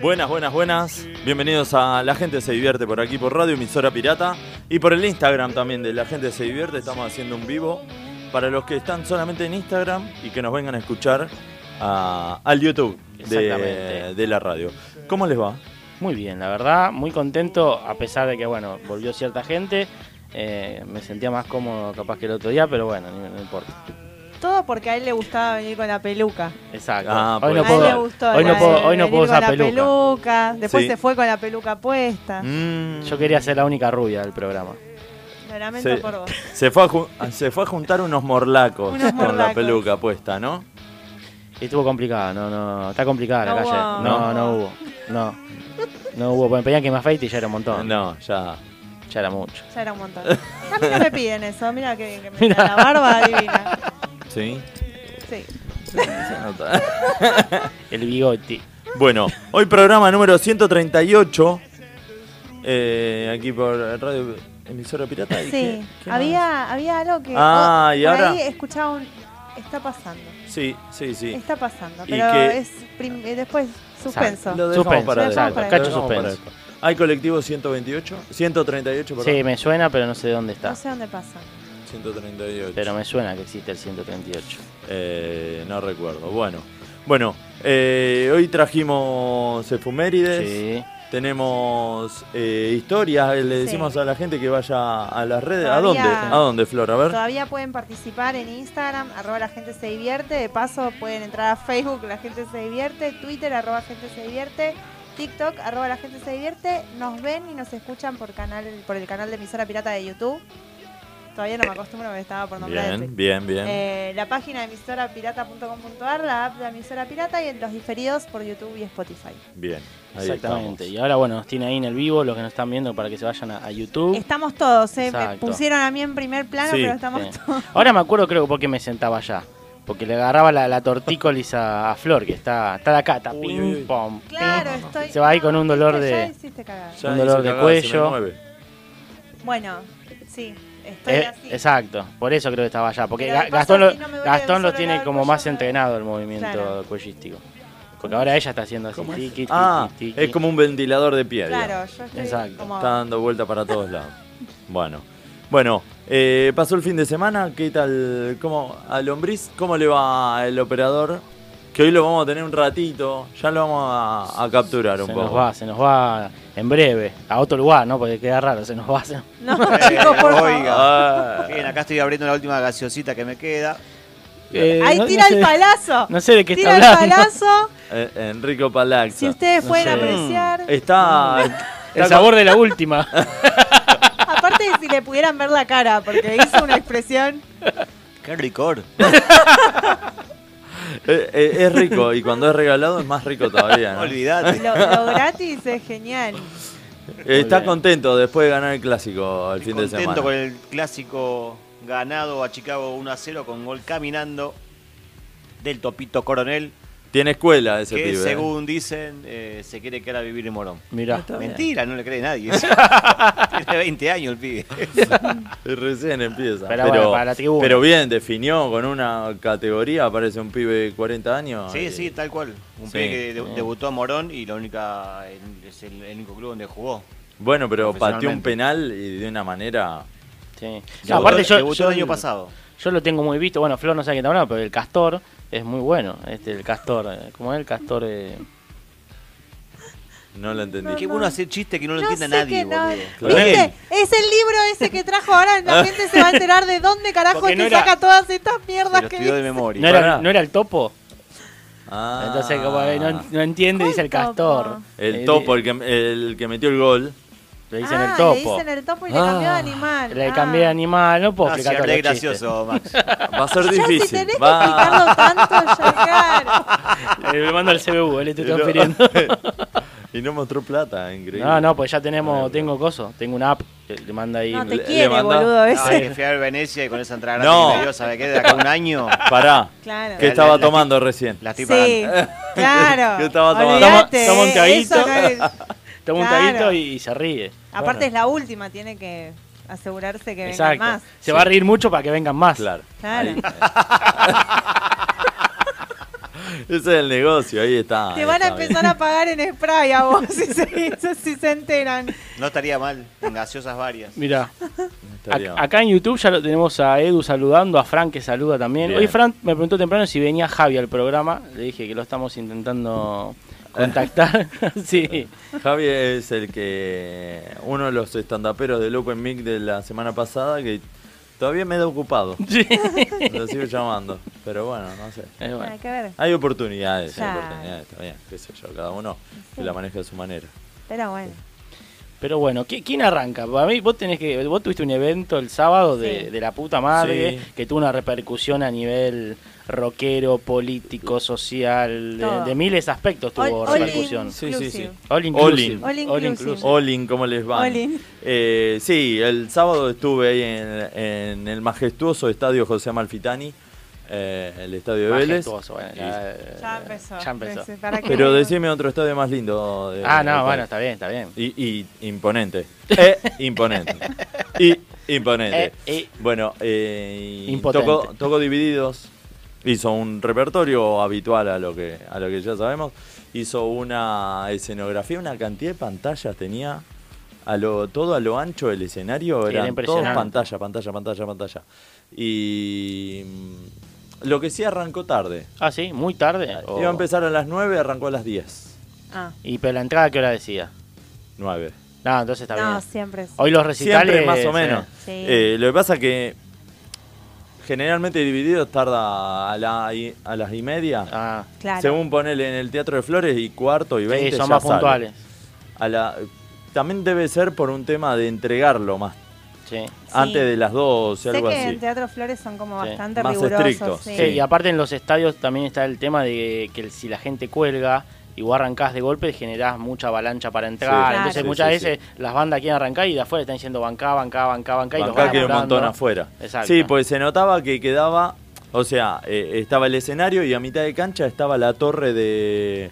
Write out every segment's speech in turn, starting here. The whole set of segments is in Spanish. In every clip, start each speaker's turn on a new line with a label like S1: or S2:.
S1: Buenas, buenas, buenas. Bienvenidos a La Gente Se Divierte por aquí por Radio Emisora Pirata y por el Instagram también de La Gente Se Divierte. Estamos haciendo un vivo para los que están solamente en Instagram y que nos vengan a escuchar a- al YouTube de,
S2: Exactamente.
S1: de la radio. ¿Cómo les va?
S2: Muy bien, la verdad, muy contento, a pesar de que, bueno, volvió cierta gente. eh, me sentía más cómodo capaz que el otro día, pero bueno, ni- no importa.
S3: Todo porque a él le gustaba venir con la peluca.
S2: Exacto.
S1: Ah,
S2: hoy
S1: puede
S2: no
S3: a él le
S1: ser.
S2: puedo,
S3: gustó
S2: hoy no
S3: la-
S2: puedo, hoy no
S3: venir
S2: puedo
S3: con
S2: usar
S3: la
S2: peluca.
S3: peluca. Después
S1: Sí.
S3: se fue con la peluca puesta.
S1: Mm.
S2: Yo quería ser la única rubia del programa.
S3: Lo lamento
S1: Sí.
S3: por vos.
S1: Se fue, a ju- ah, se fue a juntar unos morlacos
S3: Unos
S1: con la
S3: morlacos.
S1: peluca puesta, ¿no?
S2: Y estuvo complicada, no, no, está complicada
S3: No
S2: la calle.
S3: hubo.
S2: No, no hubo, no. No hubo, porque me pedían que me afeite y ya era un montón.
S1: No, ya.
S2: Ya era mucho.
S3: Ya era un montón. A mí no me piden eso. Mira que bien que me queda la barba divina.
S1: Sí.
S3: Sí.
S1: se nota.
S2: El bigote.
S1: Bueno, hoy programa número 138. eh, aquí por Radio Emisora Pirata. ¿y qué-
S3: Sí.
S1: qué más?
S3: Había, había algo que.
S1: Ah,
S3: oh,
S1: ¿y
S3: por
S1: ahora?
S3: ahí escuchaba un. Está pasando.
S1: Sí, sí, sí.
S3: Está pasando.
S1: Y
S3: Pero
S1: que-
S3: es prim- eh, después suspenso.
S1: Lo dejamos
S2: Suspenso,
S1: para
S3: exacto,
S1: después,
S2: cacho
S1: lo dejamos para
S2: suspenso.
S1: después. ¿Hay colectivo 128? 138, perdón.
S2: Sí, me suena, pero no sé dónde está.
S3: No sé dónde pasa.
S1: 138.
S2: Pero me suena que existe el 138.
S1: Eh, no recuerdo. Bueno, bueno eh, hoy trajimos efumérides.
S2: Sí.
S1: Tenemos eh, historias, le decimos a la gente que vaya a las redes. ¿A dónde?
S3: Todavía-
S1: ¿A dónde, Flor? A ver.
S3: Todavía pueden participar en Instagram, arroba la gente se divierte. De paso pueden entrar a Facebook, la gente se divierte, Twitter, arroba gente se divierte, TikTok, arroba la gente se divierte. Nos ven y nos escuchan por canal, por el canal de emisora pirata de YouTube. Todavía no me acostumbro, me estaba por nombrar. el
S1: Bien,
S3: tweet.
S1: bien, bien.
S3: Eh, la página de emisorapirata.com.ar, la app de emisora pirata y en los diferidos por YouTube y Spotify.
S1: bien. Ahí
S2: Exactamente. Y
S1: estamos.
S2: ahora, bueno, nos tiene ahí en el vivo los que nos están viendo para que se vayan a, a YouTube.
S3: Estamos todos, eh, me
S2: Exacto.
S3: pusieron a mí en primer plano,
S1: Uh. Sí,
S3: pero estamos
S2: sí.
S3: todos.
S2: Ahora me acuerdo, creo, por qué me sentaba allá. Porque le agarraba la, la tortícolis a, a Flor, que está, está de acá, está
S1: Uy,
S2: ping,
S1: uy, uy.
S2: pom, ping.
S3: Claro, estoy.
S2: Se va ahí con un dolor
S3: viste, ya
S2: de-
S3: hiciste cagar.
S1: Ya
S2: Un dolor
S1: hice
S2: de
S1: cagada,
S2: cuello.
S1: se me mueve.
S3: Bueno, sí, estoy
S2: Eh,
S3: así.
S2: exacto, por eso creo que estaba allá. Porque
S3: Pero de
S2: Ga-
S3: paso
S2: Gastón, lo,
S3: así no me duele
S2: Gastón
S3: solo
S2: lo tiene
S3: el
S2: como
S3: cuello,
S2: más
S3: pero-
S2: entrenado el movimiento
S3: pues Claro.
S2: cuellístico. Porque ahora ella está haciendo así. tiqui, tiqui,
S1: Ah,
S2: tiqui.
S1: es como un ventilador de piedra.
S3: Claro, yo estoy
S2: Exacto.
S3: como.
S1: Está dando vuelta para todos lados. Bueno, bueno, eh, pasó el fin de semana. ¿Qué tal? ¿Cómo, ¿A Lombriz? ¿Cómo le va el operador? Que hoy lo vamos a tener un ratito. Ya lo vamos a, a capturar un
S2: Se
S1: poco.
S2: nos va, se nos va en breve. A otro lugar, ¿no? Porque queda raro, se nos va. se nos-
S3: No,
S2: Eh,
S3: chicos, por favor.
S4: oiga.
S1: Ah,
S4: Bien, acá estoy abriendo la última gaseosita que me queda.
S2: Eh,
S3: Ahí
S2: no- no
S3: tira
S2: sé-
S3: el palazo.
S2: No sé de qué está
S3: tira el
S2: hablando.
S3: palazo.
S1: eh, Enrico Palaxa.
S3: Si ustedes
S2: No
S3: pueden
S2: sé. Eh.
S3: apreciar.
S1: Está.
S2: El sabor de la última.
S3: Aparte, si le pudieran ver la cara, porque hizo una expresión.
S4: ¡Qué ricor!
S1: eh, eh, es rico y cuando es regalado es más rico todavía. ¿no?
S4: Olvidate.
S3: Lo, lo gratis es genial.
S1: Eh, Está
S2: Muy bien.
S1: contento después de ganar el clásico el
S4: Estoy
S1: fin de semana.
S4: contento con el clásico ganado a Chicago 1 a 0 con gol caminando del Topito Coronel,
S1: Tiene escuela ese
S4: que
S1: pibe. ¿eh?
S4: según dicen eh, se quiere quedar a vivir en Morón.
S2: Mirá.
S4: Mentira, no le cree nadie. Tiene 20 años el pibe.
S1: Recién empieza. Pero,
S2: Pero bueno, para la tribuna.
S1: pero bien, definió con una categoría, parece un pibe de 40 años.
S4: Sí,
S1: y-
S4: sí, tal cual. Un
S1: Sí.
S4: pibe que de-
S2: Sí.
S4: debutó a Morón y la única es el, el único club donde jugó.
S1: Bueno, pero pateó un
S4: Profesionalmente.
S1: penal y de una manera...
S2: Sí.
S4: Debutó-
S2: No, aparte yo,
S4: debutó
S2: yo-
S4: el año pasado.
S2: yo lo tengo muy visto. Bueno, Flor no sabe qué está hablando, pero el castor es muy bueno. Este, el castor, eh, ¿cómo es el castor? eh?
S1: No lo entendí.
S4: Qué bueno hacer chiste que no lo
S3: no sé
S4: entienda nadie,
S3: qué no.
S4: boludo.
S1: Claro.
S3: ¿Viste? Es el libro ese que trajo ahora.
S2: Ah.
S3: La gente se va a enterar de dónde carajo
S2: Porque
S3: te
S2: no era-
S3: saca todas estas
S4: Se
S3: mierdas
S4: lo
S3: que
S4: estudió de
S3: dice.
S4: memoria.
S2: ¿No, era,
S1: pará.
S2: ¿No era el topo?
S1: Ah.
S2: Entonces, como eh, no, no entiende, dice el
S3: ¿Cuál
S2: castor.
S3: topo?
S1: El
S2: Eh,
S1: topo, el que, el que metió el gol.
S2: Le dicen
S3: ah,
S2: el topo.
S3: Le dicen el topo y le cambió de
S1: Ah,
S3: animal.
S2: Le
S3: Ah.
S2: cambié de animal, no puedo
S4: Ah, sí,
S2: explicar todo
S4: hablé
S2: el
S4: gracioso, Max.
S1: Va a ser
S3: Ya,
S1: difícil.
S3: si tenés que
S1: Va...
S3: explicarlo tanto, ya, claro.
S2: Le mando al CBU, eh, le estoy
S1: Y no-
S2: transfiriendo.
S1: y no mostró plata, increíble.
S2: No, no, pues ya tenemos, tengo coso, tengo una app, que le manda ahí.
S3: No
S1: le-
S3: te
S1: le
S3: quiere,
S1: manda-
S3: boludo,
S4: No,
S3: ese.
S4: hay que fui a Venecia y con esa entrada
S1: No.
S4: no. que me dio, ¿sabe qué? De acá a un año
S1: Pará.
S3: Claro.
S1: ¿Qué
S4: La-
S1: estaba
S4: la- la-
S1: tomando recién?
S4: la estoy
S3: Sí,
S4: pagando.
S3: claro.
S1: Yo estaba tomando-
S3: Olvídate,
S2: Toma- toma un
S3: eh,
S2: traguito.
S3: eso no es-
S2: Toma un
S3: Claro.
S2: taguito y, y se ríe.
S3: Aparte es la última, tiene que asegurarse que vengan
S2: Exacto.
S3: más.
S2: Se va a reír mucho para que vengan más.
S1: Claro.
S3: Claro.
S1: Ahí. Ese es el negocio, ahí está.
S3: Te
S1: ahí
S3: van a
S1: está, bien.
S3: empezar a pagar en spray a vos si se, si se enteran.
S4: No estaría mal, en gaseosas varias.
S2: Mirá,
S1: Estaría-
S2: ac- acá en YouTube ya lo tenemos a Edu saludando, a Fran que saluda también.
S1: Bien.
S2: Hoy Fran me preguntó temprano si venía Javi al programa. Le dije que lo estamos intentando contactar. sí.
S1: Javi es el que. Uno de los estandaperos del Open Mic de la semana pasada que todavía me da ocupado.
S2: Sí.
S1: Lo sigo llamando. Pero bueno, no sé.
S2: Eh, bueno.
S3: Hay que ver.
S1: Hay oportunidades, hay
S3: Claro.
S1: oportunidades, está bien, qué sé yo, cada uno que la maneja de su manera.
S3: Pero bueno.
S2: Pero bueno, ¿qui- ¿quién arranca? Para mí, vos tenés que. Vos tuviste un evento el sábado de,
S3: Sí.
S2: de la puta madre
S1: Sí.
S2: que tuvo una repercusión a nivel rockero, político, social, de,
S3: Todo.
S2: de miles aspectos tuvo
S3: All- all
S2: repercusión.
S1: Sí, sí, sí.
S3: inclusive.
S2: All
S1: inclusive.
S2: inclusive.
S3: All in- all inclusive.
S1: Olin, ¿cómo les va?
S3: Olin.
S1: Eh, sí, el sábado estuve ahí en, en el majestuoso estadio José Amalfitani, eh, el estadio de Vélez.
S2: Majestuoso, bueno,
S1: Y-
S2: ya,
S1: eh,
S3: Ya empezó.
S2: ya empezó.
S3: Ese, para que-
S1: Pero decime otro estadio más lindo. de-
S2: Ah,
S1: del
S2: no,
S1: país.
S2: bueno, está bien, está bien.
S1: Y, y imponente. Eh, imponente. Y imponente.
S2: Eh, eh.
S1: Bueno, eh, y
S2: Impotente.
S1: tocó, tocó Divididos. Hizo un repertorio habitual a lo que a lo que ya sabemos. Hizo una escenografía, una cantidad de pantallas tenía. A lo, todo a lo ancho del escenario
S2: Era
S1: eran todos
S2: impresionante.
S1: pantalla, pantalla, pantalla, pantalla. Y mm, lo que sí arrancó tarde.
S2: Ah, sí, muy tarde. o-
S1: Iba a empezar a las 9, arrancó a las 10.
S3: Ah.
S2: ¿Y pero la entrada qué hora decía?
S1: 9.
S2: No, entonces está
S3: No,
S2: bien.
S3: siempre es.
S2: Hoy los recitales.
S1: Siempre más o
S2: eh,
S1: menos.
S3: Sí.
S1: Eh, lo que pasa que generalmente divididos tarda a, la y- a las y media.
S2: ah,
S3: Claro.
S1: Según ponele en el Teatro de Flores y cuarto y veinte.
S2: sí, son
S1: ya
S2: más
S1: sale.
S2: puntuales.
S1: A la, también debe ser por un tema de entregarlo más.
S2: Sí.
S3: Sí.
S1: Antes de las 12,
S3: Sé
S1: algo
S3: que
S1: así.
S3: en Teatro Flores son como
S2: Sí.
S3: bastante
S1: Más
S3: rigurosos.
S1: estrictos,
S2: Sí.
S3: Sí.
S2: y aparte en los estadios también está el tema de que si la gente cuelga y vos arrancás de golpe generás mucha avalancha para entrar.
S1: Sí.
S3: Claro.
S2: Entonces
S1: Sí,
S2: muchas
S1: sí,
S2: veces las bandas quieren arrancar y de afuera están diciendo bancá, bancá, bancá, bancá. y los
S1: Bancá
S2: van
S1: que hay un
S2: apurando.
S1: montón afuera.
S2: Exacto.
S1: Sí, pues se notaba que quedaba, o sea, eh, estaba el escenario y a mitad de cancha estaba la torre de,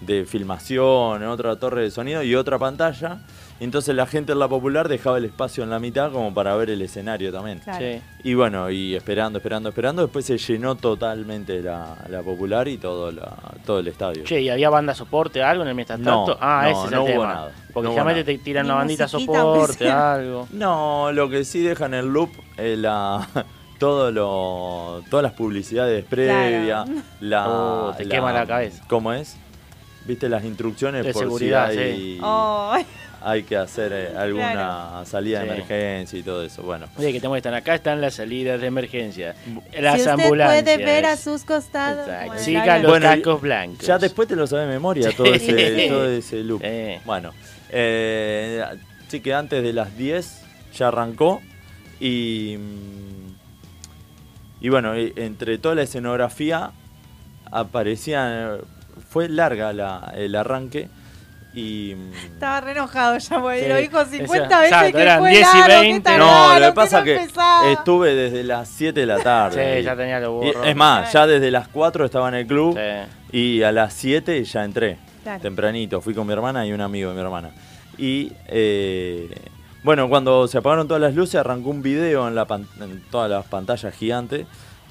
S1: de filmación, otra torre de sonido y otra pantalla. Entonces la gente en la popular dejaba el espacio en la mitad como para ver el escenario también.
S3: Claro.
S2: Sí.
S1: Y bueno, y esperando, esperando, esperando, después se llenó totalmente la, la popular y todo, la- todo el estadio.
S2: Che, ¿y había banda soporte, algo en el mientras
S1: No,
S2: tanto? Ah,
S1: no,
S2: ese es
S1: no
S2: el
S1: hubo
S2: tema.
S1: nada,
S2: Porque
S1: no hubo
S2: generalmente
S1: nada.
S2: te tiran
S3: Ni
S2: una bandita
S3: musiquita, aunque
S2: soporte,
S3: sea.
S2: algo.
S1: No, lo que sí dejan en loop es la todo lo, todas las publicidades previas, la,
S2: Oh, te quema la cabeza.
S1: ¿Cómo es? ¿Viste las instrucciones
S2: De
S1: por
S2: seguridad,
S1: si
S2: sí.
S1: hay,
S3: Oh,
S1: hay que hacer eh, alguna
S3: Claro.
S1: salida
S2: Sí.
S1: de emergencia y todo eso? Bueno,
S2: Oye, que te muestran. Acá están las salidas de emergencia. Las
S3: si usted
S2: ambulancias.
S3: puede ver a sus costados.
S2: Exacto.
S3: bueno,
S2: Siga los
S3: claro.
S1: Bueno, y-
S2: tacos blancos.
S1: ya después te lo sabe de memoria todo ese,
S3: Sí.
S1: todo ese loop.
S2: Sí.
S1: Bueno, eh, sí que antes de las 10 ya arrancó y, mm, y bueno, y entre toda la escenografía aparecían, eh, fue larga la- el arranque y... mm,
S3: Estaba re enojado ya, porque
S2: Sí,
S3: lo dijo 50
S2: esa-
S3: veces
S2: exacto,
S3: que
S2: eran
S3: fue
S2: 10 y
S3: largo,
S2: 20.
S3: que
S2: Está
S1: No, lo que
S3: largo,
S1: pasa
S3: no
S1: que
S3: empezaba.
S1: estuve desde las 7 de la tarde.
S2: Sí,
S1: y-
S2: ya tenía los
S1: y-
S2: burros.
S1: Es más, ya desde las 4 estaba en el club.
S2: Sí.
S1: Y a las 7 ya entré.
S3: Claro.
S1: Tempranito. Fui con mi hermana y un amigo de mi hermana. Y eh, bueno, cuando se apagaron todas las luces, arrancó un video en, la pan- en todas las pantallas gigantes.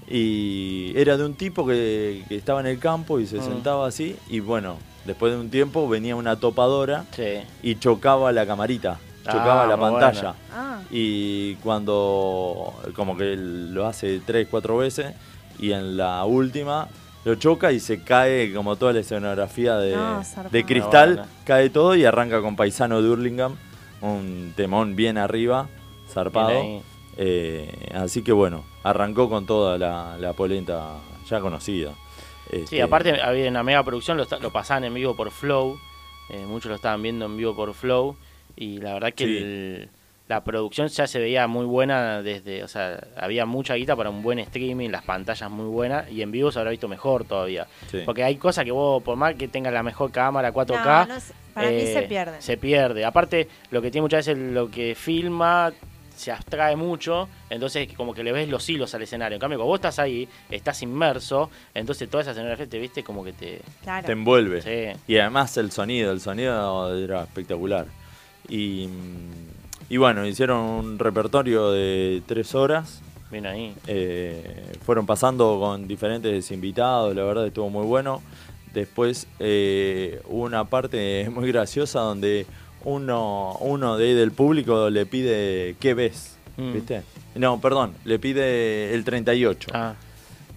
S1: Y era de un tipo que, que estaba en el campo y se
S2: Mm.
S1: sentaba así. Y bueno, después de un tiempo venía una topadora
S2: Sí.
S1: y chocaba la camarita, chocaba
S2: Ah,
S1: la
S2: muy
S1: pantalla.
S2: bueno.
S3: Ah,
S1: Y cuando, como que lo hace tres, cuatro veces, y en la última lo choca y se cae como toda la escenografía de,
S3: No, zarpado.
S1: de cristal,
S2: Bueno.
S1: cae todo y arranca con Paisano de Hurlingham, un temón bien arriba, zarpado.
S2: Bien ahí.
S1: Eh, así que bueno, arrancó con toda la, la polenta ya conocida.
S2: Sí,
S1: Este,
S2: aparte había una mega producción, lo, está- lo pasaban en vivo por Flow, eh, muchos lo estaban viendo en vivo por Flow, y la verdad que
S1: Sí.
S2: el- la producción ya se veía muy buena desde, o sea, había mucha guita para un buen streaming, las pantallas muy buenas, y en vivo se habrá visto mejor todavía.
S1: Sí.
S2: Porque hay cosas que vos, por más que tengas la mejor cámara 4K,
S3: No, no sé, para mí se pierden.
S2: Se pierde. Aparte, lo que tiene muchas veces lo que filma se abstrae mucho, entonces como que le ves los hilos al escenario. En cambio, cuando vos estás ahí, estás inmerso, entonces toda esa escenografía te viste como que te...
S3: claro.
S1: te envuelve.
S2: Sí.
S1: Y además el sonido, el sonido era espectacular. Y, y bueno, hicieron un repertorio de tres horas
S2: Bien ahí.
S1: Eh, fueron pasando con diferentes invitados, la verdad estuvo muy bueno. Después eh, hubo una parte muy graciosa donde uno, uno de ahí del público le pide ¿qué ves?
S2: Mm.
S1: ¿Viste? No, perdón, le pide el 38.
S2: Ah.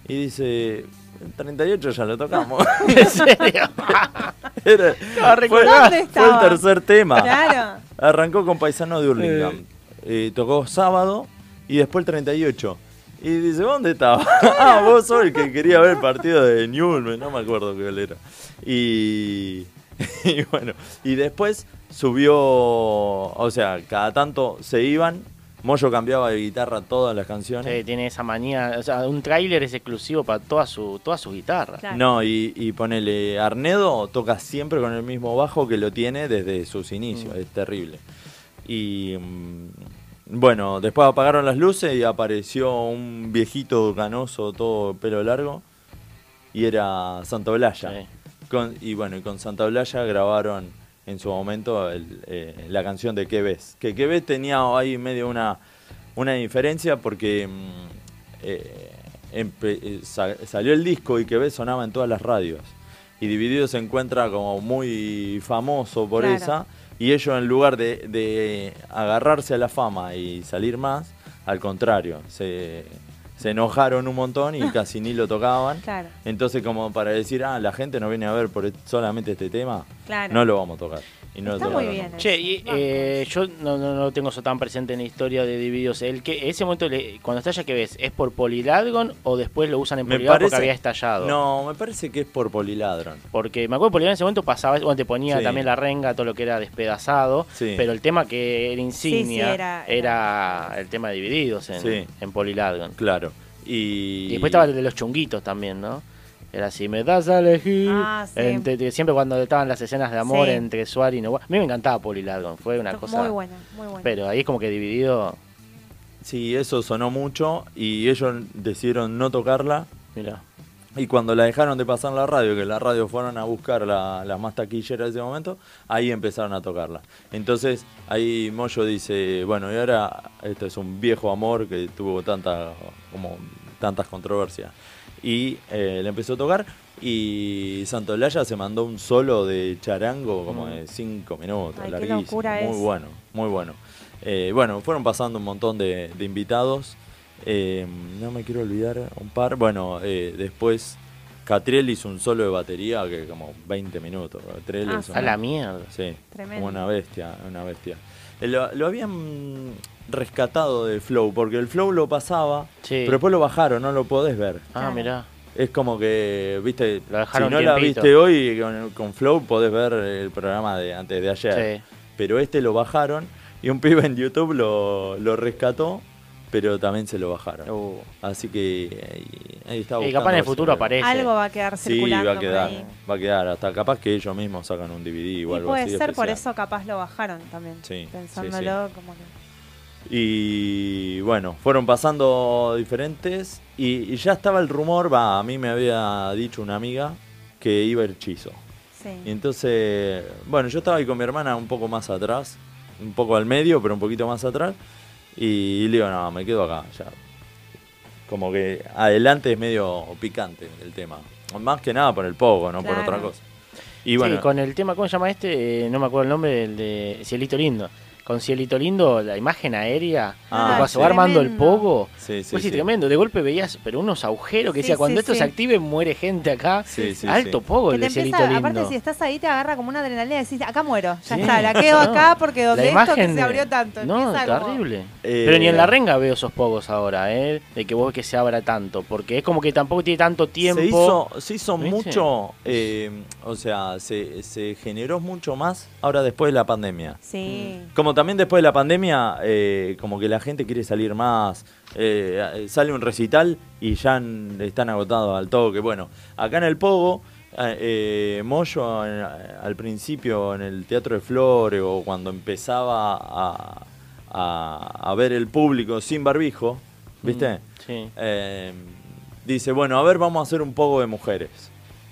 S1: Y dice, el 38 ya lo tocamos.
S2: ¿En serio?
S1: Era-
S2: re
S1: fue,
S3: colgado.
S1: fue el
S3: estaba?
S1: tercer tema.
S3: Claro.
S1: Arrancó con Paisano de Hurlingham. Eh, tocó sábado y después el 38. Y dice, ¿dónde estaba? ah, vos sos el que quería ver el partido de Newell's, no me acuerdo cuál era. Y, y bueno, y después subió, o sea, cada tanto se iban. Moyo cambiaba de guitarra todas las canciones.
S2: Sí, tiene esa manía. O sea, un tráiler es exclusivo para todas sus todas sus guitarras.
S3: Claro.
S1: No, y, y ponele, Arnedo toca siempre con el mismo bajo que lo tiene desde sus inicios, es terrible. Y mm, bueno, después apagaron las luces y apareció un viejito canoso, todo pelo largo, y era Santa Blaya.
S2: Sí.
S1: Con- y bueno, y con Santa Blaya grabaron en su momento el, eh, la canción de ¿Qué ves? Que ¿Qué ves? tenía ahí medio una, una diferencia porque mm, eh, empe- eh, sa- salió el disco y ¿Qué ves? sonaba en todas las radios. Y Dividido se encuentra como muy famoso por
S3: Claro.
S1: esa. Y ellos en lugar de, de agarrarse a la fama y salir más, al contrario, se, se enojaron un montón y casi ni lo tocaban.
S3: Ah. Claro.
S1: Entonces, como para decir, ah, la gente no viene a ver por solamente este tema,
S3: Claro.
S1: no lo vamos a tocar. Y no lo
S3: Está muy
S1: tocaron
S3: bien.
S1: nunca.
S2: Che, y, eh, yo no, no, no lo tengo eso tan presente en la historia de Divididos. El que ese momento, le- cuando estalla, ¿qué ves? ¿Es por Poliladgon o después lo usan en
S1: Me
S2: Poliladgon
S1: parece,
S2: porque había estallado?
S1: No, me parece que es por Poliladron.
S2: Porque me acuerdo que Poliladgon en ese momento pasaba, bueno, te ponía
S1: Sí.
S2: también la renga, todo lo que era despedazado,
S1: Sí.
S2: pero el tema que era insignia
S3: Sí, sí,
S2: era,
S3: era-
S2: el tema de Divididos en,
S1: Sí.
S2: en Poliladgon.
S1: Claro.
S2: Y
S1: Y,
S2: después estaba el de los chunguitos también, ¿no? Era así, me das a elegir.
S3: Ah, sí.
S2: Entre- te- siempre cuando estaban las escenas de amor
S3: Sí.
S2: entre Suárez y Novoa. A mí me encantaba Poliladgon, fue una cosa.
S3: Muy buena, muy buena.
S2: Pero ahí es como que dividido.
S1: Sí, eso sonó mucho y ellos decidieron no tocarla.
S2: Mira.
S1: Y cuando la dejaron de pasar en la radio, que la radio fueron a buscar la- las más taquilleras de ese momento, ahí empezaron a tocarla. Entonces ahí Moyo dice, bueno, y ahora esto es un viejo amor que tuvo tanta, como, tantas controversias. Y eh, la empezó a tocar y Santolaya se mandó un solo de charango como de 5 minutos,
S3: Mm. Ay, qué
S1: larguísimo,
S3: locura
S1: muy
S3: es.
S1: bueno, muy bueno. Eh, bueno, fueron pasando un montón de, de invitados. Eh, no me quiero olvidar un par. Bueno, eh, después Catriel hizo un solo de batería que como 20 minutos. Catriel
S3: Ah,
S1: es
S2: A
S1: una-
S2: la mierda.
S1: Sí,
S3: Tremendo.
S1: una bestia, una bestia. Eh, Lo, lo habían rescatado de Flow, porque el Flow lo pasaba,
S2: Sí.
S1: pero después lo bajaron, no lo podés ver.
S2: Ah,
S3: Claro.
S2: mirá.
S1: Es como que, viste,
S2: Lo dejaron
S1: si no
S2: un
S1: la
S2: tiempito.
S1: viste hoy con, con Flow podés ver el programa de antes de ayer.
S2: Sí.
S1: Pero este lo bajaron y un pibe en YouTube lo, lo rescató, pero también se lo bajaron.
S2: Uh.
S1: Así que ahí, ahí está
S2: Y capaz en el
S1: buscando
S2: futuro
S1: ese-
S2: aparece.
S3: Algo va a quedar
S1: Sí,
S3: circulando.
S1: va a
S3: por
S1: quedar,
S3: ahí.
S1: va a quedar. Hasta capaz que ellos mismos sacan un DVD o
S3: Y
S1: algo
S3: puede
S1: así.
S3: ser por
S1: especial.
S3: eso capaz lo bajaron también.
S1: Sí, sí,
S3: pensándolo como que.
S1: Y bueno, fueron pasando diferentes. Y, y ya estaba el rumor, va, a mí me había dicho una amiga que iba hechizo.
S3: Sí.
S1: Y entonces, bueno, yo estaba ahí con mi hermana un poco más atrás, un poco al medio, pero un poquito más atrás. Y, le digo, no, me quedo acá, ya. Como que adelante es medio picante el tema. Más que nada por el pogo, no por
S3: Claro.
S1: otra cosa. Y bueno,
S2: Sí, con el tema, ¿cómo se llama este? Eh, no me acuerdo el nombre, el de Cielito Lindo. Con Cielito Lindo, la imagen aérea,
S1: Ah,
S2: lo cuando se va
S1: sí.
S2: armando el
S3: Tremendo.
S2: pogo.
S1: Sí, sí,
S2: Fue así
S1: sí.
S2: tremendo. De golpe veías, pero unos agujeros que
S3: Sí,
S2: decía, cuando
S3: sí,
S2: esto
S3: sí.
S2: se active, muere gente acá.
S1: Sí, sí,
S2: Alto
S1: sí.
S2: pogo
S3: Que
S2: el
S3: te
S2: de Cielito
S3: empieza,
S2: Lindo.
S3: aparte si estás ahí te agarra como una adrenalina y decís, acá muero, ya
S2: Sí.
S3: está, la quedo
S2: No.
S3: acá porque
S2: La
S3: donde esto que
S2: imagen
S3: se
S2: de-
S3: abrió tanto.
S2: No,
S3: empieza como-
S2: terrible.
S1: Eh,
S2: Pero ni en la renga veo esos pogos ahora, ¿eh? De que vos que se abra tanto. Porque es como que tampoco tiene tanto tiempo.
S1: Se hizo, se hizo
S2: ¿Viste?
S1: mucho, eh, o sea, se, se generó mucho más ahora después de la pandemia.
S3: Sí.
S1: Como también después de la pandemia, eh, como que la gente quiere salir más, eh, sale un recital y ya n- están agotados al toque. Bueno, acá en el Pogo, eh, eh, Moyo en- al principio en el Teatro de Flores o cuando empezaba a, a- a ver el público sin barbijo, ¿viste?
S2: Sí.
S1: Eh, dice, bueno, a ver, vamos a hacer un pogo de mujeres.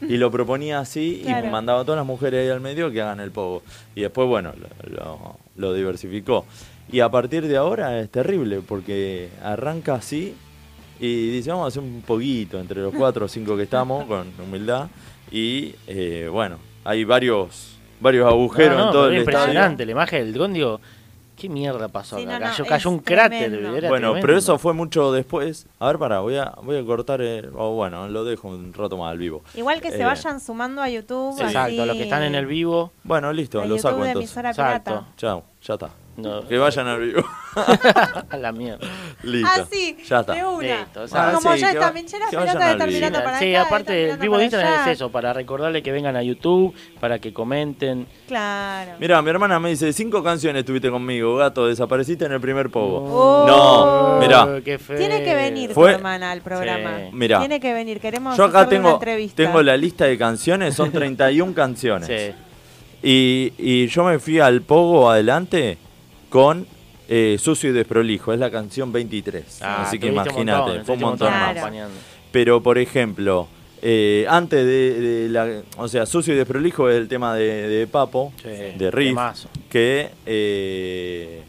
S1: Y lo proponía así y
S3: Claro.
S1: mandaba a todas las mujeres ahí al medio que hagan el pogo. Y después, bueno, lo, lo- lo diversificó. Y a partir de ahora es terrible porque arranca así Y dice, vamos a hacer un poquito entre los cuatro o cinco que estamos, con humildad. Y eh, bueno, hay varios varios agujeros
S2: No, no,
S1: en todo
S2: pero
S1: el estadio.
S2: impresionante la imagen del dron, digo, ¿qué mierda pasó
S3: Sí,
S2: acá?
S3: no, no,
S2: cayó,
S3: es
S2: cayó un cráter,
S3: tremendo.
S2: era
S1: Bueno, pero
S2: tremendo.
S1: eso fue mucho después. A ver, pará, voy a, voy a cortar. eh, o bueno, lo dejo un rato más al vivo.
S3: Igual que se
S1: Eh,
S3: vayan sumando a YouTube.
S2: Exacto,
S3: así-
S2: los que están en el vivo,
S1: Bueno, listo,
S3: a
S1: lo
S3: YouTube
S1: saco
S3: de
S1: entonces.
S3: emisora
S2: Exacto.
S3: pirata.
S1: Chao, ya está.
S2: No.
S1: Que vayan al vivo.
S2: a la mierda.
S1: listo.
S3: Ah, sí,
S1: ya
S3: de
S1: está.
S3: una.
S2: Listo, o sea,
S3: como
S1: sí,
S3: ya
S1: que
S3: está
S1: va-
S3: Minchera,
S1: que
S3: pelota
S1: vayan
S3: de
S1: al
S3: estar
S1: vivo.
S3: mirando para acá.
S2: sí,
S3: de estar
S2: aparte el
S3: mirando
S2: vivo
S3: para
S2: de Instagram
S3: allá.
S2: es eso, para recordarle que vengan a YouTube, para que comenten.
S3: Claro.
S1: Mira, mi hermana me dice, cinco canciones tuviste conmigo, gato, desapareciste en el primer pogo.
S3: Oh.
S1: No, mirá.
S2: Oh, Qué feo.
S3: Tiene que venir
S1: Fue-
S3: tu hermana al programa.
S2: Sí.
S1: Mirá.
S3: Tiene que venir, queremos
S1: Yo acá
S3: hacerle una
S1: tengo,
S3: entrevista.
S1: tengo la lista de canciones, son 31 canciones.
S2: Sí.
S1: Y, y yo me fui al pogo adelante con eh, Sucio y Desprolijo, es la canción 23.
S2: Ah,
S1: Así que
S2: tuviste
S1: imagínate,
S2: montón,
S1: fue un
S2: tuviste
S1: montón
S3: montón.
S1: más.
S3: Claro.
S2: acompañando.
S1: Pero, por ejemplo, eh, antes de, de la... O sea, Sucio y Desprolijo es el tema de, de Papo,
S2: Sí,
S1: de Riff,
S2: temazo.
S1: que eh,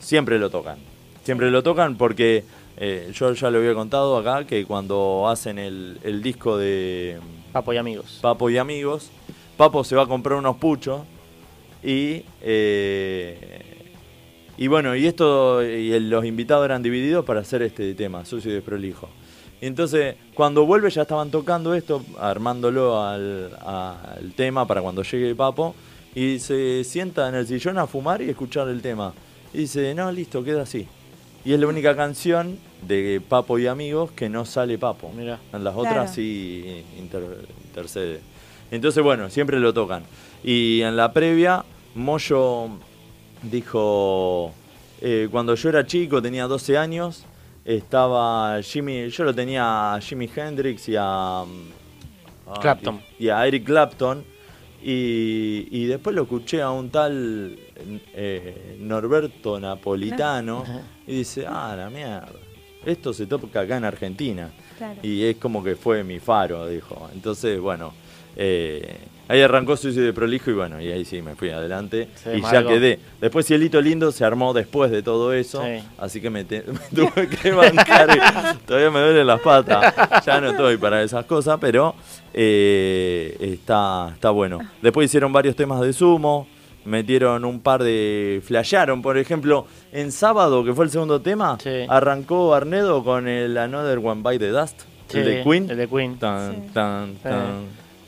S1: siempre lo tocan. Siempre lo tocan porque eh, yo ya lo había contado acá, que cuando hacen el, el disco de
S2: Papo y amigos.
S1: Papo y Amigos, Papo se va a comprar unos puchos y... eh, y bueno, y esto, y el- los invitados eran divididos para hacer este tema, sucio y desprolijo. Y entonces, cuando vuelve, ya estaban tocando esto, armándolo al, al tema para cuando llegue Papo. Y se sienta en el sillón a fumar y escuchar el tema. Y dice, no, listo, queda así. Y es la única canción de Papo y Amigos que no sale Papo.
S2: Mirá.
S1: En las
S3: Claro.
S1: otras sí inter- intercede. Entonces, bueno, siempre lo tocan. Y en la previa, Moyo dijo, eh, cuando yo era chico, tenía 12 años, estaba Jimmy, yo lo tenía a Jimi Hendrix y a... mm, a-
S2: Clapton.
S1: Y, a Eric Clapton. Y, y después lo escuché a un tal eh, Norberto Napolitano y dice, ah, la mierda, esto se toca acá en Argentina.
S3: Claro.
S1: Y es como que fue mi faro, dijo. Entonces, bueno, eh, ahí arrancó Suicidio de Prolijo y bueno, y ahí sí me fui adelante.
S2: Sí,
S1: y ya
S2: Margo.
S1: quedé. Después Cielito Lindo se armó después de todo eso,
S2: Sí.
S1: así que me, te- me tuve que bancar. y todavía me duelen las patas. Ya no estoy para esas cosas, pero eh, está, está bueno. Después hicieron varios temas de sumo. Metieron un par de. Flashearon, por ejemplo, en sábado, que fue el segundo tema,
S2: Sí.
S1: arrancó Arnedo con el Another One by the Dust. El
S2: Sí,
S1: de Queen.
S2: El de Queen.
S1: Tan,
S3: Sí. Uh,
S1: tan, tan.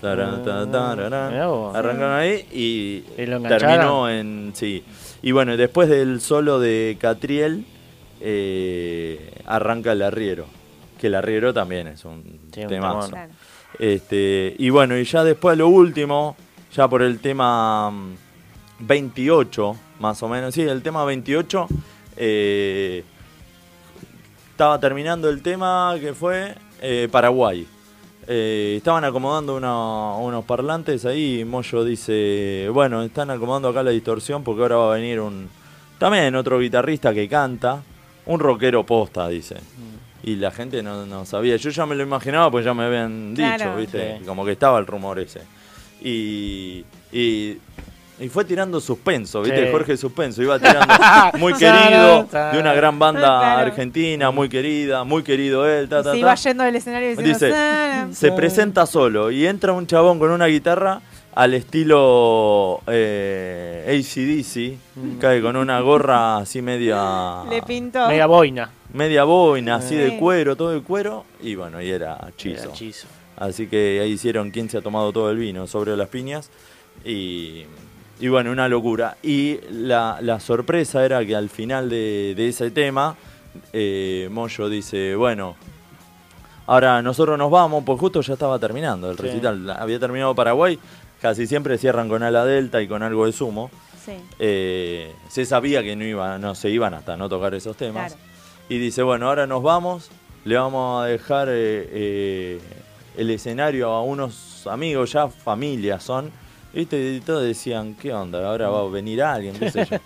S1: taran, tan, tararán.
S2: Mirá vos.
S1: Arrancaron ahí y,
S2: Y lo engancharon.
S1: terminó en. Sí. Y bueno, después del solo de Catriel, eh, arranca el arriero. Que el arriero también es un
S2: Sí, un
S1: temazo.
S2: temón.
S3: Claro.
S1: Este, y bueno, y ya después lo último, ya por el tema mm, 28, más o menos, sí, el tema 28, eh, estaba terminando el tema que fue eh, Paraguay. Eh, estaban acomodando una- unos parlantes ahí y Moyo dice, bueno, están acomodando acá la distorsión porque ahora va a venir un... También otro guitarrista que canta, un rockero posta, dice. Y la gente no, no sabía, yo ya me lo imaginaba pues ya me habían dicho,
S3: Claro.
S1: ¿viste?
S2: Sí.
S1: Como que estaba el rumor ese. Y... y y fue tirando suspenso, ¿viste?
S2: Sí.
S1: Jorge Suspenso iba tirando muy querido, de una gran banda
S3: Claro.
S1: argentina, muy querida, muy querido él, ta, ta,
S3: se
S1: ta.
S3: iba yendo del escenario diciendo...
S1: Dice,
S3: "Sara".
S1: se presenta solo y entra un chabón con una guitarra al estilo eh, ACDC, cae con una gorra así media,
S3: Le pintó.
S2: Mega boina.
S1: media boina, así de
S3: Sí.
S1: cuero, todo de cuero, y bueno, y era
S2: Era
S1: chizo.
S2: hechizo.
S1: Así que ahí hicieron quién se ha tomado todo el vino sobre las piñas. Y, y bueno, una locura. Y la, la sorpresa era que al final de, de ese tema, eh, Moyo dice, bueno, ahora nosotros nos vamos, pues justo ya estaba terminando el
S2: Sí.
S1: recital. Había terminado Paraguay, casi siempre cierran con ala delta y con algo de sumo.
S3: Sí.
S1: Eh, se sabía que no, iba, no se iban hasta no tocar esos temas.
S3: Claro.
S1: Y dice, bueno, ahora nos vamos, le vamos a dejar eh, eh, el escenario a unos amigos, ya familia son. ¿Viste? Y todos decían, ¿qué onda? Ahora va a venir alguien, qué sé yo.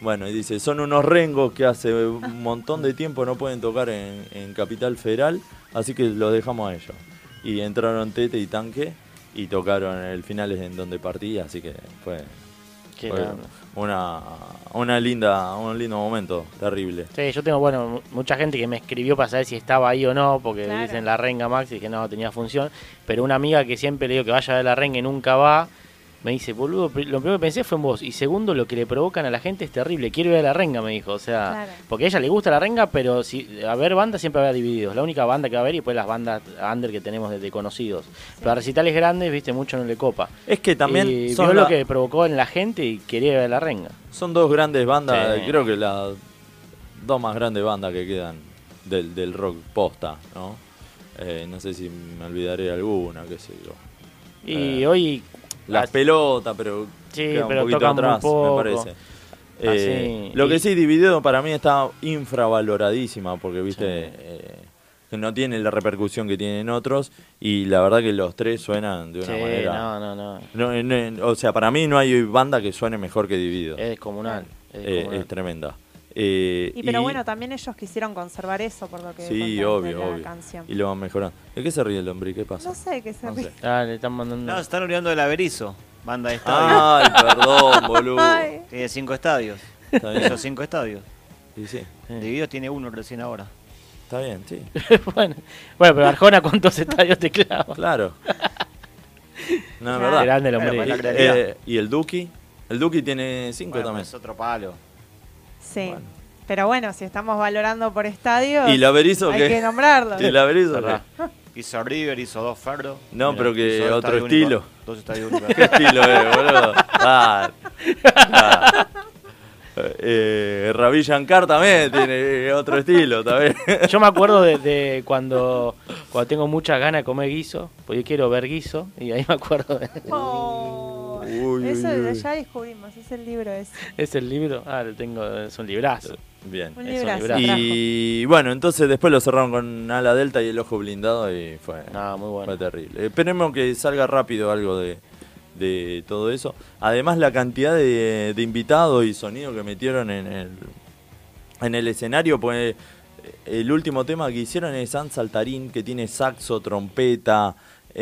S1: Bueno, y dice, son unos rengos que hace un montón de tiempo no pueden tocar en, en Capital Federal, así que los dejamos a ellos. Y entraron Tete y Tanque y tocaron el final es en donde partí, así que fue
S2: Qué
S1: Fue
S2: grande.
S1: una, una linda, un lindo momento, terrible.
S2: Sí, yo tengo, bueno, mu- mucha gente que me escribió para saber si estaba ahí o no, porque
S3: Claro.
S2: dicen la renga Max y dije no, tenía función. Pero una amiga que siempre le digo que vaya a ver la renga y nunca va, me dice, boludo, pri- lo primero que pensé fue en vos. Y segundo, lo que le provocan a la gente es terrible. Quiero ir a la renga, me dijo. O sea,
S3: Claro.
S2: porque a ella le gusta la renga, pero si a ver banda siempre habrá divididos. La única banda que va a ver y después las bandas under que tenemos de, de conocidos. Pero a recitales grandes, viste, mucho no le copa.
S1: Es que también
S2: y
S1: son,
S2: vio lo
S1: la-
S2: que provocó en la gente y quería ir a ver la renga.
S1: son dos grandes bandas, eh,
S2: Sí.
S1: creo que las dos más grandes bandas que quedan del, del rock posta, ¿no? Eh, no sé si me olvidaré de alguna, qué sé yo.
S2: Y
S1: Eh,
S2: hoy...
S1: Las
S2: Ah,
S1: pelotas, pero
S2: Sí,
S1: queda un
S2: pero
S1: poquito
S2: tocan muy
S1: atrás,
S2: poco.
S1: me parece.
S2: Ah,
S1: Eh,
S2: sí.
S1: Lo que
S2: Y-
S1: sí, Dividido para mí está infravaloradísima, porque viste, eh, que no tiene la repercusión que tienen otros, y la verdad que los tres suenan de una
S2: sí,
S1: manera.
S2: no, no, no.
S1: No, eh, no, o sea, para mí no hay banda que suene mejor que Dividido.
S2: Es descomunal. Es
S1: Eh,
S2: descomunal.
S1: es tremenda. Eh,
S3: Y pero bueno, también ellos quisieron conservar eso por lo que
S1: Sí,
S3: contaste de
S1: obvio,
S3: la
S1: obvio.
S3: canción.
S1: Y lo van mejorando. ¿De qué se ríe el hombre? ¿Qué pasa?
S3: No sé qué se
S1: No sé.
S2: Ah, le están mandando.
S4: No, se están olvidando del Averizo, banda de estadios.
S1: Ay, perdón, boludo.
S3: Ay.
S4: Tiene cinco estadios.
S1: Está bien.
S4: Hizo cinco estadios.
S1: Y sí,
S4: Divididos tiene uno recién ahora.
S1: está bien, sí.
S2: bueno, bueno, pero Arjona, ¿cuántos estadios te clava?
S1: Claro. No, es
S3: Claro.
S1: verdad.
S2: Grande el
S4: Claro,
S2: hombre.
S4: pues, la
S1: Y,
S4: creatividad.
S1: eh, y el Duki. El Duki tiene 5
S4: Bueno,
S1: también.
S4: Es otro palo.
S3: Sí.
S1: Bueno.
S3: Pero bueno, si estamos valorando por estadios,
S1: ¿Y la Berizo
S3: hay que
S1: qué?
S3: nombrarlo.
S1: ¿Y la Berizo
S2: Verdad.
S1: qué?
S4: Hizo River, hizo dos Ferro.
S1: No, pero que
S4: hizo dos
S1: otro
S4: estadios únicos.
S1: estilo.
S4: Dos estadios únicos.
S1: ¿Qué estilo es, boludo? Ah. Ah. Eh, Ravi Shankar también tiene otro estilo también.
S2: Yo me acuerdo de, de cuando, cuando tengo muchas ganas de comer guiso, porque yo quiero ver guiso, y ahí me acuerdo de.
S3: Oh,
S1: Uy, uy,
S3: eso
S1: uy.
S3: ya descubrimos, es el libro ese.
S2: Es el libro. Ah, lo tengo, es un librazo.
S1: Bien.
S3: Un
S2: Es un
S3: librazo.
S2: librazo.
S3: trajo.
S1: Y bueno, entonces después lo cerraron con Ala Delta y el ojo blindado y fue,
S2: Ah, muy bueno.
S1: fue terrible. Esperemos que salga rápido algo de, de todo eso. Además, la cantidad de, de invitados y sonido que metieron en el, en el escenario, pues el último tema que hicieron es San Saltarín, que tiene saxo, trompeta,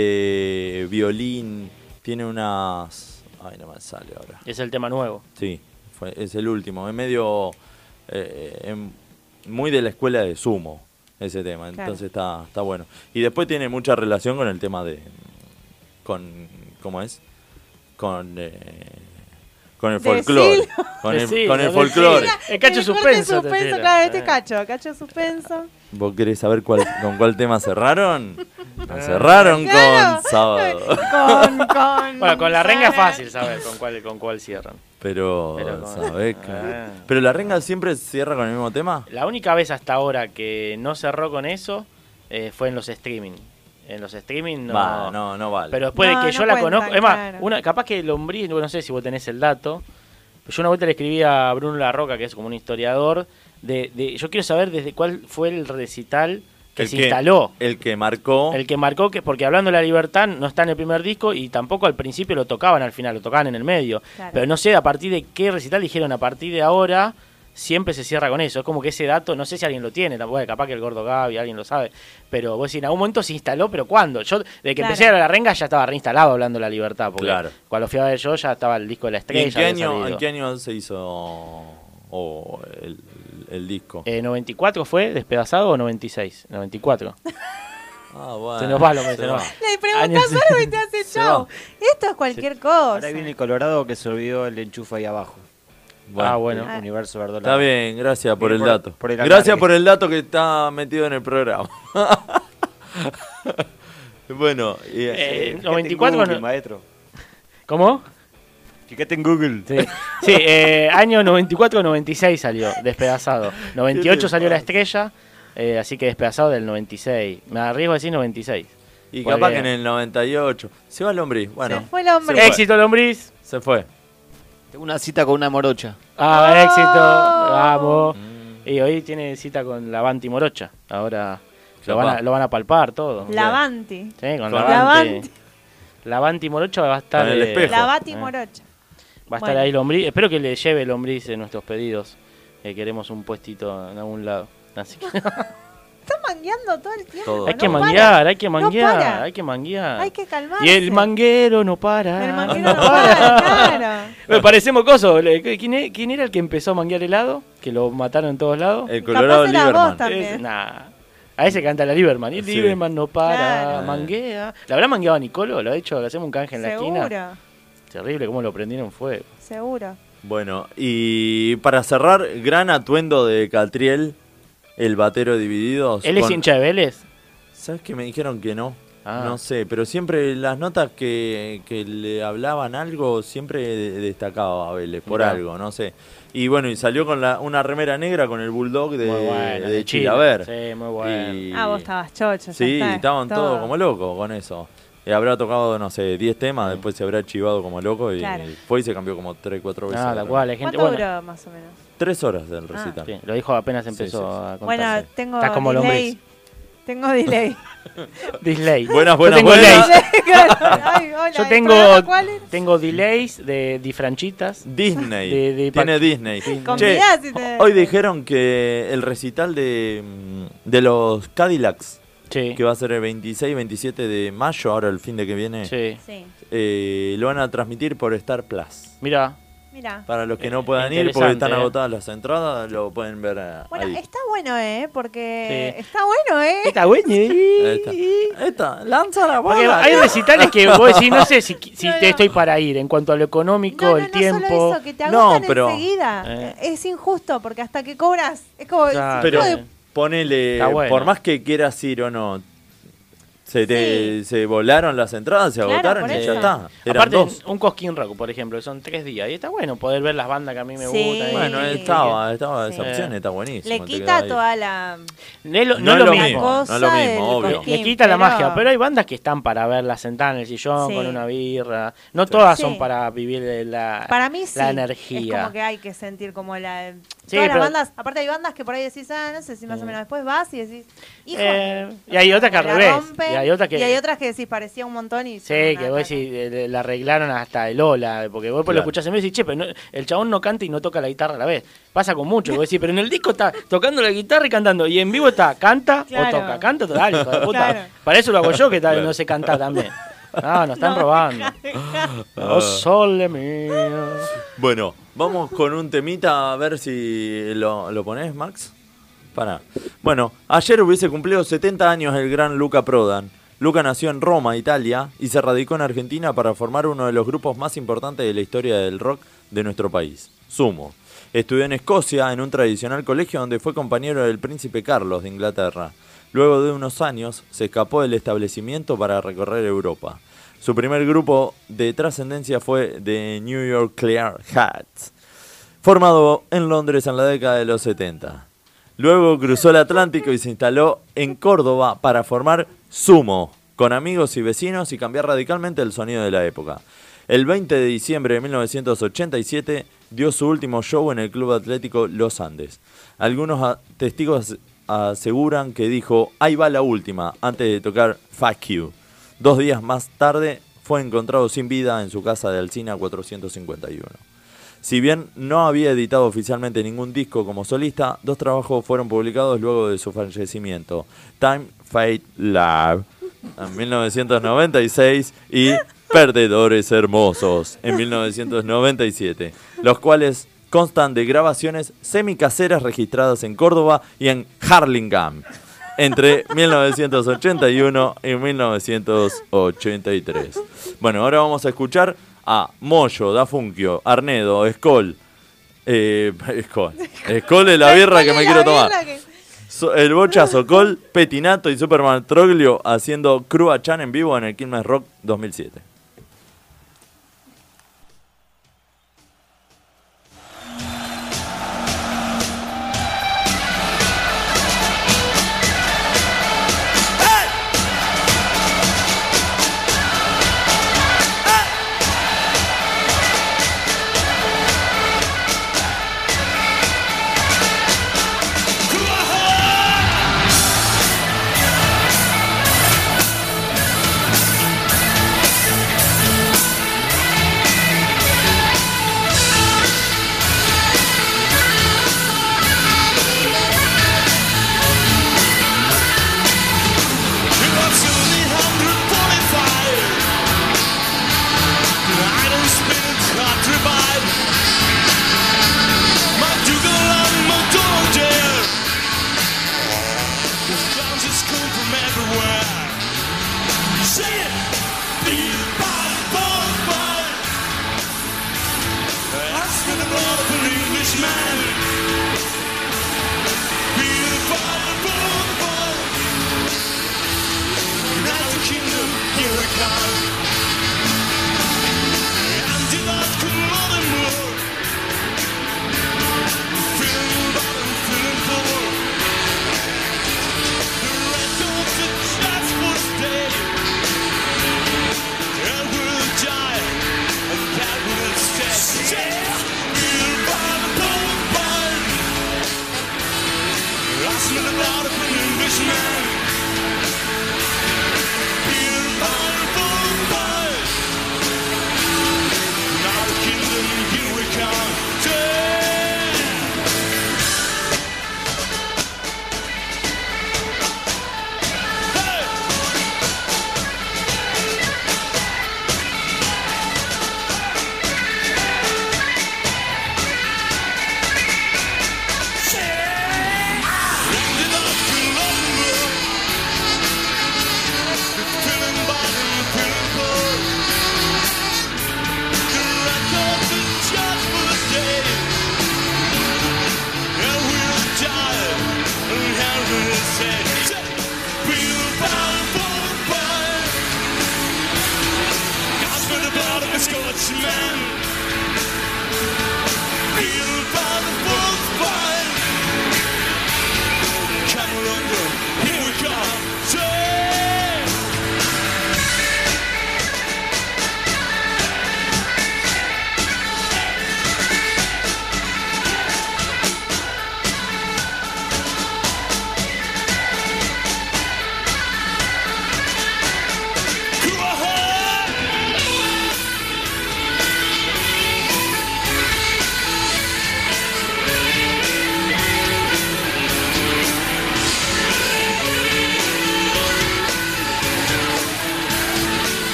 S1: eh, violín, tiene unas... Ay, no me sale ahora.
S2: Es el tema nuevo.
S1: Sí, fue- es el último. Es medio. eh, em, muy de la escuela de sumo ese tema.
S3: Claro.
S1: Entonces está, está bueno. Y después tiene mucha relación con el tema de. con ¿Cómo es? Con. eh, con el folclore.
S3: Decilo.
S1: Con el,
S2: Decilo,
S1: con el
S2: decilo.
S1: folclore.
S2: El cacho
S3: Eh, corte de
S2: suspenso, te
S3: suspenso,
S2: tira.
S3: claro, este es
S2: Eh.
S3: cacho, cacho suspenso.
S1: ¿Vos querés saber cuál, con cuál tema cerraron? No, cerraron
S3: Claro.
S1: con sábado.
S3: Con, con.
S2: Bueno, con la renga es
S3: Sara.
S2: fácil saber con cuál, con cuál cierran.
S1: Pero,
S2: Pero con-
S1: ¿sabés qué?
S2: Ah.
S1: ¿Pero la renga siempre cierra con el mismo tema?
S2: La única vez hasta ahora que no cerró con eso eh, fue en los streaming. En los streaming no.
S1: Va, no, no vale.
S2: Pero después
S3: No,
S2: de que
S3: no
S2: yo la
S3: cuentan,
S2: conozco, es más,
S3: claro.
S2: una, capaz que Lombriz, no sé si vos tenés el dato, pero yo una vuelta le escribí a Bruno La Roca, que es como un historiador, de, de- yo quiero saber desde cuál fue el recital que
S1: El
S2: se instaló.
S1: El que marcó.
S2: El que marcó que, porque hablando de la libertad, no está en el primer disco y tampoco al principio lo tocaban al final, lo tocaban en el medio.
S3: Claro.
S2: Pero no sé a partir de qué recital dijeron, a partir de ahora siempre se cierra con eso. Es como que ese dato, no sé si alguien lo tiene, tampoco, bueno, capaz que el gordo Gaby, alguien lo sabe. Pero vos decís, en algún momento se instaló, pero ¿cuándo? Yo, desde que
S3: Claro.
S2: empecé a ir a la renga ya estaba reinstalado hablando de la libertad. Porque
S1: Claro.
S2: cuando fui a ver yo ya estaba el disco de
S1: ¿Y
S2: la estrella.
S1: en, qué
S2: había
S1: año, en
S2: salido.
S1: qué año se hizo o el, el disco?
S2: Eh, 94 fue, despedazado o 96? 94.
S1: ah, bueno.
S2: se nos va lo que
S1: Se
S2: se nos
S1: va.
S2: va.
S3: Le
S2: Años-
S3: preguntas solo y te hace
S1: Se
S3: chau.
S1: va.
S3: Esto es cualquier cosa.
S4: Ahora viene el Colorado que se olvidó el enchufe ahí abajo.
S1: Bueno,
S2: Ah, bueno.
S4: Universo Verdola.
S1: Está bien, gracias por
S4: Bien,
S1: el
S4: por-
S1: dato.
S4: por el
S1: gracias
S4: alargue.
S1: por el dato que está metido en el programa. bueno, y-
S2: Eh,
S4: Fíjate en
S2: 94
S4: Google,
S2: no-
S4: maestro.
S2: ¿Cómo?
S4: Fíjate en Google.
S2: Sí, Sí, eh, año 94-96 salió Despedazado. 98 salió La Estrella, eh, así que Despedazado del 96. Me arriesgo a decir 96.
S1: y capaz
S2: Porque-
S1: que en el 98. Se va el hombre. Bueno,
S3: Se fue el hombre.
S2: Éxito Lombriz.
S1: se fue.
S4: Tengo una cita con una morocha.
S2: Ah,
S3: Oh.
S2: éxito. Vamos. Y hoy tiene cita con la Banti Morocha. Ahora lo van, a,
S1: Capaz.
S2: lo van a palpar todo.
S3: Lavanti.
S2: Sí, con
S1: Con
S2: la
S3: la
S2: Banti.
S3: Banti.
S2: La Banti Morocha va a estar,
S1: Con el
S2: eh,
S1: espejo.
S2: va
S3: Lavati
S2: Eh.
S3: Morocha.
S2: a estar
S3: Bueno.
S2: ahí Lombriz. Espero que le lleve Lombriz en nuestros pedidos. Eh, queremos un puestito en algún lado. Así que
S3: Están mangueando todo el tiempo.
S1: Todo.
S2: Hay
S3: no
S2: que
S3: paran.
S2: manguear, hay que
S3: No
S2: manguear,
S3: para.
S2: hay que manguear.
S3: Hay que calmarse.
S2: y el manguero no para.
S3: El manguero no para, claro.
S2: Me parecemos cosos. le- ¿Quién, e- quién era el que empezó a manguear helado? Que lo mataron en todos lados.
S1: El Colorado
S3: Capaz era
S1: Lieberman.
S3: vos también.
S2: Es- nah. A ese canta la Lieberman. Y
S1: Sí.
S2: Lieberman no para,
S3: Claro.
S2: manguea. ¿La habrá mangueado a Nicolo? ¿Lo ha hecho? ¿Le hacemos un canje en la esquina?
S3: Seguro,
S2: Terrible cómo lo prendieron fuego.
S3: seguro.
S1: Bueno, y para cerrar, gran atuendo de Catriel, el batero dividido.
S2: ¿Él es hincha de Vélez?
S1: ¿Sabes que me dijeron que no?
S2: Ah.
S1: No sé, pero siempre las notas que, que le hablaban algo, siempre de- destacaba a Vélez, por
S2: Mirá.
S1: algo, no sé. Y bueno, y salió con la, una remera negra con el bulldog de,
S2: Muy bueno,
S1: de
S2: de Chile.
S1: Chilaver.
S2: Sí, muy bueno.
S1: Y-
S3: Ah, vos estabas chocho. ya
S1: Sí,
S3: está,
S1: estaban
S3: todo.
S1: todos como locos con eso. Y habrá tocado, no sé, 10 temas, después se habrá chivado como loco y
S3: Claro.
S1: fue y se cambió como 3, 4 veces.
S2: Ah, la cual, hay gente.
S3: ¿Cuánto
S2: bueno,
S3: duró más o menos?
S1: Tres horas del
S3: Ah.
S1: recital.
S2: sí, lo dijo apenas
S1: Sí,
S2: empezó
S1: sí, sí.
S2: a contarse.
S1: eh.
S3: Bueno, tengo
S2: Está como
S3: delay. Tengo delay.
S2: lombriz. Delay.
S1: Buenas,
S2: Yo
S1: buenas,
S2: tengo
S1: buenas.
S2: delay.
S3: Ay, hola,
S2: Yo
S3: ¿el programa
S2: tengo,
S3: cuál era?
S2: tengo delays de difranchitas.
S1: Disney.
S2: De- de
S1: Tiene
S2: Pac-
S1: Disney.
S3: Convidá si te-
S1: hoy dijeron que el recital de, mm, de los Cadillacs,
S2: Sí.
S1: que va a ser el 26 y 27 de mayo, ahora el fin de que viene,
S2: Sí.
S3: Sí,
S1: eh, lo van a transmitir por Star Plus.
S2: Mira,
S3: mira.
S1: Para los que
S2: Eh,
S1: no puedan ir, porque están
S2: interesante, eh.
S1: agotadas las entradas, lo pueden ver eh,
S3: Bueno,
S1: ahí.
S3: está bueno, ¿eh? Porque
S2: Sí.
S3: está bueno, ¿eh?
S2: Está bueno.
S1: Ahí está. Ahí está, lanza la
S2: Porque
S1: bola.
S2: hay recitales que vos decís, no sé si, si
S3: No, no.
S2: te estoy para ir en cuanto a lo económico,
S3: No, no,
S2: el
S3: no
S2: tiempo.
S3: solo eso, que te
S1: No,
S3: agotan
S1: pero-
S3: enseguida.
S2: Eh.
S3: Es injusto, porque hasta que cobras, es como...
S2: Claro.
S1: Pero
S3: hijo de
S2: Está
S1: ponele,
S2: eh. Está bueno.
S1: por más que quieras ir o no, se te se volaron las entradas, se
S3: Claro,
S1: agotaron
S3: por
S1: y ya
S3: eso.
S1: está. Eran
S2: Aparte,
S1: dos.
S2: un Cosquín Rock, por ejemplo, que son tres días. Y está bueno poder ver las bandas que a mí me
S3: Sí.
S2: gustan. y-
S1: Bueno,
S2: y-
S1: estaba, estaba esa
S2: Sí.
S1: opción, está buenísimo.
S3: Le
S1: te
S3: quita
S1: quedás ahí.
S3: toda la...
S2: No es lo, no
S1: No es
S2: es lo
S1: lo
S2: mismo.
S1: mismo, no es lo
S3: cosa del
S1: mismo, obvio.
S3: cosquín,
S2: Le quita la
S3: pero-
S2: magia, pero hay bandas que están para verlas sentadas en el sillón
S3: Sí.
S2: con una birra. No todas
S3: Sí.
S2: son para vivir de la,
S3: Para mí sí.
S2: la energía.
S3: Es como que hay que sentir como la.
S2: Sí,
S3: todas las
S2: pero- Mm.
S3: bandas. Aparte hay bandas que por ahí decís, ah, no sé si más o menos después vas y decís, hijo.
S2: Eh, y hay otras que al
S3: la
S2: revés,
S3: rompen,
S2: y hay otras que-
S3: decís, parecía un montón y. son
S2: Sí,
S3: una
S2: que vos
S3: caca.
S2: decís, eh, le- la arreglaron hasta el hola, porque vos por
S1: Claro.
S2: lo escuchás en medio y decís, che, pero no- el chabón no canta y no toca la guitarra a la vez. Pasa con mucho, vos decís, pero en el disco está tocando la guitarra y cantando, y en vivo está, canta
S3: Claro.
S2: o toca, canta o toca, dale, hijo de puta.
S3: Claro.
S2: Para eso lo hago yo, que tal,
S1: Claro.
S2: no sé cantar también. No, nos están robando. Oh, sole mío.
S1: Bueno, vamos con un temita a ver si lo, lo pones, Max. Para. Bueno, ayer hubiese cumplido 70 años el gran Luca Prodan. Luca nació en Roma, Italia, y se radicó en Argentina para formar uno de los grupos más importantes de la historia del rock de nuestro país, Sumo. Estudió en Escocia, en un tradicional colegio donde fue compañero del príncipe Carlos de Inglaterra. Luego de unos años, se escapó del establecimiento para recorrer Europa. Su primer grupo de trascendencia fue The New York Clear Hats, formado en Londres en la década de los 70. Luego cruzó el Atlántico y se instaló en Córdoba para formar Sumo, con amigos y vecinos y cambiar radicalmente el sonido de la época. El 20 de diciembre de 1987 dio su último show en el Club Atlético Los Andes. Algunos a- testigos aseguran que dijo, ahí va la última, antes de tocar Fuck You. Dos días más tarde fue encontrado sin vida en su casa de Alcina 451. Si bien no había editado oficialmente ningún disco como solista, dos trabajos fueron publicados luego de su fallecimiento: Time, Fate, Love en 1996 y Perdedores Hermosos en 1997, los cuales constan de grabaciones semicaseras registradas en Córdoba y en Harlingham entre 1981 y 1983. Bueno, ahora vamos a escuchar a Moyo, Da Funkio, Arnedo, Skoll. Eh, Skoll. Skoll es la birra que me
S3: La
S1: quiero
S3: birra
S1: tomar.
S3: que-
S1: So- el Bocha Sokol, Petinato y Superman Troglio haciendo Crua Chan en vivo en el Quilmes Rock 2007.
S5: Hey!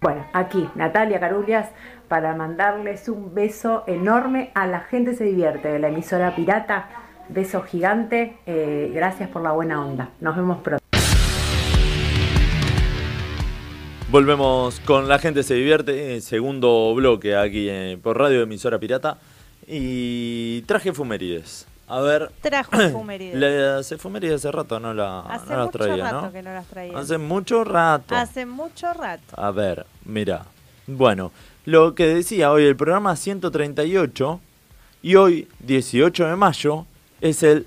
S6: Bueno, aquí Natalia Carulias para mandarles un beso enorme a la gente se divierte de la emisora Pirata. Beso gigante, eh, gracias por la buena onda. Nos vemos pronto.
S1: Volvemos con La gente se divierte, eh, segundo bloque aquí eh, por radio emisora Pirata. Y traje efemérides. A ver.
S3: Trajo efemérides.
S1: Las efemérides hace rato no, la,
S3: Hace
S1: no las
S3: mucho
S1: traía,
S3: rato
S1: ¿no?
S3: que no las traía.
S1: Hace mucho rato.
S3: Hace mucho rato.
S1: A ver, mira. Bueno, lo que decía hoy el programa 138 y hoy, 18 de mayo, es el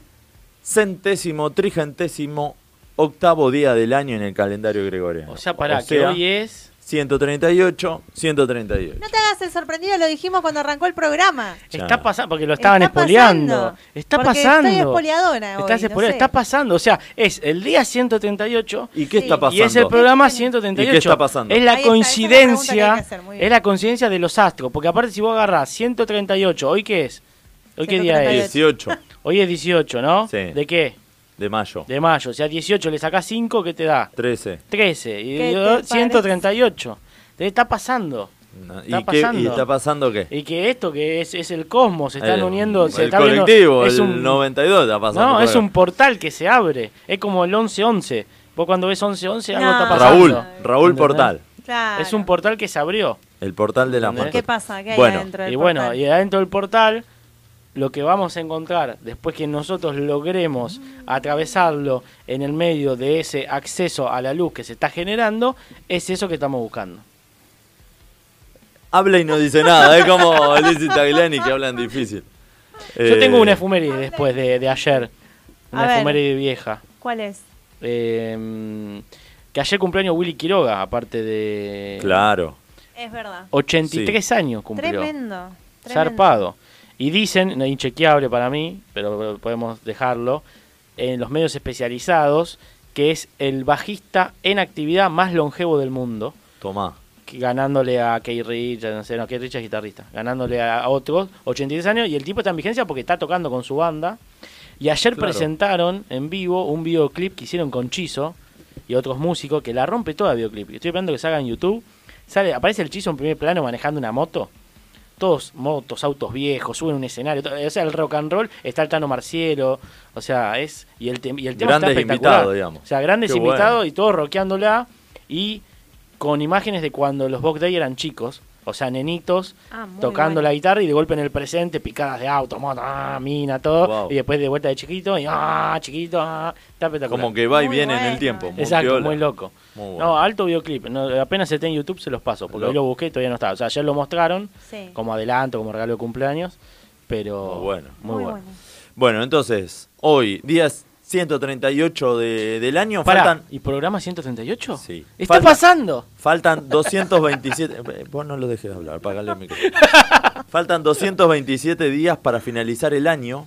S1: centésimo, trigentésimo, octavo día del año en el calendario gregoriano.
S2: O sea, pará, que hoy es.
S1: 138, 138.
S3: No te hagas el sorprendido, lo dijimos cuando arrancó el programa.
S1: Ya.
S2: Está pasando, porque lo estaban
S3: Está
S2: espoleando.
S3: pasando.
S2: Está
S3: Porque
S2: pasando.
S3: estoy espoleadora hoy,
S2: Estás
S3: no
S2: espoleando,
S3: sé.
S2: está pasando. O sea, es el día 138
S1: ¿Y qué
S3: Sí.
S1: está pasando?
S2: y es el programa
S3: Sí, sí.
S2: 138.
S1: ¿Y qué está pasando?
S2: Es la
S3: Ahí está, esa es la pregunta que hay
S2: coincidencia.
S3: que hacer, muy bien.
S2: es la coincidencia de los astros. Porque aparte, si vos agarrás 138, ¿hoy qué es? ¿Hoy qué día es?
S1: 18
S2: Hoy es 18, ¿no?
S1: Sí.
S2: ¿De qué?
S1: de mayo.
S2: De mayo. O sea, 18 le sacás 5, ¿qué te da?
S1: 13.
S2: 13. Y
S3: ¿Qué
S2: yo-
S3: te
S2: 138. Te está pasando.
S1: No, ¿Y,
S2: Está
S1: qué-
S2: pasando.
S1: ¿Y está pasando qué?
S2: Y que esto que es, es el cosmos, se están
S1: El-
S2: uniendo, se
S1: el
S2: está abriendo-
S1: colectivo,
S2: es
S1: el
S2: un-
S1: 92 está pasando.
S2: No,
S1: por
S2: es
S1: acá.
S2: un portal que se abre. Es como el 1111. Vos cuando ves 1111 algo
S3: No.
S2: está pasando.
S1: Raúl, Raúl
S2: ¿Entendés?
S1: Portal,
S3: Claro.
S2: Es un portal que se abrió.
S1: el portal de la
S2: ¿Entendés?
S1: muerte.
S3: ¿Qué pasa? ¿Qué hay
S1: Bueno,
S3: adentro del
S2: Y bueno,
S3: portal?
S2: y adentro del portal lo que vamos a encontrar después que nosotros logremos atravesarlo en el medio de ese acceso a la luz que se está generando, es eso que estamos buscando.
S1: Habla y no dice nada, es como Lizzie Tagliani que hablan difícil.
S2: Yo
S1: Eh,
S2: tengo una efeméride después de, de ayer.
S3: A
S2: Una
S3: ver.
S2: efeméride vieja.
S3: ¿Cuál es?
S2: Eh, que ayer cumpleaños Willy Quiroga, aparte de.
S1: Claro.
S3: Es verdad.
S2: 83 años cumplió.
S3: Tremendo. tremendo.
S2: Zarpado. Y dicen, no, inchequeable para mí, pero podemos dejarlo, en los medios especializados, que es el bajista en actividad más longevo del mundo,
S1: Tomá.
S2: que- ganándole a Kay Richards, no sé, no, Kay Richards es guitarrista, ganándole a otros, 83 años, y el tipo está en vigencia porque está tocando con su banda. Y ayer
S1: Claro.
S2: presentaron en vivo un videoclip que hicieron con Chizo y otros músicos, que la rompe toda el videoclip. Estoy esperando que salga en YouTube. Sale, aparece el Chizo en primer plano manejando una moto todos motos, autos viejos, suben un escenario, to- o sea, el rock and roll, está el Tano Marcielo, o sea, es y el, tem- y el tema
S1: Grandes
S2: está espectacular.
S1: invitados, digamos.
S2: O sea, grandes
S1: Qué bueno.
S2: invitados y todos rockeándola y con imágenes de cuando los Box Day eran chicos, o sea, nenitos
S3: Ah, muy
S2: tocando
S3: bueno.
S2: la guitarra y de golpe en el presente picadas de autos, motos, ah, mina, todo
S1: Wow.
S2: y después de vuelta de chiquito y ah, chiquito, ah, está espectacular.
S1: Como que va y
S3: Muy
S1: viene en el
S3: bueno.
S1: tiempo. Muy
S2: Exacto,
S1: piola.
S2: muy loco.
S1: Muy bueno.
S2: No, alto videoclip. no, apenas esté en YouTube se los paso, porque
S1: Loco.
S2: hoy lo busqué y todavía no está. O sea, ayer lo mostraron
S3: Sí.
S2: como adelanto, como regalo de cumpleaños, pero
S1: Muy bueno.
S2: muy
S3: Muy
S2: bueno.
S3: bueno.
S1: Bueno, entonces, hoy, día 138 de- del año,
S2: Pará,
S1: faltan,
S2: ¿y programa 138?
S1: Sí.
S2: ¿Está
S1: Falta-
S2: pasando?
S1: faltan 227... eh, Vos no lo dejes de hablar, pagale el micrófono. Faltan 227 días para finalizar el año,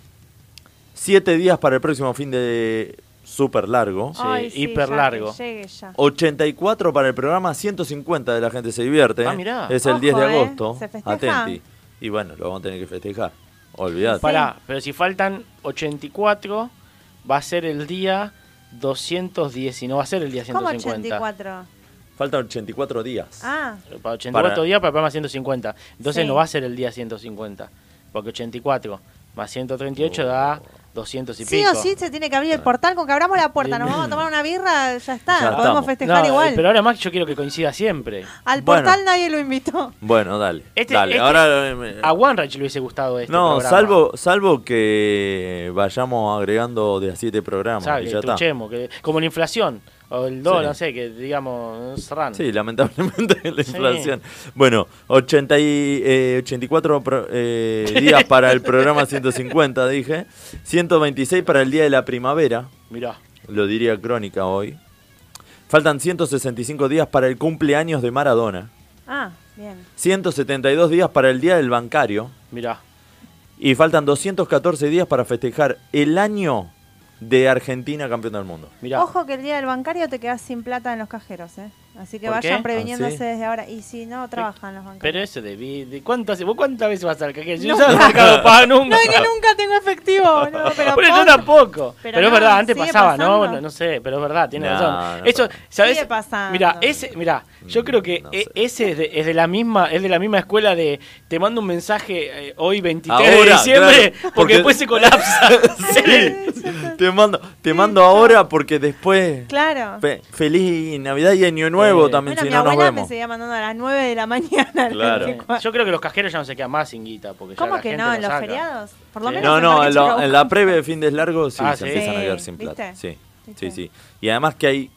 S1: 7 días para el próximo fin de súper largo,
S2: Sí, hiper
S3: ya,
S2: largo.
S3: que llegue ya.
S1: 84 para el programa 150 de La Gente Se Divierte.
S2: Ah, mirá.
S1: Es el
S3: Ojo,
S1: 10 de
S3: eh.
S1: agosto.
S3: ¿Se festeja?
S1: Atenti. Y bueno, lo vamos a tener que festejar. Olvídate.
S2: Pará, pero si faltan 84, va a ser el día 210 y no va a ser el día
S3: ¿Cómo
S2: 150.
S3: 84?
S1: Faltan 84 días.
S3: Ah,
S2: Para 84
S1: Para-
S2: días para el programa 150. Entonces
S3: Sí.
S2: no va a ser el día 150, porque 84 más 138 da 200 y
S3: sí
S2: pico.
S3: o sí se tiene que abrir el portal. Con que abramos la puerta, nos vamos a tomar una birra, ya está.
S1: Ya
S3: podemos
S1: estamos.
S3: festejar
S2: No,
S3: igual.
S2: eh, Pero ahora más yo quiero que coincida siempre.
S3: Al
S1: Bueno.
S3: portal nadie lo invitó.
S1: Bueno, dale.
S2: Este-
S1: dale.
S2: este-
S1: Ahora. eh,
S2: A OneRage le hubiese gustado este
S1: no,
S2: programa.
S1: salvo, salvo que vayamos agregando de a 7 programas.
S2: Sabe,
S1: y
S2: que
S1: ya está.
S2: truchemos, que- como la inflación, o el dólar,
S1: Sí.
S2: no sé, que digamos, serrano.
S1: Sí, lamentablemente la inflación. Bueno, 80 y, eh, 84 pro- eh, días para el programa 150, dije. 126 para el Día de la Primavera.
S2: Mirá,
S1: lo diría Crónica hoy. Faltan 165 días para el cumpleaños de Maradona,
S3: Ah, bien.
S1: 172 días para el Día del Bancario
S2: mirá.
S1: y faltan 214 días para festejar el año de Argentina campeón del mundo.
S2: Mirá,
S3: Ojo que el día del bancario te quedas sin plata en los cajeros, ¿eh? Así que
S2: ¿Por
S3: vayan
S2: qué?
S3: previniéndose
S1: ¿Ah, sí?
S3: desde ahora. Y si no, trabajan los bancarios.
S2: pero eso de, vi- de cuánto hace, vos cuántas veces vas al cajero, yo no al mercado pago nunca.
S3: No, es que nunca tengo efectivo, boludo. Pero
S2: Bueno, yo
S3: posta.
S2: tampoco. Pero,
S3: Pero
S2: es
S3: no,
S2: verdad, antes
S3: sigue
S2: pasaba, ¿no?
S3: pasando.
S2: Bueno, no sé, pero es verdad, tiene
S1: No,
S2: razón.
S1: no
S2: Eso,
S1: pasa.
S2: ¿sabes?
S3: Sigue pasando.
S2: Mira, ese, mira, yo creo que
S1: no
S2: e-
S1: sé.
S2: ese es de, es de la misma, es de la misma escuela de te mando un mensaje eh, hoy 23 de
S1: Ahora,
S2: diciembre
S1: claro,
S2: porque,
S1: porque-
S2: después se colapsa.
S1: Te mando, te mando ahora porque después
S3: Claro.
S1: fe- feliz Navidad y Año Nuevo
S2: Sí.
S1: también
S3: Bueno, mi
S1: si no nos
S3: abuela me
S1: vemos.
S3: seguía mandando a las 9 de la mañana. al
S1: Claro.
S3: 24.
S2: Yo creo que los cajeros ya no se quedan más sin guita. Porque ya
S3: ¿Cómo
S2: la
S3: que
S2: gente
S3: no? ¿En los
S2: saca.
S3: feriados? Por lo
S2: Sí.
S3: menos
S1: No,
S3: en
S1: no,
S3: Parque
S1: en, lo-
S3: Chirauco.
S1: en la previa de fin de largo sí,
S2: Ah,
S1: se
S2: ¿sí?
S1: empiezan a
S3: Sí,
S1: quedar sin plata.
S3: ¿viste?
S1: Sí, sí,
S3: ¿Viste?
S1: sí. Y además que hay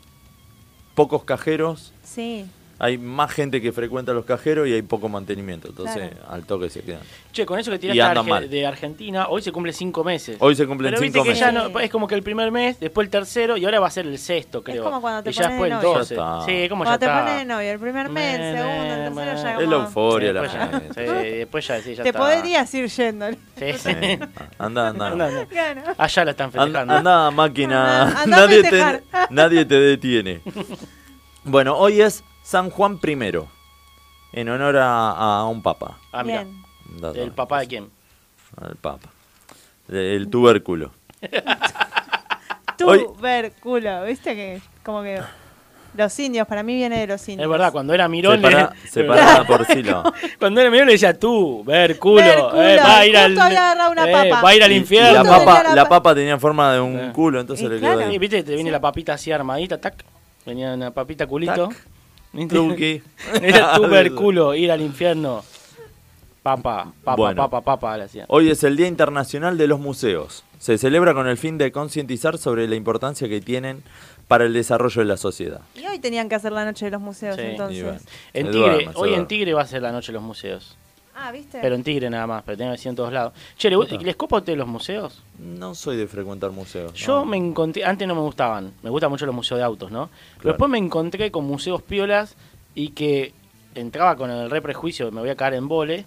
S1: pocos cajeros
S3: Sí.
S1: Hay más gente que frecuenta los cajeros y hay poco mantenimiento. Entonces,
S3: Claro.
S1: al toque se quedan.
S2: Che, con eso que
S1: Y
S2: tiraste
S1: anda
S2: Arge-
S1: mal.
S2: de Argentina, hoy se cumple cinco meses.
S1: Hoy se cumplen
S2: Pero viste
S1: cinco
S2: que ya
S3: meses.
S2: no- es como que el primer mes, después el tercero y ahora va a ser el sexto, creo.
S3: como cuando te
S2: y ya
S3: pones
S2: después
S3: de
S2: el
S3: novio.
S2: 12.
S1: Ya está.
S2: Sí, como
S3: Cuando te
S2: ya
S3: pones de
S2: está.
S3: novio, el primer mes, el segundo, el tercero ya
S1: Es
S3: como-
S1: la euforia
S2: Sí,
S1: la
S2: después ya-
S1: gente.
S2: Sí, después ya decís, ya
S3: Te
S2: está.
S3: podrías ir yendo.
S2: Sí, sí.
S1: Eh, anda, anda.
S2: Anda,
S1: anda.
S2: anda.
S3: Claro.
S2: Allá la están festejando.
S1: anda, máquina.
S3: Anda, anda a
S1: nadie, te,
S3: festejar.
S1: nadie te detiene. Bueno, hoy es San Juan I. En honor a, a un papa.
S2: Ah, mira.
S3: Bien.
S1: Anda,
S2: ¿El
S1: anda,
S2: papá de quién?
S1: Al papa. El tubérculo.
S2: Ah,
S1: Hoy-
S3: Tubérculo. ¿Viste que como que los indios, para mí viene de los indios.
S2: Es verdad, cuando era mirón.
S1: Separada
S2: le-
S1: separada por sílaba.
S2: Cuando era mirón le decía tú, ver culo.
S3: Ver
S2: eh,
S3: culo,
S2: va a ir al. eh,
S3: justo había agarrado una papa.
S2: Va a ir al
S1: Y- y
S2: infierno.
S1: la,
S3: Justo tenía
S1: papa,
S3: la
S1: la
S3: pa-
S1: papa tenía forma de un
S2: Sí.
S1: culo, entonces
S3: Y
S1: le quedó
S3: claro.
S2: Eh. Y
S1: ahí.
S2: viste, te viene la papita así armadita, tac. Venía una papita culito.
S1: Tac.
S2: ¿Viste?
S1: Tuki.
S2: Era tubérculo, ir al infierno. Papa, papa,
S1: Bueno.
S2: papa, papa, le hacía.
S1: Hoy es el Día Internacional de los Museos. Se celebra con el fin de concientizar sobre la importancia que tienen para el desarrollo de la sociedad.
S3: Y hoy tenían que hacer la noche de los museos,
S2: Sí.
S3: entonces.
S1: Y bueno,
S2: En
S1: se
S2: Tigre,
S1: duerme, se
S2: hoy en
S1: duerme.
S2: Tigre va a ser la noche de los museos.
S3: Ah, ¿viste?
S2: Pero en Tigre nada más, pero tenía vecino en todos lados. Che, ¿le-
S1: Puta.
S2: ¿les copa a ustedes los museos?
S1: No soy de frecuentar museos.
S2: Yo
S1: no.
S2: me encontré, antes no me gustaban, me gustan mucho los museos de autos, ¿no? Pero
S1: Claro.
S2: después me encontré con museos piolas y que entraba con el re prejuicio, me voy a caer en vole.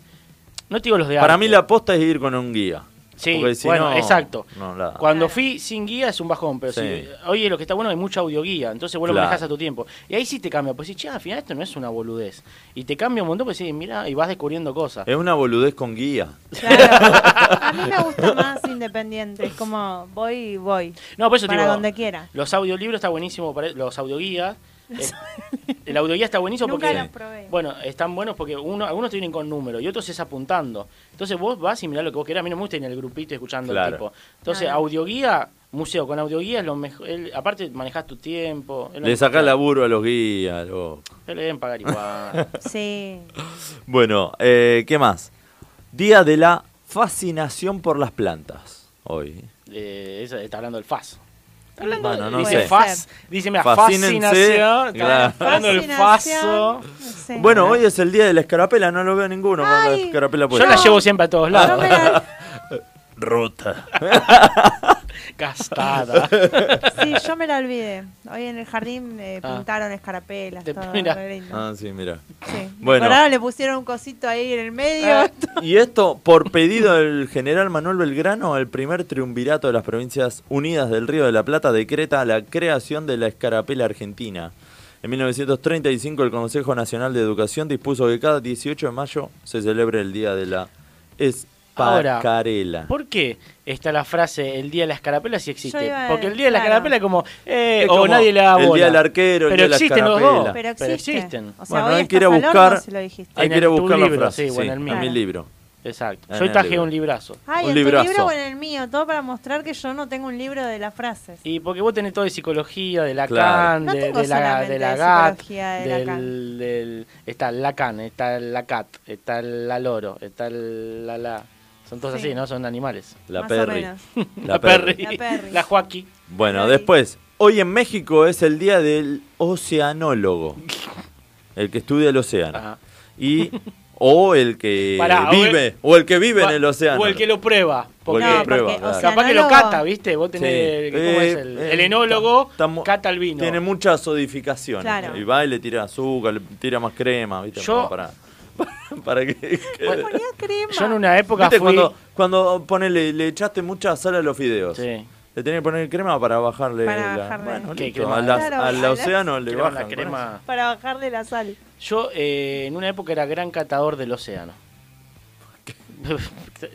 S2: No te digo los de
S1: Para
S2: arte.
S1: mí la aposta es ir con un guía.
S2: Sí,
S1: Porque si
S2: bueno,
S1: no-
S2: exacto.
S1: no, la-
S2: Cuando
S3: Claro.
S2: fui sin guía es un bajón, pero
S1: Sí.
S2: si, oye, lo que está bueno hay mucha audioguía, entonces vos lo
S1: Claro.
S2: manejás a tu tiempo. Y ahí sí te cambia, pues sí, che, al final esto no es una boludez. Y te cambia un montón, pues sí, mira, y vas descubriendo cosas.
S1: Es una boludez con guía.
S3: Claro. A mí me gusta más independiente. Es como voy y voy.
S2: No, por eso te
S3: para
S2: digo,
S3: donde quiera.
S2: Los audiolibros está buenísimo, para los audioguías. eh, el audioguía está buenísimo
S3: Nunca
S2: porque...
S3: los probé.
S2: Bueno, están buenos porque uno, algunos te vienen con números y otros es apuntando. Entonces vos vas y mirás lo que vos querés. A mí no me gusta ir en el grupito escuchando al
S1: Claro.
S2: tipo. Entonces,
S3: Ah.
S2: audioguía, museo con audioguía es lo mejor. el- aparte, manejás tu tiempo. es lo
S1: Le
S2: mejor.
S1: sacás laburo a los guías. loco.
S2: Te le deben pagar igual.
S3: Sí.
S1: Bueno, eh, ¿qué más? Día de la fascinación por las plantas. Hoy.
S2: Eh, eso está hablando del FAS. Está hablando
S1: Bueno, no
S2: dice
S1: sé.
S2: FAS. Dice, mira,
S1: Fascínense.
S2: fascinación.
S1: Claro.
S2: Está hablando del FASO.
S3: Fascinación, no sé.
S1: Bueno, hoy es el día de la escarapela. No lo veo ninguno con la
S3: Ay.
S1: escarapela pues.
S2: Yo
S1: puesta.
S2: la llevo siempre a todos
S3: Yo me
S2: lados.
S3: la-
S1: Rota.
S2: Gastada.
S3: sí, yo me la olvidé. Hoy en el jardín eh,
S2: Ah.
S3: pintaron escarapelas.
S2: Te-
S3: Todo,
S2: mira.
S3: re lindo.
S1: Ah, sí, mira.
S3: Sí.
S1: Bueno.
S3: Decoraron, le pusieron un cosito ahí en el medio.
S2: Ah.
S1: Y esto por pedido del general Manuel Belgrano, el primer triunvirato de las provincias unidas del Río de la Plata decreta la creación de la escarapela argentina. En 1935 el Consejo Nacional de Educación dispuso que cada 18 de mayo se celebre el Día de la
S2: Ahora,
S1: Espacarela.
S2: ¿Por qué está la frase el día de la escarapela si existe?
S3: Yo iba a-
S2: Porque el día de la
S3: claro.
S2: escarapela es como, eh,
S1: Es
S2: o
S1: como
S2: nadie le da
S1: el día
S2: bola.
S1: del arquero, el
S2: pero
S1: día de la
S2: existen los
S1: escarapela.
S2: dos.
S3: Pero existe.
S2: existen.
S3: O sea,
S1: Bueno,
S3: hoy
S1: hay
S3: estás
S1: que ir a
S3: al horno
S1: buscar,
S3: si lo dijiste.
S1: hay
S2: En
S1: que ir a
S2: el- tu
S1: buscar la
S2: libro,
S1: frase.
S2: sí, bueno, el mío.
S1: en mi
S3: Claro.
S1: libro.
S2: Exacto.
S1: En
S2: Yo
S1: el
S2: traje
S1: libro.
S2: un librazo.
S3: Ay,
S1: Un
S3: en tu
S1: librazo.
S3: libro o en el mío, todo para mostrar que yo no tengo un libro de las frases.
S2: Y porque vos tenés todo de psicología, de
S1: Claro.
S2: Lacan,
S3: No
S2: de,
S3: tengo
S2: de la,
S3: solamente
S2: de la
S3: de
S2: GAT,
S3: psicología de
S2: del,
S3: Lacan.
S2: del- está el Lacan, está el Lacat, está el La Loro, está el La La. Son todos
S3: Sí.
S2: así, ¿no? Son animales.
S1: La
S3: Más o
S1: Perry.
S3: menos.
S1: La Perry.
S2: La,
S3: La Perry.
S2: Joaquí.
S1: Bueno,
S3: Ahí.
S1: después, hoy en México es el día del oceanólogo, el que estudia el océano.
S2: Ajá.
S1: Y o el que
S2: Pará, o
S1: vive, o el, que vive en el océano.
S2: O el que lo prueba.
S1: O el
S2: Porque
S1: que
S3: No,
S1: prueba,
S3: porque
S1: claro.
S2: Capaz que lo
S3: Oceanólogo.
S2: cata, ¿viste? Vos tenés.
S1: Sí.
S2: ¿Cómo es
S1: Eh,
S2: el,
S1: eh,
S2: el enólogo?
S1: está mu-
S2: cata el vino.
S1: Tiene muchas sodificaciones.
S3: Claro.
S1: Y va y le tira azúcar, le tira más crema, ¿viste?
S2: Yo-
S1: Para, para que... que-
S3: Le ponía crema.
S2: Yo en una época
S1: ¿Viste
S2: fui.
S1: cuando, cuando ponele, le echaste mucha sal a los fideos?
S2: Sí.
S1: Le tenés que poner crema para bajarle
S3: Para
S1: la-
S3: bajarle.
S1: Bueno,
S2: ¿Qué
S1: listo,
S2: crema?
S1: a las-
S3: Claro,
S1: al
S3: a la-
S1: océano le
S2: crema,
S1: bajan.
S2: la
S1: con eso.
S2: crema.
S3: Para bajarle la sal.
S2: Yo eh, en una época era gran catador del océano.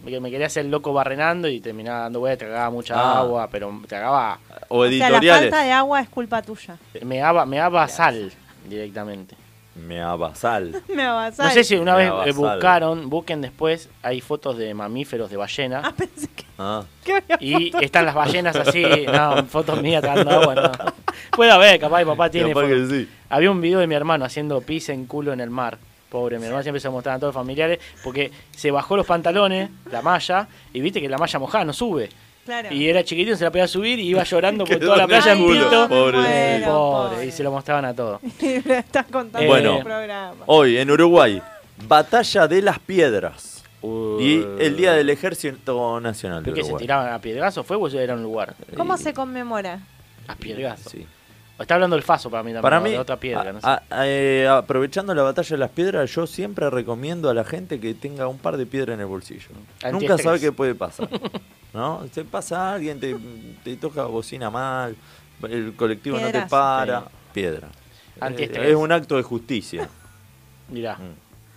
S2: Me me quería hacer loco barrenando y terminaba dando vueltas, tragaba mucha
S1: Ah.
S2: agua, pero tragaba.
S1: O
S3: O sea, la
S1: editoriales.
S3: falta de agua es culpa tuya.
S2: Me daba, me daba sal directamente.
S1: Me abasal.
S3: Me vas a
S2: No sé si una
S1: Me
S2: vez
S1: daba
S2: eh,
S1: sal.
S2: buscaron, busquen después, hay fotos de mamíferos de ballena.
S3: Ah, pensé que,
S1: Ah.
S3: que había
S2: Y están las ballenas así, no, fotos mías dando agua, no. Puede haber, capaz mi papá tiene.
S1: Capaz
S2: fotos.
S1: que sí.
S2: Había un video de mi hermano haciendo pis en culo en el mar. Pobre, mi hermano siempre se lo mostraban a todos los familiares porque se bajó los pantalones, la malla, y viste que la malla mojada no sube.
S3: Claro.
S2: Y era chiquitito, se la podía subir y iba llorando por
S1: Quedó
S2: toda la
S1: en el
S2: playa en
S1: culo,
S2: pito.
S1: pobre.
S2: Eh,
S3: Bueno,
S2: pobre,
S3: pobre.
S2: y se lo mostraban a todos.
S3: Lo estás contando en
S1: Bueno. Oh.
S3: el programa.
S1: Hoy en Uruguay, Batalla de las Piedras. Y el Día del Ejército Nacional de
S2: ¿Pero qué se
S1: Uruguay.
S2: tiraban a piedgazo? ¿Fue o era un lugar?
S3: ¿Cómo se conmemora?
S2: A piedgazo.
S1: Sí.
S2: O está hablando el faso para mí también,
S1: Para
S2: o
S1: mí,
S2: de otra piedra,
S1: a-
S2: no sé.
S1: a- eh, aprovechando la batalla de las piedras, yo siempre recomiendo a la gente que tenga un par de piedras en el bolsillo. Nunca
S2: Antiestrés.
S1: sabe qué puede pasar. ¿No? Te pasa alguien, te, te toca bocina mal, el colectivo no te
S3: Piedrazo.
S1: para. Piedra.
S2: Antiestrés.
S1: Eh, es un acto de justicia.
S2: Mirá.
S1: Mm.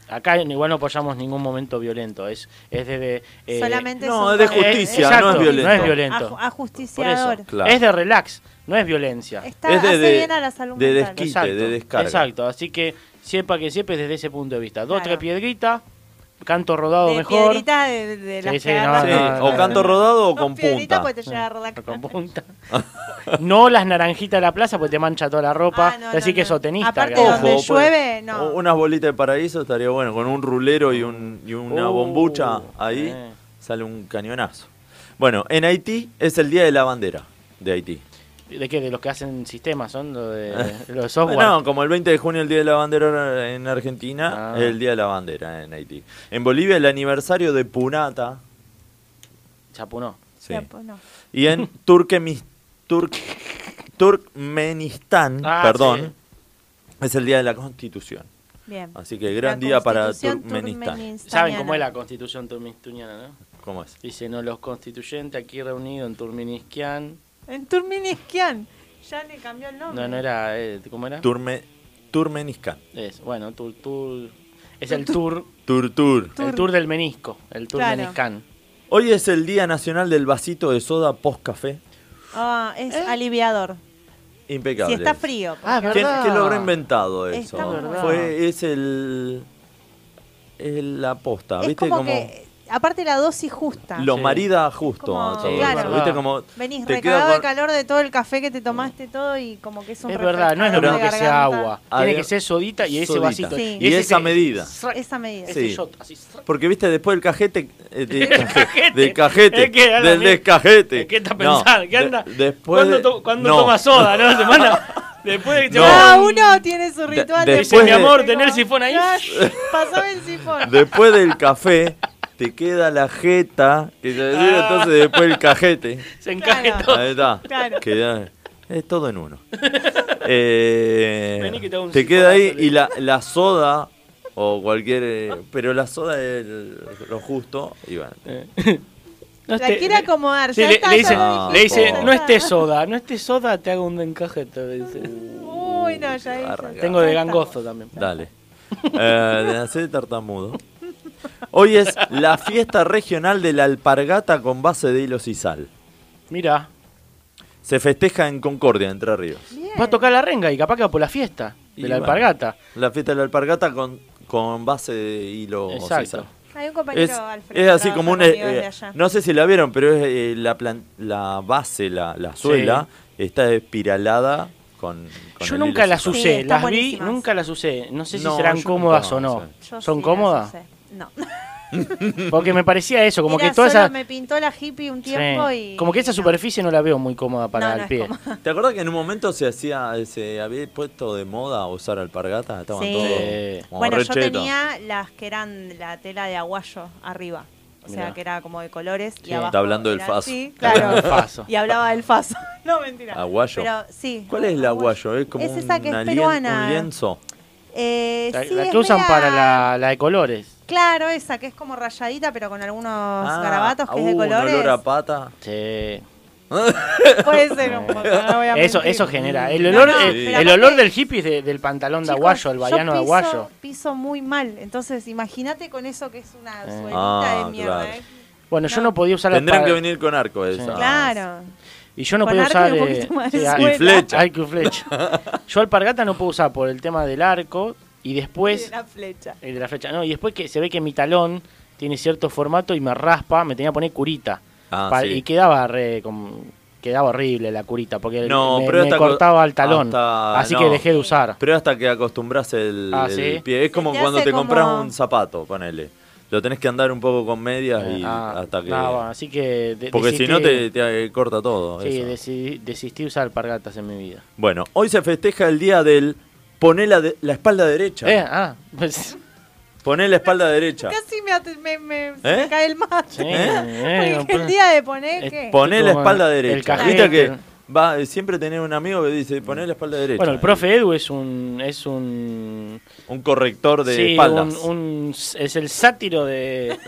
S2: Acá igual no apoyamos ningún momento violento. Es, es desde. eh,
S3: Solamente
S1: no,
S3: es
S1: de
S3: un-
S1: justicia, no
S2: exacto,
S1: es violento.
S2: No es violento.
S3: Aju-
S2: Por eso.
S3: ajusticiador.
S1: Claro.
S2: Es de relax, no es violencia.
S3: Está,
S1: Es de-
S3: hace
S1: de-
S3: bien a la salud
S1: de
S3: mental.
S1: desquite. de descarga.
S2: Exacto, así que sepa que sepa desde ese punto de vista. Dos,
S3: Claro.
S2: tres piedritas, canto rodado
S3: De
S2: mejor.
S3: piedrita de, de las
S2: Sí, sí,
S3: que
S2: no,
S1: Sí,
S2: no,
S3: agarran.
S2: no,
S1: o canto
S2: no.
S1: rodado o
S3: No,
S1: con
S3: piedrita,
S1: punta.
S3: porque te llega a rodar.
S2: Con punta. no las naranjitas de la plaza porque te mancha toda la ropa.
S3: Ah, no,
S2: así
S3: no,
S2: que
S3: no.
S2: sotenista.
S3: Aparte
S2: creo.
S3: donde
S1: Ojo,
S3: llueve,
S1: pues,
S3: no.
S1: o Unas bolitas de paraíso estaría bueno, con un rulero y, un, y una
S2: Uh,
S1: bombucha ahí
S2: eh.
S1: sale un cañonazo. Bueno, en Haití es el Día de la Bandera de Haití.
S2: ¿De qué? ¿De los que hacen sistemas? ¿Son lo de, los software?
S1: Bueno, como el 20 de junio el Día de la Bandera en Argentina,
S2: Ah.
S1: el Día de la Bandera en Haití. En Bolivia el aniversario de Punata.
S2: Chapunó.
S1: Sí.
S3: Ya, pues, no.
S1: Y en Turquemis- Turk- Turkmenistán,
S2: Ah,
S1: perdón, es el Día de la Constitución.
S3: Bien.
S1: Así que gran
S3: La
S1: día para
S3: Constitución
S1: Turkmenistán.
S2: ¿Saben cómo es
S3: turkmenistaniana.
S2: la constitución turminiana, no?
S1: ¿Cómo es?
S2: Dice, no, los constituyentes aquí reunidos en Turminiskian.
S3: En Turkmenistán. Ya le cambió el nombre.
S2: No, no era, eh, ¿cómo era?
S1: Turme, Turmeniscán.
S2: Es, bueno, tur, tur- es el tour,
S1: Turtur.
S2: el tour del menisco, el tour
S3: Claro.
S2: meniscán.
S1: Hoy es el Día Nacional del Vasito de Soda post-café.
S3: Ah, es
S1: ¿Eh?
S3: aliviador. Si
S1: Impecable.
S3: está frío.
S2: Ah,
S3: porque-
S1: ¿Quién,
S2: ¿Verdad?
S1: quién lo habrá inventado eso?
S3: Está muy
S1: Fue, es el, el- la posta,
S3: es
S1: ¿viste?
S3: como, que, aparte la dosis justa.
S1: lo
S2: Sí.
S1: marida justo
S3: Como-
S1: a todo
S3: claro.
S1: eso, ¿viste? Como
S3: Venís
S1: te
S3: recargado
S1: queda
S3: de calor de todo el café que te tomaste todo y como que es un
S2: Es verdad, no es lo
S3: refrescador
S2: mismo
S3: de
S2: que sea
S3: garganta.
S2: agua.
S1: Adem-
S2: Tiene que ser sodita y ese
S1: sodita.
S2: vasito.
S3: Sí.
S1: Y
S2: ese-
S1: esa medida.
S2: Srac,
S3: Esa medida.
S2: Ese
S1: Sí.
S2: shot, así. srac.
S1: Porque viste, después el cajete. eh, de, cajete.
S2: cajete.
S1: Del cajete.
S2: Es que era lo
S1: del
S2: mismo.
S1: descajete.
S2: ¿Qué está
S1: No,
S2: pensando? ¿Qué
S1: de-
S2: anda?
S1: después
S2: ¿Cuándo,
S1: de-
S2: to- cuándo
S1: no.
S2: toma soda, no? ¿Semana? Después de que se
S1: No.
S2: va-
S3: Cada uno tiene su
S1: De-
S3: ritual.
S1: después
S2: Dice, mi
S1: de-
S2: amor, tener el sifón ahí.
S3: Pasame el sifón.
S1: Después del café, te queda la jeta. Que se decía,
S2: Ah.
S1: entonces después el cajete.
S2: Se encaje
S3: Claro.
S2: todo.
S1: Ahí está.
S3: Claro.
S1: Queda- es todo en uno. Eh,
S2: Vení que te hago un
S1: te queda ahí
S2: sifonazo,
S1: y
S2: le-
S1: la, la soda o cualquier... eh, pero la soda es el- lo justo. Y bueno,
S2: No
S3: La
S2: esté-
S3: quiere acomodar.
S2: Sí,
S3: ya
S2: le,
S3: está,
S2: le
S3: ya
S2: dice,
S3: lo
S1: no,
S2: le dice,
S1: por-
S2: no esté soda, no esté soda, te hago un encaje. te dice.
S1: Uh.
S3: Uy, no, ya hice.
S1: Arranca.
S2: Tengo de
S3: Ya está.
S2: gangoso también.
S1: dale. Eh, de nacer de tartamudo. Hoy es la fiesta regional de la alpargata con base de hilos y sal.
S2: Mira,
S1: Se festeja en Concordia, Entre Ríos.
S3: Bien.
S2: va a tocar la renga y capaz que va por la fiesta
S1: Y
S2: de la
S1: bueno,
S2: alpargata.
S1: La fiesta de la alpargata con, con base de hilo y
S2: Exacto.
S1: sal.
S3: Hay un compañero
S1: Es,
S3: Alfredo.
S1: es
S3: que
S1: así
S3: trabaja
S1: como un...
S3: conmigo
S1: eh,
S3: desde allá.
S1: no sé si la vieron, pero es eh, la, plan- la base, la, la suela, está espiralada con... con
S2: Yo
S1: el
S2: nunca
S1: hilo
S2: las
S1: central.
S3: Sí,
S2: usé,
S3: están
S2: las vi,
S3: buenísimas.
S2: nunca las usé. No sé si
S1: No,
S2: serán
S1: yo
S2: cómodas
S1: nunca
S2: o no.
S1: las
S3: Yo
S2: ¿Son
S3: sí,
S2: cómodas?
S3: las usé. No.
S2: Porque me parecía eso, como
S3: Era
S2: que toda
S3: solo
S2: esa...
S3: me pintó la hippie un
S2: Sí.
S3: tiempo y.
S2: Como que esa
S3: no.
S2: superficie no la veo muy cómoda para
S3: No,
S2: el
S3: no es
S2: pie.
S3: cómoda.
S1: ¿Te acuerdas que en un momento se hacía se había puesto de moda usar alpargatas? Estaban
S3: Sí.
S1: todos como
S3: Bueno,
S1: re
S3: yo
S1: chetos.
S3: tenía las que eran la tela de aguayo arriba. O sea,
S2: Mirá.
S3: que era como de colores. Y
S1: Sí.
S3: abajo
S1: Está hablando del
S3: era
S1: faso.
S3: así,
S1: Está
S3: claro.
S2: hablando del faso.
S3: Y hablaba del faso. No, mentira.
S1: Aguayo.
S3: Pero sí.
S1: ¿Cuál es el aguayo? Es como
S3: Es esa
S1: un,
S3: que es
S1: alien-
S3: peruana.
S1: un lienzo.
S3: Eh,
S2: La,
S3: sí,
S2: la
S3: es
S2: que usan
S3: media-
S2: para la, la de colores.
S3: Claro, esa que es como rayadita, pero con algunos
S1: Ah,
S3: garabatos que es de
S1: uh, un olor a
S3: colores.
S1: pata.
S2: Sí.
S3: Puede ser un poco, no voy a
S2: Eso,
S3: mentir.
S2: eso genera. El
S3: No,
S2: olor,
S3: no,
S2: el,
S3: pero
S2: el
S3: aparte-
S2: olor del hippie es de- del pantalón de
S3: Chicos,
S2: aguayo, el bayano de
S3: yo piso,
S2: aguayo.
S3: piso muy mal, entonces imagínate con eso que es una suelita
S1: Ah,
S3: de mierda.
S1: claro.
S3: ¿eh?
S2: Bueno, yo
S3: No.
S2: no podía usar la
S1: Tendrían
S2: espada-
S1: que venir con arco esa.
S3: Claro.
S2: Y yo no
S3: Con
S2: podía
S3: arco
S2: usar.
S3: y un
S2: eh,
S3: poquito más
S2: sí,
S3: de
S2: ar-
S1: Y flecha.
S2: arco y flecha. Yo alpargata no puedo usar por el tema del arco y después.
S3: la flecha.
S2: El de la flecha, no. Y después que se ve que mi talón tiene cierto formato y me raspa, me tenía que poner curita.
S1: Ah,
S2: Pa-
S1: sí.
S2: Y quedaba re. com- quedaba horrible la curita porque
S1: No,
S2: me,
S1: pero
S2: me
S1: hasta co-
S2: cortaba el talón.
S1: hasta-
S2: así
S1: no.
S2: que dejé de usar.
S1: Pero hasta que acostumbras el,
S2: Ah,
S1: el
S2: ¿sí?
S1: pie. Es
S3: Se
S1: como
S3: te
S1: cuando
S3: hace
S1: te compras
S3: como-
S1: un zapato, ponele. Lo tenés que andar un poco con medias y
S2: Ah,
S1: hasta que.
S2: no, bueno, así que. de-
S1: porque si no te,
S2: desistí-
S1: te eh, corta todo.
S2: Sí,
S1: eso.
S2: decidí, desistí de usar alpargatas en mi vida.
S1: Bueno, hoy se festeja el día del poné la, de- la espalda derecha.
S2: Eh, ah, pues.
S1: Poné la espalda derecha.
S3: Casi me, at- me, me- se
S1: ¿Eh?
S3: me cae el mate.
S2: Sí,
S3: Porque
S2: eh,
S3: el día de poner
S2: Es
S3: que
S1: Poné la
S2: Como
S1: espalda
S2: el
S1: derecha.
S2: cajete.
S1: Viste que va, eh, siempre tenés un amigo que dice, poné la espalda derecha.
S2: Bueno, el profe Edu es un. Es un.
S1: Un corrector de
S2: sí,
S1: espaldas.
S2: un- un- es el sátiro de.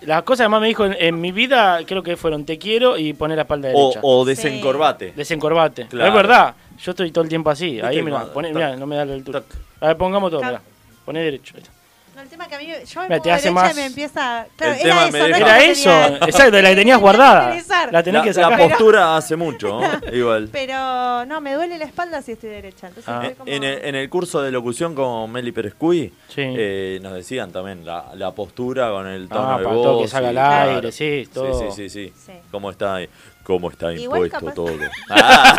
S2: Las cosas que más me dijo en, en mi vida, creo que fueron te quiero y poner la espalda
S1: O,
S2: derecha.
S1: o desencorvate.
S2: Desencorbate.
S1: Claro. Este
S2: Es verdad, yo estoy todo el tiempo así.
S1: Viste
S2: Ahí,
S1: que
S2: mira,
S1: cuando-
S2: poné-
S1: tac,
S2: mirá, no me da la altura.
S1: tac.
S2: A ver, pongamos todo,
S3: Tac.
S2: mirá. Poné derecho. ahí está.
S3: No, el tema que a mí yo me
S2: Mira,
S3: pongo
S2: te hace
S3: derecha
S2: más-
S3: y me empieza claro,
S1: El tema
S3: era
S1: me
S3: eso, no
S1: deja-
S3: es
S2: Era
S3: que
S2: eso,
S3: tenía-
S2: exacto, la
S3: tenía
S2: tenías
S3: que
S2: guardada.
S3: utilizar.
S2: La tenés
S1: La-
S2: que
S1: la,
S2: sacar.
S1: postura hace mucho, ¿no? igual.
S3: Pero no, me duele la espalda si estoy derecha. Entonces
S2: Ah.
S3: estoy
S1: En,
S3: como-
S1: en el, en el curso de locución con Meli Perescuy
S2: Sí.
S1: eh, nos decían también la, la postura con el tono
S2: Ah,
S1: de
S2: para
S1: voz.
S2: todo que salga
S1: y-
S2: al aire, sí, todo.
S1: Sí, sí, sí, sí.
S3: Sí.
S1: ¿Cómo está, ahí? cómo está
S3: Igual
S1: impuesto
S3: capaz-
S1: todo? Ah,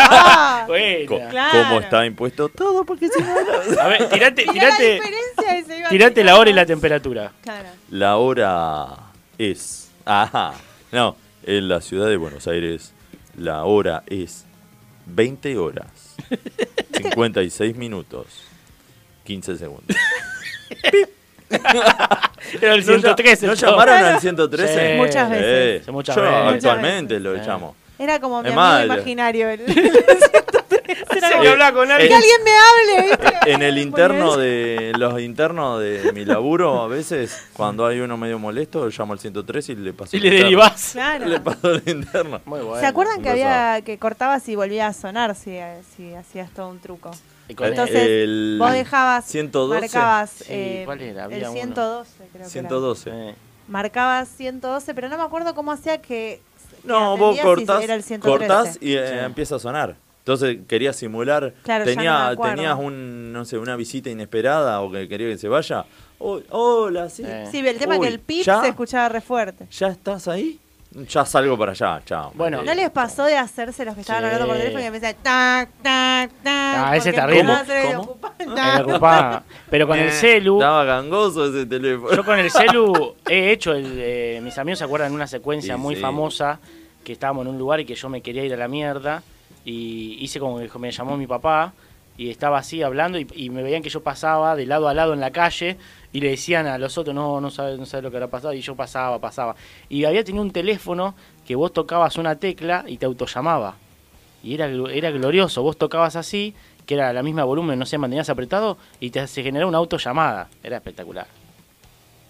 S3: Ah,
S2: Buena.
S1: co-
S3: Claro.
S1: ¿Cómo está impuesto todo? Porque si no, no-
S2: A ver, tirate,
S3: mirá la
S2: tirate,
S3: diferencia que se iba
S2: tirate la hora y la
S3: aplicando.
S2: temperatura.
S3: Claro.
S1: La hora es... Ajá. No, en la ciudad de Buenos Aires la hora es 20 horas, 56 minutos, 15 segundos.
S2: Era el 113.
S1: ¿No
S2: el show.
S1: llamaron al 113?
S2: Sí.
S3: Muchas veces.
S1: Sí.
S2: Muchas
S1: Yo
S2: veces.
S1: actualmente lo
S2: Sí.
S1: llamo.
S3: Era como mi
S1: Es
S3: amigo
S1: mal.
S3: imaginario. El 113. Era
S2: Tengo
S3: como,
S2: que hablar con
S1: Eh,
S3: que
S2: alguien.
S3: alguien me hable, ¿viste?
S1: En el interno de los internos de mi laburo, a veces, cuando hay uno medio molesto, llamo al 103 y le paso
S2: Y
S1: el
S2: le
S1: interno.
S2: derivás.
S3: Claro.
S1: Le paso el interno.
S2: Muy bueno.
S3: ¿Se acuerdan que
S1: un
S3: había que cortabas y volvía a sonar si, si hacías todo un truco?
S2: Y con-
S3: Entonces,
S1: El
S3: Vos dejabas,
S1: 112.
S3: marcabas
S2: Sí,
S3: eh,
S2: ¿cuál era? Había
S3: el
S2: uno.
S3: 112, creo que era.
S1: 112.
S2: eh,
S3: Marcabas 112, pero no me acuerdo cómo hacía que
S1: No,
S3: que
S1: vos
S3: atendías y
S1: cortás,
S3: era el 113.
S1: cortás y eh, empieza a sonar. Entonces querías simular,
S3: Claro, ya
S1: tenía-
S3: no me acuerdo.
S1: tenías un, no sé, una visita inesperada o que quería que se vaya. Oh, hola, sí.
S2: Eh.
S3: Sí, el tema
S1: Uy,
S3: que el pip
S1: ¿ya?
S3: se escuchaba re fuerte.
S1: ¿Ya estás ahí? Ya salgo para allá, chao.
S2: Bueno.
S1: Eh,
S3: ¿No les pasó de hacerse los que estaban
S2: Sí.
S3: hablando por teléfono y me decían tac, tac, tac?
S2: Ah, ese
S3: porque
S2: está horrible.
S3: empezaba a hacer el
S1: ¿Cómo?
S3: ocupante.
S2: me preocupaba. Pero
S1: Eh,
S2: con el celu.
S1: Estaba gangoso ese teléfono.
S2: Yo con el celu he hecho, el, eh, mis amigos se acuerdan de una secuencia
S1: Sí,
S2: muy
S1: sí.
S2: famosa que estábamos en un lugar y que yo me quería ir a la mierda y hice como que me llamó mi papá y estaba así hablando y, y me veían que yo pasaba de lado a lado en la calle y le decían a los otros, no, no sabes no sabe lo que habrá pasado y yo pasaba, pasaba. Y había tenido un teléfono que vos tocabas una tecla y te autollamaba. Y era, glo- era glorioso, vos tocabas así, que era la misma volumen, no sé, mantenías apretado y te, se generaba una autollamada. Era espectacular.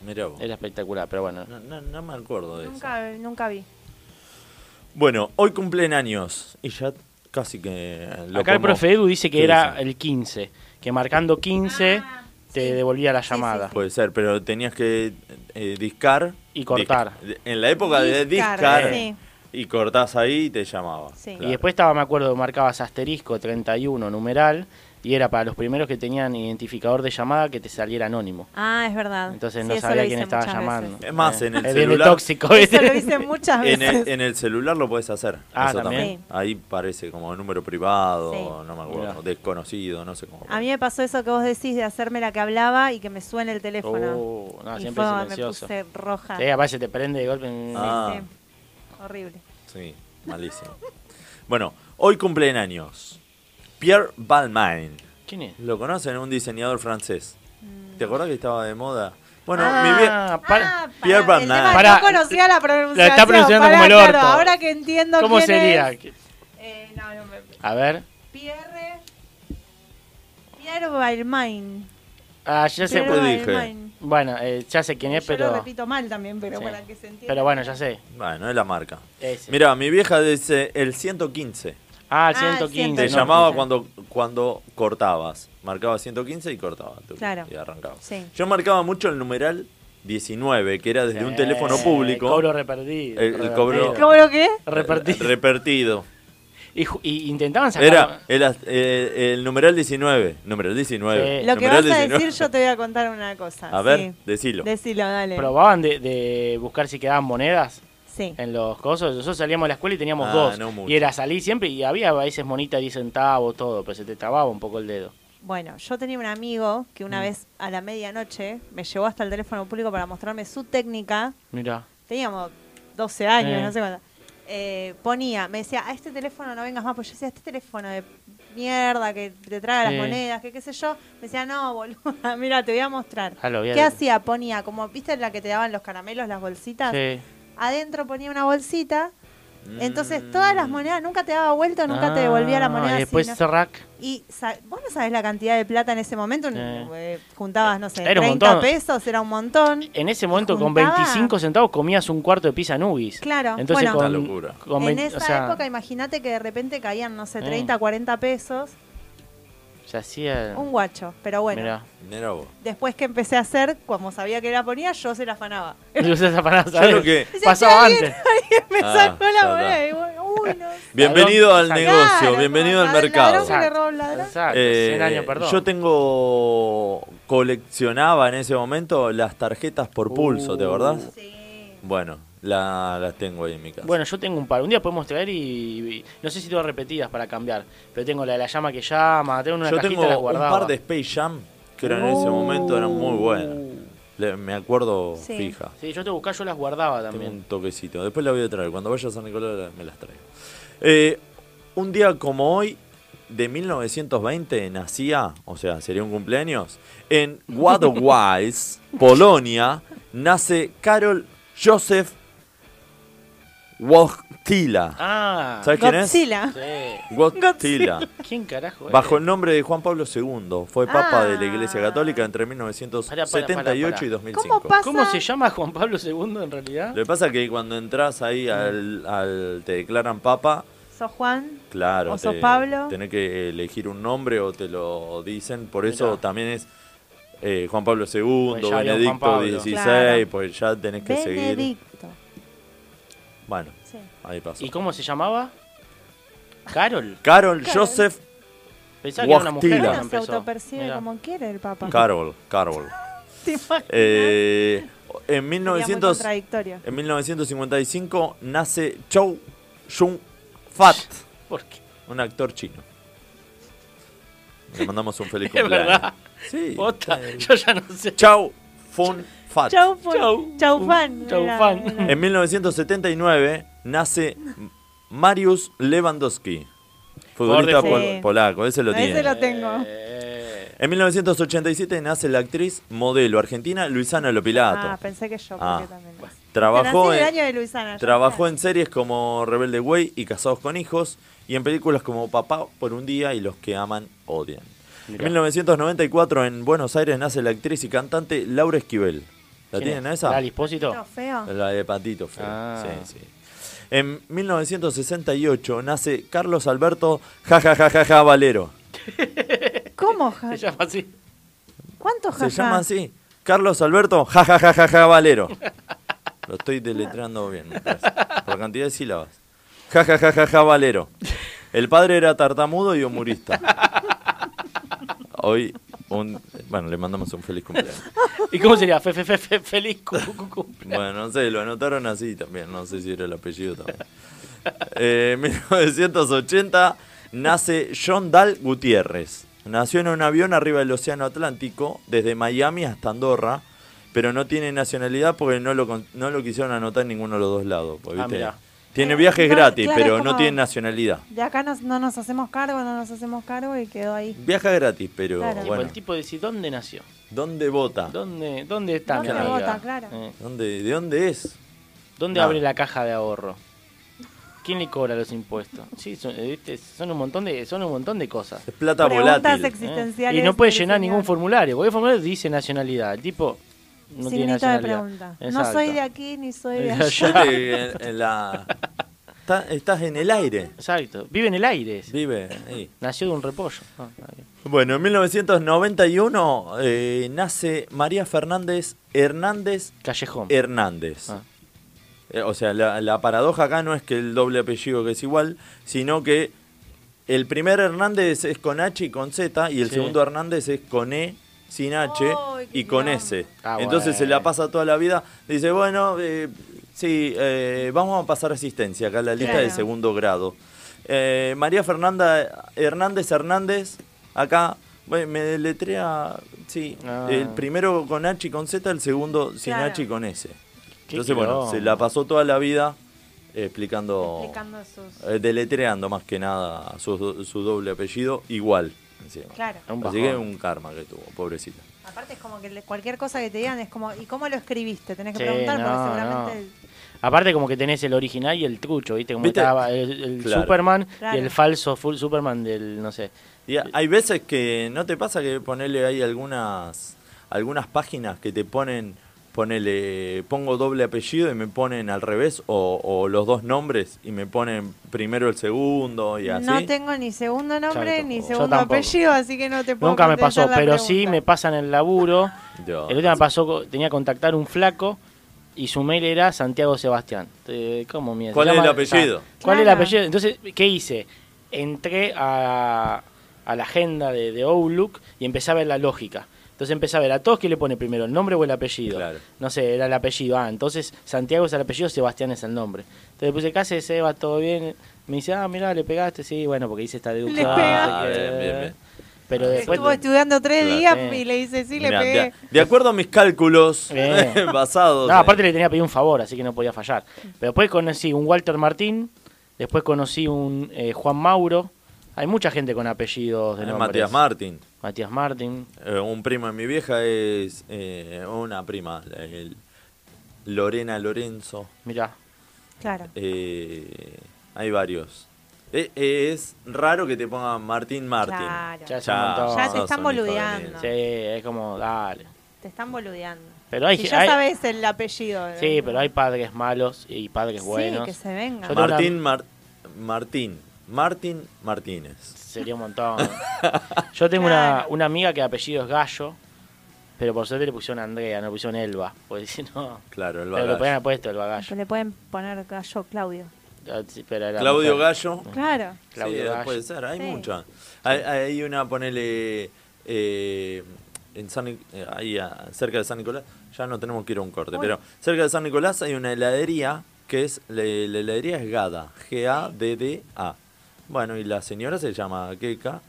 S1: Mirá vos.
S2: Era espectacular, pero bueno.
S1: No, no- no me acuerdo de eso.
S3: Nunca, nunca vi.
S1: Bueno, hoy cumplen años y ya casi que lo
S2: Acá el
S1: como-
S2: profe Edu dice que
S1: ¿Qué
S2: era
S1: dice?
S2: el 15, que marcando 15
S3: Ah,
S2: te
S3: sí.
S2: devolvía la
S3: sí,
S2: llamada.
S1: Puede ser, pero tenías que eh, discar.
S2: Y cortar.
S1: Dis- en la época de
S3: Discar,
S1: discar.
S3: sí.
S1: Y cortás ahí y te llamaba.
S3: Sí.
S1: claro.
S2: Y después estaba, me acuerdo, marcabas asterisco 31 numeral y era para los primeros que tenían identificador de llamada que te saliera anónimo.
S3: Ah, es verdad.
S2: Entonces
S3: Sí,
S2: no
S3: eso
S2: sabía
S3: lo
S2: quién
S3: hice
S2: estaba
S3: muchas
S2: llamando.
S3: veces.
S1: Es más, en el
S2: Eh, viene
S1: celular-
S2: tóxico.
S3: Eso lo
S2: ¿viste?
S3: hice muchas
S1: En el,
S3: veces.
S1: en el celular lo puedes hacer.
S2: Ah,
S1: eso
S2: también.
S1: Ahí parece como número privado,
S3: Sí.
S1: no me acuerdo,
S2: Mirá.
S1: desconocido, no sé cómo.
S3: A mí me pasó eso que vos decís de hacerme la que hablaba y que me suene el teléfono.
S2: Oh, no,
S3: Y
S2: siempre
S3: fue-
S2: silencioso.
S3: Me puse roja.
S2: Sí, a veces te prende de golpe. mm,
S1: Ah.
S3: Sí, sí. Horrible.
S1: Sí, malísimo. bueno, hoy cumplen años. Pierre Balmain.
S2: ¿Quién es?
S1: Lo conocen, un diseñador francés.
S3: Mm.
S1: ¿Te acordás que estaba de moda? Bueno, mi vie-
S2: Ah, para.
S3: Ah,
S1: Pierre
S3: pará, el
S1: Bernard.
S3: tema es que
S2: Pará,
S3: no conocía la pronunciación.
S2: la está pronunciando
S3: pará,
S2: como el orto.
S3: claro, ahora que entiendo
S2: ¿Cómo
S3: quién
S2: sería?
S3: es. Eh, no, no, me-
S2: A ver.
S3: Pierre. Pierre Balmain.
S2: Ah, ya sé.
S1: Siempre
S3: Pierre
S1: dije.
S3: Balmain.
S2: Bueno, eh, ya sé quién es,
S3: Yo
S2: pero.
S3: lo repito mal también, pero
S2: Sí.
S3: para que se entienda.
S2: Pero bueno, ya sé.
S1: Bueno, es la marca.
S2: Ese.
S1: Mira, mi vieja dice el 115.
S2: Ah,
S3: Ah, el
S2: 115.
S1: Te
S3: no,
S1: llamaba
S3: no.
S1: cuando, cuando cortabas. Marcaba 115 y cortaba. tú,
S3: Claro.
S1: Y arrancaba.
S3: Sí.
S1: Yo marcaba mucho el numeral 19, que era desde un
S2: Eh,
S1: teléfono público.
S2: El cobro reperdido.
S1: El- el
S2: revertido.
S1: cobro-
S3: ¿Cómo lo que?
S1: Eh,
S2: repartido.
S1: Repartido.
S2: Y, ju- y intentaban sacar.
S1: Era el, as- eh, el numeral 19. Numeral 19.
S2: Sí.
S3: Lo que
S1: numeral
S3: vas a
S1: 19.
S3: decir, yo te voy a contar una cosa.
S1: A ver,
S3: sí.
S1: decilo.
S3: Decilo, dale.
S2: Probaban de, de buscar si quedaban monedas
S3: Sí.
S2: en los cosos. Nosotros salíamos de la escuela y teníamos
S1: Ah,
S2: dos.
S1: no mucho.
S2: y era salir siempre y había a veces monita 10 centavos, todo, pero se te trababa un poco el dedo.
S3: Bueno, yo tenía un amigo que
S2: Mm.
S3: una vez a la medianoche me llevó hasta el teléfono público para mostrarme su técnica.
S2: Mirá.
S3: Teníamos 12 años,
S2: Sí.
S3: no sé cuánto. Eh, ponía, me decía, a este teléfono no vengas más, porque yo decía, este teléfono de mierda que te traga
S2: Sí.
S3: las monedas, que qué sé yo. Me decía, no, boluda, mira, te voy a mostrar.
S2: Ah, lo voy a
S3: ¿Qué
S2: ver.
S3: hacía? Ponía, como, ¿viste la que te daban los caramelos, las bolsitas?
S2: Sí.
S3: Adentro ponía una bolsita. Entonces todas las monedas nunca te daba vuelta, nunca te devolvía la
S2: Mm. Ah,
S3: moneda.
S2: Y
S3: así,
S2: después
S3: ¿no?
S2: Serrac.
S3: Y sa- vos no sabés la cantidad de plata en ese momento.
S2: Sí.
S3: eh, juntabas, no sé,
S2: Era un
S3: 30
S2: montón.
S3: pesos, era un montón.
S2: En ese momento, con
S3: juntaba.
S2: 25 centavos comías un cuarto de pizza nubis.
S3: Claro,
S2: Entonces,
S3: bueno.
S2: con,
S1: Una locura.
S2: con
S3: en
S2: 20
S3: esa
S2: o sea,
S3: época, imagínate que de repente caían, no sé,
S2: Mm.
S3: 30, 40 pesos.
S2: se hacía.
S3: Un guacho, pero bueno.
S2: Mm. Mirá.
S1: Mirá vos.
S3: Después que empecé a hacer, como sabía que la ponía, yo se la afanaba.
S2: Yo se afanaba,
S1: Yo lo
S2: ¿sabes?
S1: que-
S3: Dice,
S2: Pasaba
S3: "Che, alguien-
S2: antes.
S3: alguien me
S1: Ah,
S3: sacó
S1: ya
S3: la moneda. Y bueno, uy, no. sé".
S1: Bienvenido al
S2: Ladrón.
S1: negocio,
S3: Claro,
S1: bienvenido al
S3: como ladrón
S1: mercado.
S3: que le roba un ladrón.
S2: Exacto,
S1: Eh,
S2: 100 años, perdón.
S1: Yo tengo. Coleccionaba en ese momento las tarjetas por pulso, ¿te acordás?
S3: Sí.
S1: Bueno, la- las tengo ahí en mi casa.
S2: Bueno, yo tengo un par. Un día podemos traer y, y- no sé si tengo repetidas para cambiar, pero tengo la de la llama que llama, tengo una
S1: Yo
S2: cajita
S1: tengo
S2: las
S1: un
S2: guardaba. Uh.
S1: par de Space Jam que eran en ese momento eran muy buenas. Le- me acuerdo
S3: Sí.
S1: fija.
S2: Sí, yo te buscaba, yo las guardaba
S1: Tengo un
S2: también.
S1: toquecito. Después la voy a traer. Cuando vaya a San Nicolás la- me las traigo. Eh, un día como hoy de 1920 nacía, o sea, sería un cumpleaños, en Wadowice, Polonia, nace Karol Joseph Wojtyla.
S2: Ah,
S1: ¿Sabes quién es?
S3: Godzilla.
S2: sí.
S1: Wojtyla.
S2: ¿Quién carajo es?
S1: Bajo el nombre de Juan Pablo II, fue papa de la Iglesia
S3: Ah.
S1: Católica entre
S2: Pará, pará, pará,
S1: 1978
S2: pará.
S1: y
S3: ¿Cómo
S1: 2005.
S3: pasa?
S2: ¿Cómo se llama Juan Pablo II en realidad?
S1: Lo que pasa es que cuando entras
S2: Mm.
S1: ahí al, al- te declaran papa,
S3: ¿Sos Juan?
S1: claro,
S3: O sos
S1: te-
S3: Pablo.
S1: tenés que elegir un nombre o te lo dicen, por eso
S2: Mirá.
S1: también es eh, Juan Pablo II,
S2: Pues ya había
S1: Benedicto
S2: un Juan Pablo.
S1: XVI,
S3: Claro.
S1: pues ya tenés que seguir.
S3: Benedicto.
S1: Bueno,
S3: Sí.
S1: ahí pasó.
S2: ¿Y cómo se llamaba? Carol.
S1: Carol Joseph
S2: Pensaba que era una mujer.
S1: Wojtyla.
S2: cuando
S3: Bueno, se
S2: empezó.
S3: autopercibe
S2: Mirá.
S3: como quiere el Papa.
S1: Carol, Carol.
S3: ¿Te imaginas?
S1: Eh, en
S3: Sería muy
S1: 1900
S3: contradictorio.
S1: en 1955 nace Chow Yun Fat,
S2: ¿Por qué?
S1: un actor chino. Le mandamos un feliz
S2: Es
S1: cumpleaños.
S2: verdad.
S1: Sí.
S2: Posta, yo ya no sé.
S1: Chau Fun Fat.
S3: Chau, por-
S2: Ah, Chau.
S3: Chaufán.
S2: Chau,
S3: Era-
S2: fan.
S3: era-
S1: En 1979 nace Mariusz Lewandowski, futbolista
S2: Jugador
S3: de
S1: pol-
S3: fútbol.
S1: polaco, ese lo
S3: A ese
S1: tiene.
S3: lo tengo.
S2: Eh,
S1: En 1987 nace la actriz modelo argentina Luisana Lopilato.
S3: Ah, pensé que yo,
S1: Ah,
S3: porque también.
S1: Trabajó
S3: Nací
S1: en,
S3: en el año de Luisana. ya
S1: Trabajó
S3: está.
S1: en series como Rebelde Way y Casados con Hijos y en películas como Papá por un día y Los que aman odian. En
S2: Mirá.
S1: 1994 en Buenos Aires nace la actriz y cantante Laura Esquivel. ¿La
S2: ¿quién
S1: tienen
S2: es?
S1: a esa?
S2: ¿La Dispósito?
S3: No, feo.
S1: La de Patito Feo.
S2: Ah.
S1: Sí, sí. En 1968 nace Carlos Alberto jajajajaja Valero.
S3: ¿Cómo, ja-
S2: Se llama así.
S3: ¿Cuánto jaja?
S1: Eh, Se llama así. Carlos Alberto jajajajaja Valero. Lo estoy deletreando bien, me parece, Por cantidad de sílabas. Jajajajaja Valero. El padre era tartamudo y humorista. Hoy, un, bueno, le mandamos un feliz cumpleaños.
S2: ¿Y cómo sería? Fe, fe, fe, fe- feliz cu- cu- cu- cumple.
S1: Bueno, no sé, lo anotaron así también, no sé si era el apellido también. Eh, 1980 nace John Dal Gutiérrez. Nació en un avión arriba del Océano Atlántico, desde Miami hasta Andorra, pero no tiene nacionalidad porque no lo, con- no lo quisieron anotar en ninguno de los dos lados. pues,
S2: Ah,
S1: ¿viste?
S2: mirá.
S1: tiene
S3: Eh,
S1: viajes
S3: no,
S1: gratis,
S3: claro,
S1: pero
S3: es
S1: no
S3: como-
S1: tiene nacionalidad.
S3: De acá nos- no nos hacemos cargo, no nos hacemos cargo y quedó ahí.
S1: Viaja gratis, pero
S3: Claro.
S2: Tipo,
S1: bueno.
S2: pues El tipo dice, ¿dónde nació?
S1: ¿Dónde vota?
S2: ¿Dónde, dónde está
S3: ¿Dónde
S2: mi amiga?
S3: vota? Claro.
S2: Eh,
S1: ¿Dónde, ¿De dónde es?
S2: ¿Dónde
S1: Nada.
S2: abre la caja de ahorro? ¿Quién le cobra los impuestos? Sí, son, eh, viste, son un montón de son un montón de cosas.
S1: Es plata
S3: Preguntas
S1: volátil.
S2: ¿eh? Y
S3: existenciales.
S2: no puede
S3: del
S2: llenar
S3: señor.
S2: ningún formulario. Porque el formulario dice nacionalidad. El tipo no tiene
S3: Signito de
S2: nacionalidad.
S3: pregunta. No
S2: Exacto.
S3: soy de aquí ni soy de allá.
S1: Yo te- en- en la- Está- estás en el aire.
S2: Exacto. Vive en el aire. ese.
S1: Vive ahí.
S2: Nació de un repollo. Ah, está bien.
S1: Bueno, en 1991 eh, nace María Fernández Hernández
S2: Callejón.
S1: Hernández.
S2: Ah.
S1: Eh, o sea, la, la paradoja acá no es que el doble apellido que es igual, sino que el primer Hernández es con H y con Z y el
S2: Sí.
S1: segundo Hernández es con E sin H
S3: Ay, qué
S1: y con
S3: quilombo.
S1: S.
S2: Ah,
S1: Entonces
S2: bueno.
S1: se la pasa toda la vida. Dice, bueno, eh, sí, eh, vamos a pasar asistencia acá en la lista de
S3: Claro.
S1: segundo grado. Eh, María Fernanda Hernández Hernández, acá, bueno, me deletrea, sí,
S2: Ah.
S1: el primero con H y con Z, el segundo sin
S3: Claro.
S1: H y con S.
S2: Qué
S1: Entonces, bueno,
S2: quilombo.
S1: se la pasó toda la vida explicando,
S3: Explicando sus-
S1: eh, deletreando más que nada su, do- su doble apellido, igual. encima.
S3: Claro.
S2: Un
S1: Así
S2: bajón.
S1: que un karma que tuvo, pobrecita.
S3: Aparte es como que le- cualquier cosa que te digan es como, ¿y cómo lo escribiste? Tenés que
S2: Sí,
S3: preguntar porque
S2: no,
S3: seguramente...
S2: no.
S3: el-
S2: Aparte como que tenés el original y el trucho, ¿viste? Como
S1: ¿Viste?
S2: estaba el, el
S1: Claro.
S2: Superman
S3: Claro.
S2: y el falso full Superman del, no sé.
S1: Y a- hay veces que no te pasa que ponele ahí algunas, algunas páginas que te ponen, ponele, pongo doble apellido y me ponen al revés, o, o los dos nombres y me ponen primero el segundo y así.
S3: No tengo ni segundo nombre
S2: Yo
S3: ni
S2: tampoco.
S3: segundo
S2: Yo tampoco.
S3: apellido, así que no te puedo
S2: Nunca me pasó,
S3: contestar la
S2: pero sí
S3: pregunta.
S2: me pasan el laburo.
S1: Dios.
S2: El último me pasó, co- tenía que contactar un flaco y su mail era Santiago Sebastián. Eh, ¿Cómo mierda?
S1: ¿Cuál
S2: Se
S1: es el
S2: llama-
S1: apellido?
S2: Ah, ¿Cuál es el
S3: Claro.
S2: apellido? Entonces, ¿qué hice? Entré a, a la agenda de, de Outlook y empecé a ver la lógica. Entonces empecé a ver a todos que le pone primero el nombre o el apellido.
S1: Claro.
S2: No sé, era el apellido. Ah, entonces Santiago es el apellido, Sebastián es el nombre. Entonces le puse, ¿qué haces, Seba? ¿Todo bien? Me dice, ah, mirá, le pegaste. Sí, bueno, porque hice esta deducción.
S1: Ah,
S2: así que-
S1: bien, bien, Ah, bien.
S2: Pero después...
S3: Estuvo estudiando tres
S1: Claro.
S3: días
S2: Sí.
S3: y le hice sí,
S1: Mirá,
S3: le pegué.
S1: de, de acuerdo a mis cálculos
S2: Bien.
S1: basados.
S2: No,
S1: en-
S2: aparte le tenía que pedir un favor, así que no podía fallar. Pero después conocí un Walter Martín, Después conocí un eh, Juan Mauro. Hay mucha gente con apellidos de
S1: Es
S2: nombres.
S1: Ah, Matías Martín.
S2: Matías Martín.
S1: Eh, un primo de mi vieja es eh, una prima, la- el- Lorena Lorenzo.
S2: Mirá.
S3: Claro.
S1: Eh, hay varios. Eh, eh, es raro que te pongan Martín Martín.
S3: Claro.
S2: Ya es un montón.
S3: Ya
S1: sos
S3: te están
S1: un hijo de
S3: boludeando.
S1: mil.
S2: Sí, es como, dale.
S3: Te están boludeando.
S2: Pero hay,
S3: Si ya
S2: hay-
S3: sabes el apellido. ¿no?
S2: Sí, pero hay padres malos y padres
S3: Sí,
S2: buenos.
S3: que se venga.
S2: Yo tengo
S1: Martín Mar- Martín. Martín Martínez.
S2: Sería un montón. Yo tengo una,
S3: Claro.
S2: una amiga que de apellido es Gallo, pero por suerte le pusieron Andrea, no le pusieron Elba. Porque si no.
S1: Claro, el
S2: Pero lo
S1: bagallo.
S2: podían haber puesto Elba Gallo.
S3: Pero le pueden poner gallo Claudio.
S2: Ah, sí, pero era
S1: Claudio
S2: mujer.
S1: Gallo.
S3: Claro.
S2: Claudio
S1: sí,
S2: Gallo.
S1: puede ser, hay
S3: Sí.
S1: muchas. Hay, hay una, ponele, eh, en San, Nic- eh, ahí a- cerca de San Nicolás, ya no tenemos que ir a un corte, pero cerca de San Nicolás hay una heladería que es, la, la heladería es Gada, G-A-D-D-A. Bueno, y la señora se llama Keka,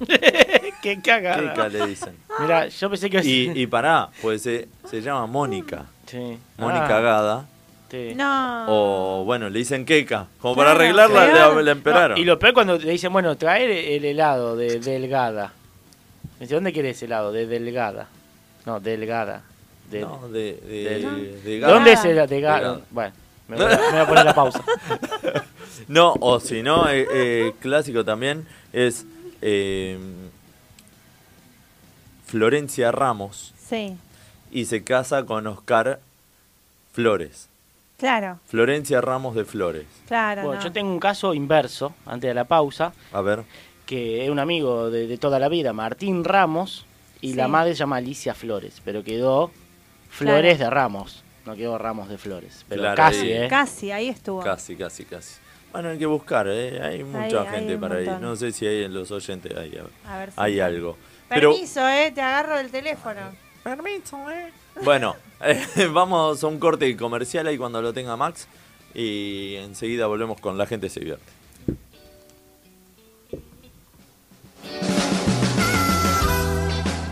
S2: ¡Qué cagada!
S1: Keka le dicen.
S2: Mirá, yo pensé que.
S1: Y, y pará, pues se, se llama Mónica,
S2: Sí.
S1: Mónica
S2: Ah,
S1: Gada,
S2: sí.
S3: No.
S1: o bueno, le dicen Keka, como para
S3: Claro,
S1: arreglarla
S3: peor.
S1: la, la emperaron.
S2: Ah. No, y lo peor cuando le dicen, bueno, traer el helado de Delgada. Me dice, ¿dónde querés helado? De Delgada. No, Delgada. De-
S1: No, de, de,
S2: Del-
S1: de Gada.
S2: ¿Dónde es el de Gada?
S1: Delgada.
S2: Bueno, me voy, a, me voy a poner la pausa.
S1: No, o si no, eh, eh, clásico también es eh, Florencia Ramos
S3: Sí.
S1: y se casa con Oscar Flores.
S3: Claro,
S1: Florencia Ramos de Flores.
S3: claro.
S2: Bueno,
S3: no.
S2: yo tengo un caso inverso, antes de la pausa,
S1: A ver,
S2: que es un amigo de, de toda la vida, Martín Ramos, y
S3: Sí.
S2: la madre se llama Alicia Flores, pero quedó Flores de Ramos, no quedó Ramos de Flores, pero
S1: Claro,
S2: casi,
S1: ahí.
S2: ¿eh?
S3: Casi, ahí estuvo.
S1: casi, casi, casi. Bueno, hay que buscar, eh, hay mucha
S3: hay
S1: gente
S3: un
S1: para ahí.
S3: montón.
S1: No sé si hay en los oyentes hay, a ver,
S3: A ver si-
S1: hay algo. Pero,
S3: Permiso, eh, te agarro el teléfono.
S1: bueno, eh, vamos a un corte comercial ahí cuando lo tenga Max y enseguida volvemos con La Gente Se Divierte.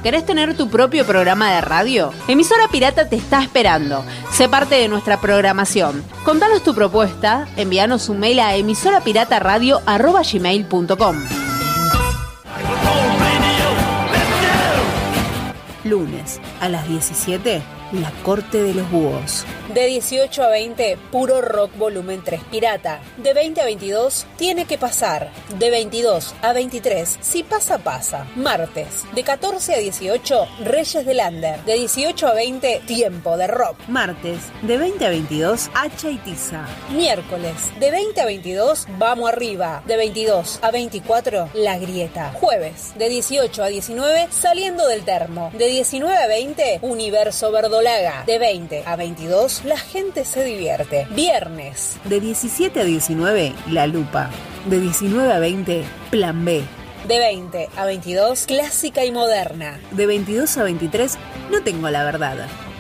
S7: ¿Querés tener tu propio programa de radio? Emisora Pirata te está esperando. Sé parte de nuestra programación. Contanos tu propuesta, envíanos un mail a emisorapirataradio.com. Lunes a las 17, La Corte de los Búhos. De 18 a 20, puro rock volumen 3 pirata. De 20 a 22, tiene que pasar. De 22 a 23, si pasa, pasa. Martes. De 14 a 18, Reyes del Lander. De 18 a 20, tiempo de rock. Martes. De 20 a 22, Hacha y Tiza. Miércoles. De 20 a 22, Vamos Arriba. De 22 a 24, La Grieta. Jueves. De 18 a 19, Saliendo del Termo. De 19 a 20, Universo Verdolaga. De 20 a 22, La Gente se divierte. Viernes. De 17 a 19, La Lupa. De 19 a 20, Plan B. De 20 a 22, Clásica y Moderna. De 22 a 23, No Tengo la Verdad.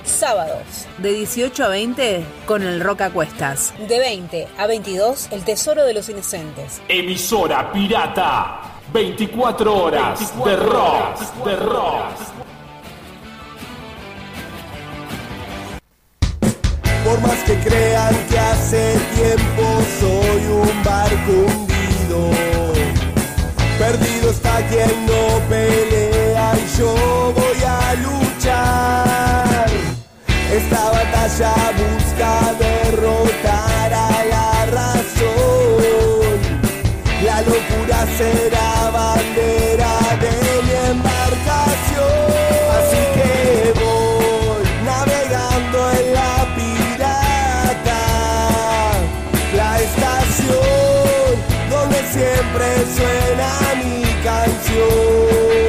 S7: Sábados. De 18 a 20, con el Roca Cuestas. De 20 a 22, El Tesoro de los Inocentes.
S8: Emisora pirata. 24 horas de rock, de rock.
S6: Por más que crean que hace tiempo soy un barco hundido. Perdido está quien no pelea y yo voy a luchar. Esta batalla busca derrotar a la razón. La locura será bandera de mi embarcación. Así que voy navegando en la pirata. La estación donde siempre suena mi canción.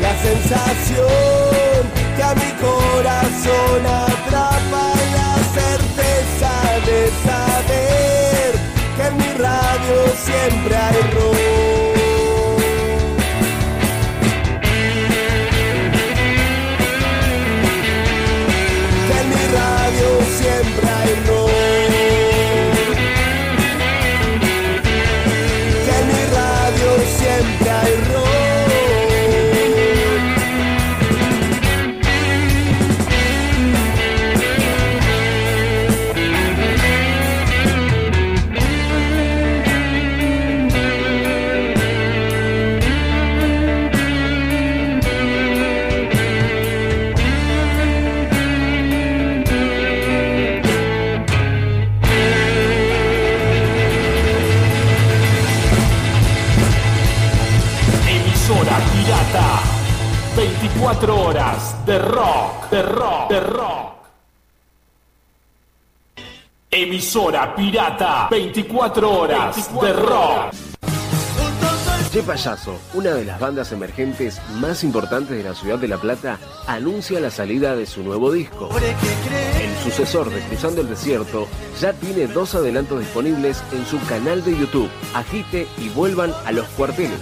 S6: La sensación que a mi corazón atrapa la certeza de saber que en mi radio siempre hay rock. Que en mi radio siempre hay rock. Que en mi radio siempre hay rock.
S8: emisora pirata. 24 horas de rock, de rock, de rock. Emisora pirata. 24 horas de rock.
S9: Che Payaso, una de las bandas emergentes más importantes de la ciudad de La Plata, anuncia la salida de su nuevo disco. El sucesor de Cruzando el Desierto ya tiene dos adelantos disponibles en su canal de YouTube. Agite y vuelvan a los cuarteles.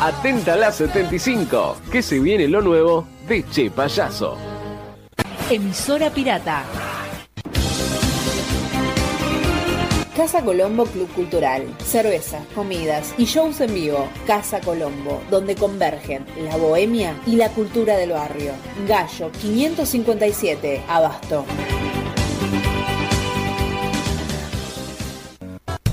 S9: Atenta a la 75, que se viene lo nuevo de Che Payaso.
S7: Emisora Pirata. Casa Colombo Club Cultural. Cerveza, comidas y shows en vivo. Casa Colombo, donde convergen la bohemia y la cultura del barrio. Gallo 557, Abasto.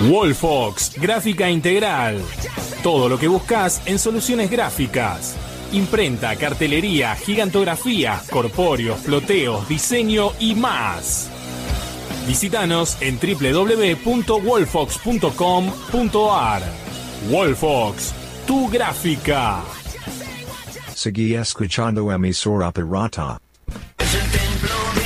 S8: Wolfox, gráfica integral. Todo lo que buscas en soluciones gráficas. Imprenta, cartelería, gigantografía, corpóreos, floteos, diseño y más. Visítanos en www.wolfox.com.ar. Wolfox, tu gráfica.
S10: Seguí escuchando emisora pirata.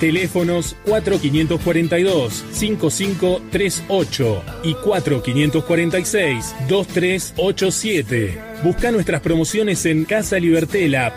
S8: Teléfonos 4542-5538 y 4546-2387. Busca nuestras promociones en casalibertela.com.ar.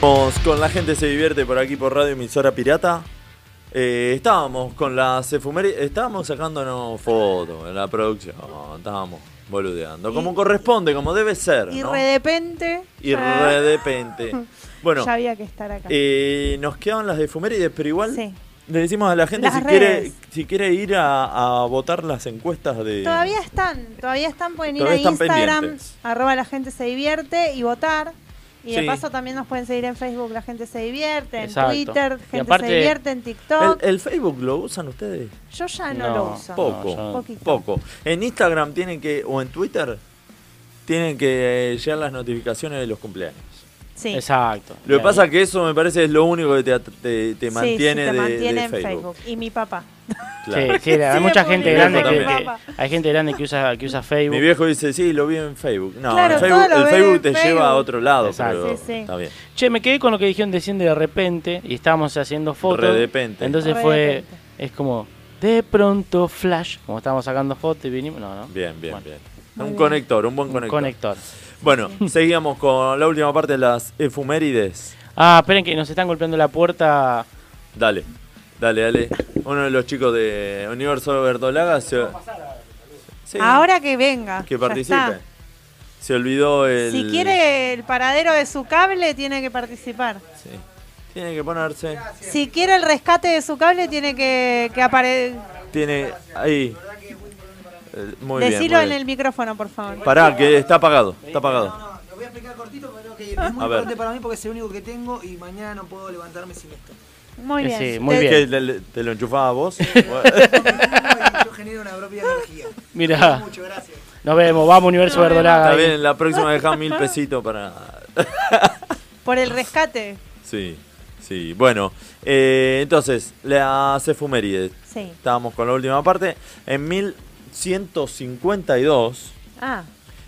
S1: Vamos con la gente se divierte por aquí por Radio Emisora Pirata. Eh, estábamos con las efumeri estábamos sacándonos fotos en la producción, estábamos boludeando, como corresponde, como debe ser,
S3: Y
S1: ¿no?
S3: de repente.
S1: Y re de repente. Bueno,
S3: ya había que estar acá.
S1: eh, nos quedan las efemérides, pero igual
S3: Sí.
S1: le decimos a la gente
S3: Las
S1: si quiere,
S3: redes.
S1: si quiere ir a, a votar las encuestas de...
S3: Todavía están, todavía están, pueden ir
S1: eh, Todavía
S3: a
S1: están
S3: Instagram,
S1: pendientes.
S3: arroba la gente se divierte y votar. Y de
S1: Sí.
S3: paso también nos pueden seguir en Facebook, la gente se divierte, en
S2: Exacto.
S3: Twitter,
S2: Y
S3: gente
S2: aparte-
S3: se divierte, en
S1: ¿El,
S3: TikTok.
S1: el Facebook lo usan ustedes?
S3: Yo ya no,
S2: No,
S3: lo uso.
S1: Poco,
S2: yo-
S3: Poquito.
S1: poco. En Instagram tienen que, o en Twitter, tienen que eh, llegar las notificaciones de los cumpleaños.
S3: Sí.
S2: Exacto.
S1: Lo que
S2: Y
S1: pasa
S2: ahí-
S1: es que eso me parece es lo único que te, at- te- te
S3: Sí,
S1: mantiene,
S3: sí, te
S1: de-
S3: mantiene
S1: de,
S3: en
S1: Facebook.
S3: Facebook. Y mi papá.
S1: Claro.
S2: Sí, sí, hay
S3: Sí,
S2: mucha
S3: me
S2: gente
S1: pone
S2: grande
S1: loco
S2: que,
S1: también.
S2: que- hay gente grande que usa que usa Facebook.
S1: Mi viejo dice, sí, lo vi en Facebook. No,
S3: Claro,
S1: en
S3: todo
S1: Facebook,
S3: lo
S1: el
S3: ven
S1: Facebook
S3: en
S1: te
S3: Facebook.
S1: lleva a otro lado,
S2: Exacto.
S1: pero
S3: Sí, sí.
S1: está bien.
S2: Che, me quedé con lo que dijeron de 100 de repente y estábamos haciendo fotos.
S1: De repente.
S2: Entonces
S3: De
S2: fue
S3: repente.
S2: es como de pronto flash, como estábamos sacando fotos y vinimos, no, no.
S1: Bien, bien,
S2: Bueno,
S1: bien. Un conector, un buen
S2: un
S1: conector.
S2: conector.
S1: Bueno, seguíamos con la última parte de las efumérides.
S2: Ah, esperen que nos están golpeando la puerta.
S1: Dale, dale, dale. Uno de los chicos de Universo Bertolaga se... Sí,
S3: Ahora que venga.
S1: que
S3: ya
S1: participe.
S3: está.
S1: Se olvidó el...
S3: Si quiere el paradero de su cable, tiene que participar.
S1: Sí. Tiene que ponerse...
S3: Si quiere el rescate de su cable, tiene que, que aparecer.
S1: Tiene... Ahí. Eh, Muy bien,
S3: Decirlo
S1: muy
S3: en
S1: bien.
S3: el micrófono, por favor.
S1: Pará, que está apagado, está apagado.
S11: No, lo voy a explicar cortito, pero que es muy
S1: A ver.
S11: importante para mí porque es el único que tengo y mañana no puedo levantarme sin esto.
S3: Muy bien.
S2: Sí, muy
S1: ¿Qué,
S2: bien.
S1: le- ¿Te lo enchufaba vos?
S11: Y yo genero una propia energía.
S2: Mira,
S11: Muchas gracias.
S2: nos vemos, vamos Universo Verdolaga.
S1: Está
S2: ahí.
S1: bien, la próxima deja mil pesitos para.
S3: Por el rescate.
S1: Sí, Sí, bueno, eh, entonces, la Cefumerides.
S3: Sí.
S1: Estábamos con la última parte. En 1152,
S3: Ah,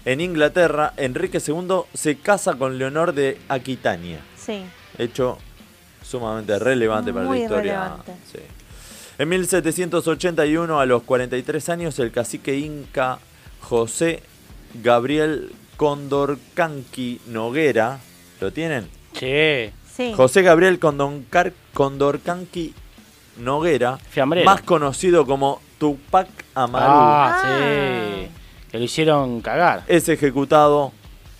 S1: en Inglaterra, Enrique II se casa con Leonor de Aquitania.
S3: sí.
S1: Hecho sumamente relevante para
S3: Muy
S1: la historia.
S3: relevante.
S1: Sí. En 1781, a los 43 años, el cacique inca José Gabriel Condorcanqui Noguera, ¿lo tienen?
S2: Che.
S3: Sí.
S1: José Gabriel Condoncar- Condorcanqui Noguera,
S2: Fiambrero.
S1: más conocido como Tupac Amaru,
S2: Ah, sí. Que lo hicieron cagar.
S1: es ejecutado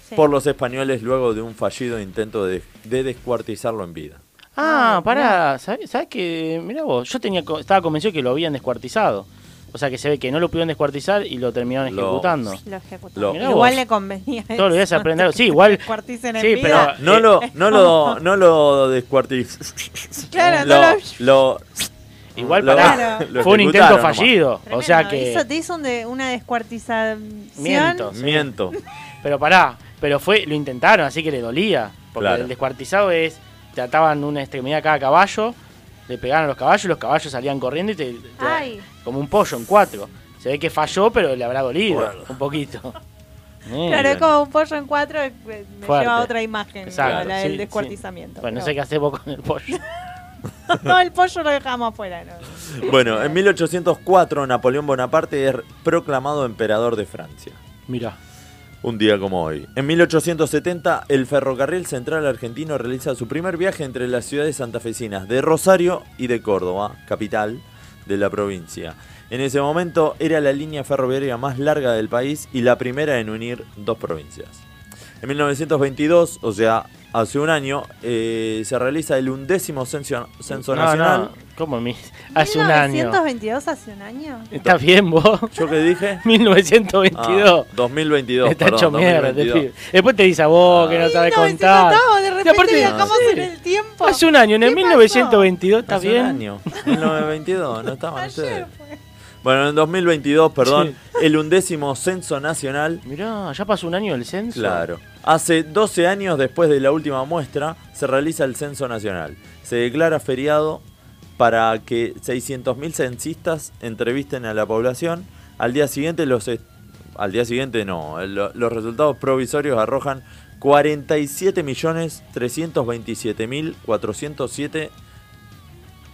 S3: Sí.
S1: por los españoles luego de un fallido intento de, de descuartizarlo en vida.
S2: Ah, pará, ¿sabes, que Mira vos, yo tenía, co- estaba convencido que lo habían descuartizado. O sea que se ve que no lo pudieron descuartizar y lo terminaron
S1: Lo-
S2: ejecutando.
S3: Lo ejecutó.
S1: Lo-
S2: Mirá
S3: Igual
S2: vos.
S3: le convenía.
S2: Todos los días
S3: eso.
S2: aprender. Sí, igual.
S3: Cuarticen en
S2: Sí,
S3: vida.
S2: pero.
S1: No
S2: eh,
S1: lo, no lo, no lo descuartiz.
S3: Claro,
S1: lo,
S3: no lo-
S1: lo-
S2: Igual
S1: lo-
S3: pará.
S1: lo
S2: Fue un intento
S1: ejecutaron nomás.
S2: fallido. O sea que.
S3: Tremendo. Hizo- te hizo un de- una descuartización.
S2: Miento.
S1: Miento.
S2: Pero pará, pero fue, lo intentaron, así que le dolía. Porque
S1: Claro.
S2: el descuartizado es. Te ataban una extremidad a cada caballo, le pegaban a los caballos, los caballos salían corriendo y te. te-
S3: Ay.
S2: como un pollo en cuatro. Se ve que falló, pero le habrá dolido
S1: Bueno.
S2: un poquito. Eh.
S3: Claro,
S1: bien.
S3: es como un pollo en cuatro, eh, me
S2: Fuerte.
S3: lleva a otra imagen,
S2: Exacto,
S3: la
S2: sí,
S3: del
S2: sí.
S3: descuartizamiento.
S2: Bueno, no sé qué
S3: pero
S2: hacemos con el pollo.
S3: bueno. el pollo lo dejamos afuera. ¿no?
S1: Bueno, en 1804 Napoleón Bonaparte es proclamado emperador de Francia.
S2: Mira.
S1: Un día como hoy. En 1870, el ferrocarril central argentino realiza su primer viaje entre las ciudades santafesinas de Rosario y de Córdoba, capital de la provincia. En ese momento era la línea ferroviaria más larga del país y la primera en unir dos provincias. En 1922, o sea, hace un año, eh, se realiza el undécimo censo, censo
S2: No,
S1: nacional.
S2: no, ¿Cómo mi- Hace un año.
S3: 1922 hace un año.
S2: ¿Está bien vos?
S1: ¿Yo qué dije?
S2: 1922.
S1: Ah, 2022.
S2: Está
S1: perdón,
S2: hecho mierda,
S1: 2022.
S2: te pido. Después te dice a vos que no sabes contar.
S3: 1922, de repente
S2: aparte-
S3: viajamos
S2: Sí.
S3: en el tiempo.
S2: Hace un año, en
S3: ¿Qué
S2: el
S3: pasó?
S2: 1922, ¿está
S1: Hace
S2: bien?
S1: un año. 1922, no estaban ustedes.
S3: Ayer fue.
S1: Bueno, en 2022, perdón, el undécimo censo nacional.
S2: Mirá, ya pasó un año del censo.
S1: Claro. Hace 12 años después de la última muestra, se realiza el censo nacional. Se declara feriado para que 600.000 censistas entrevisten a la población. Al día siguiente, los est- al día siguiente no, eh, Lo- los resultados provisorios arrojan 47.327.407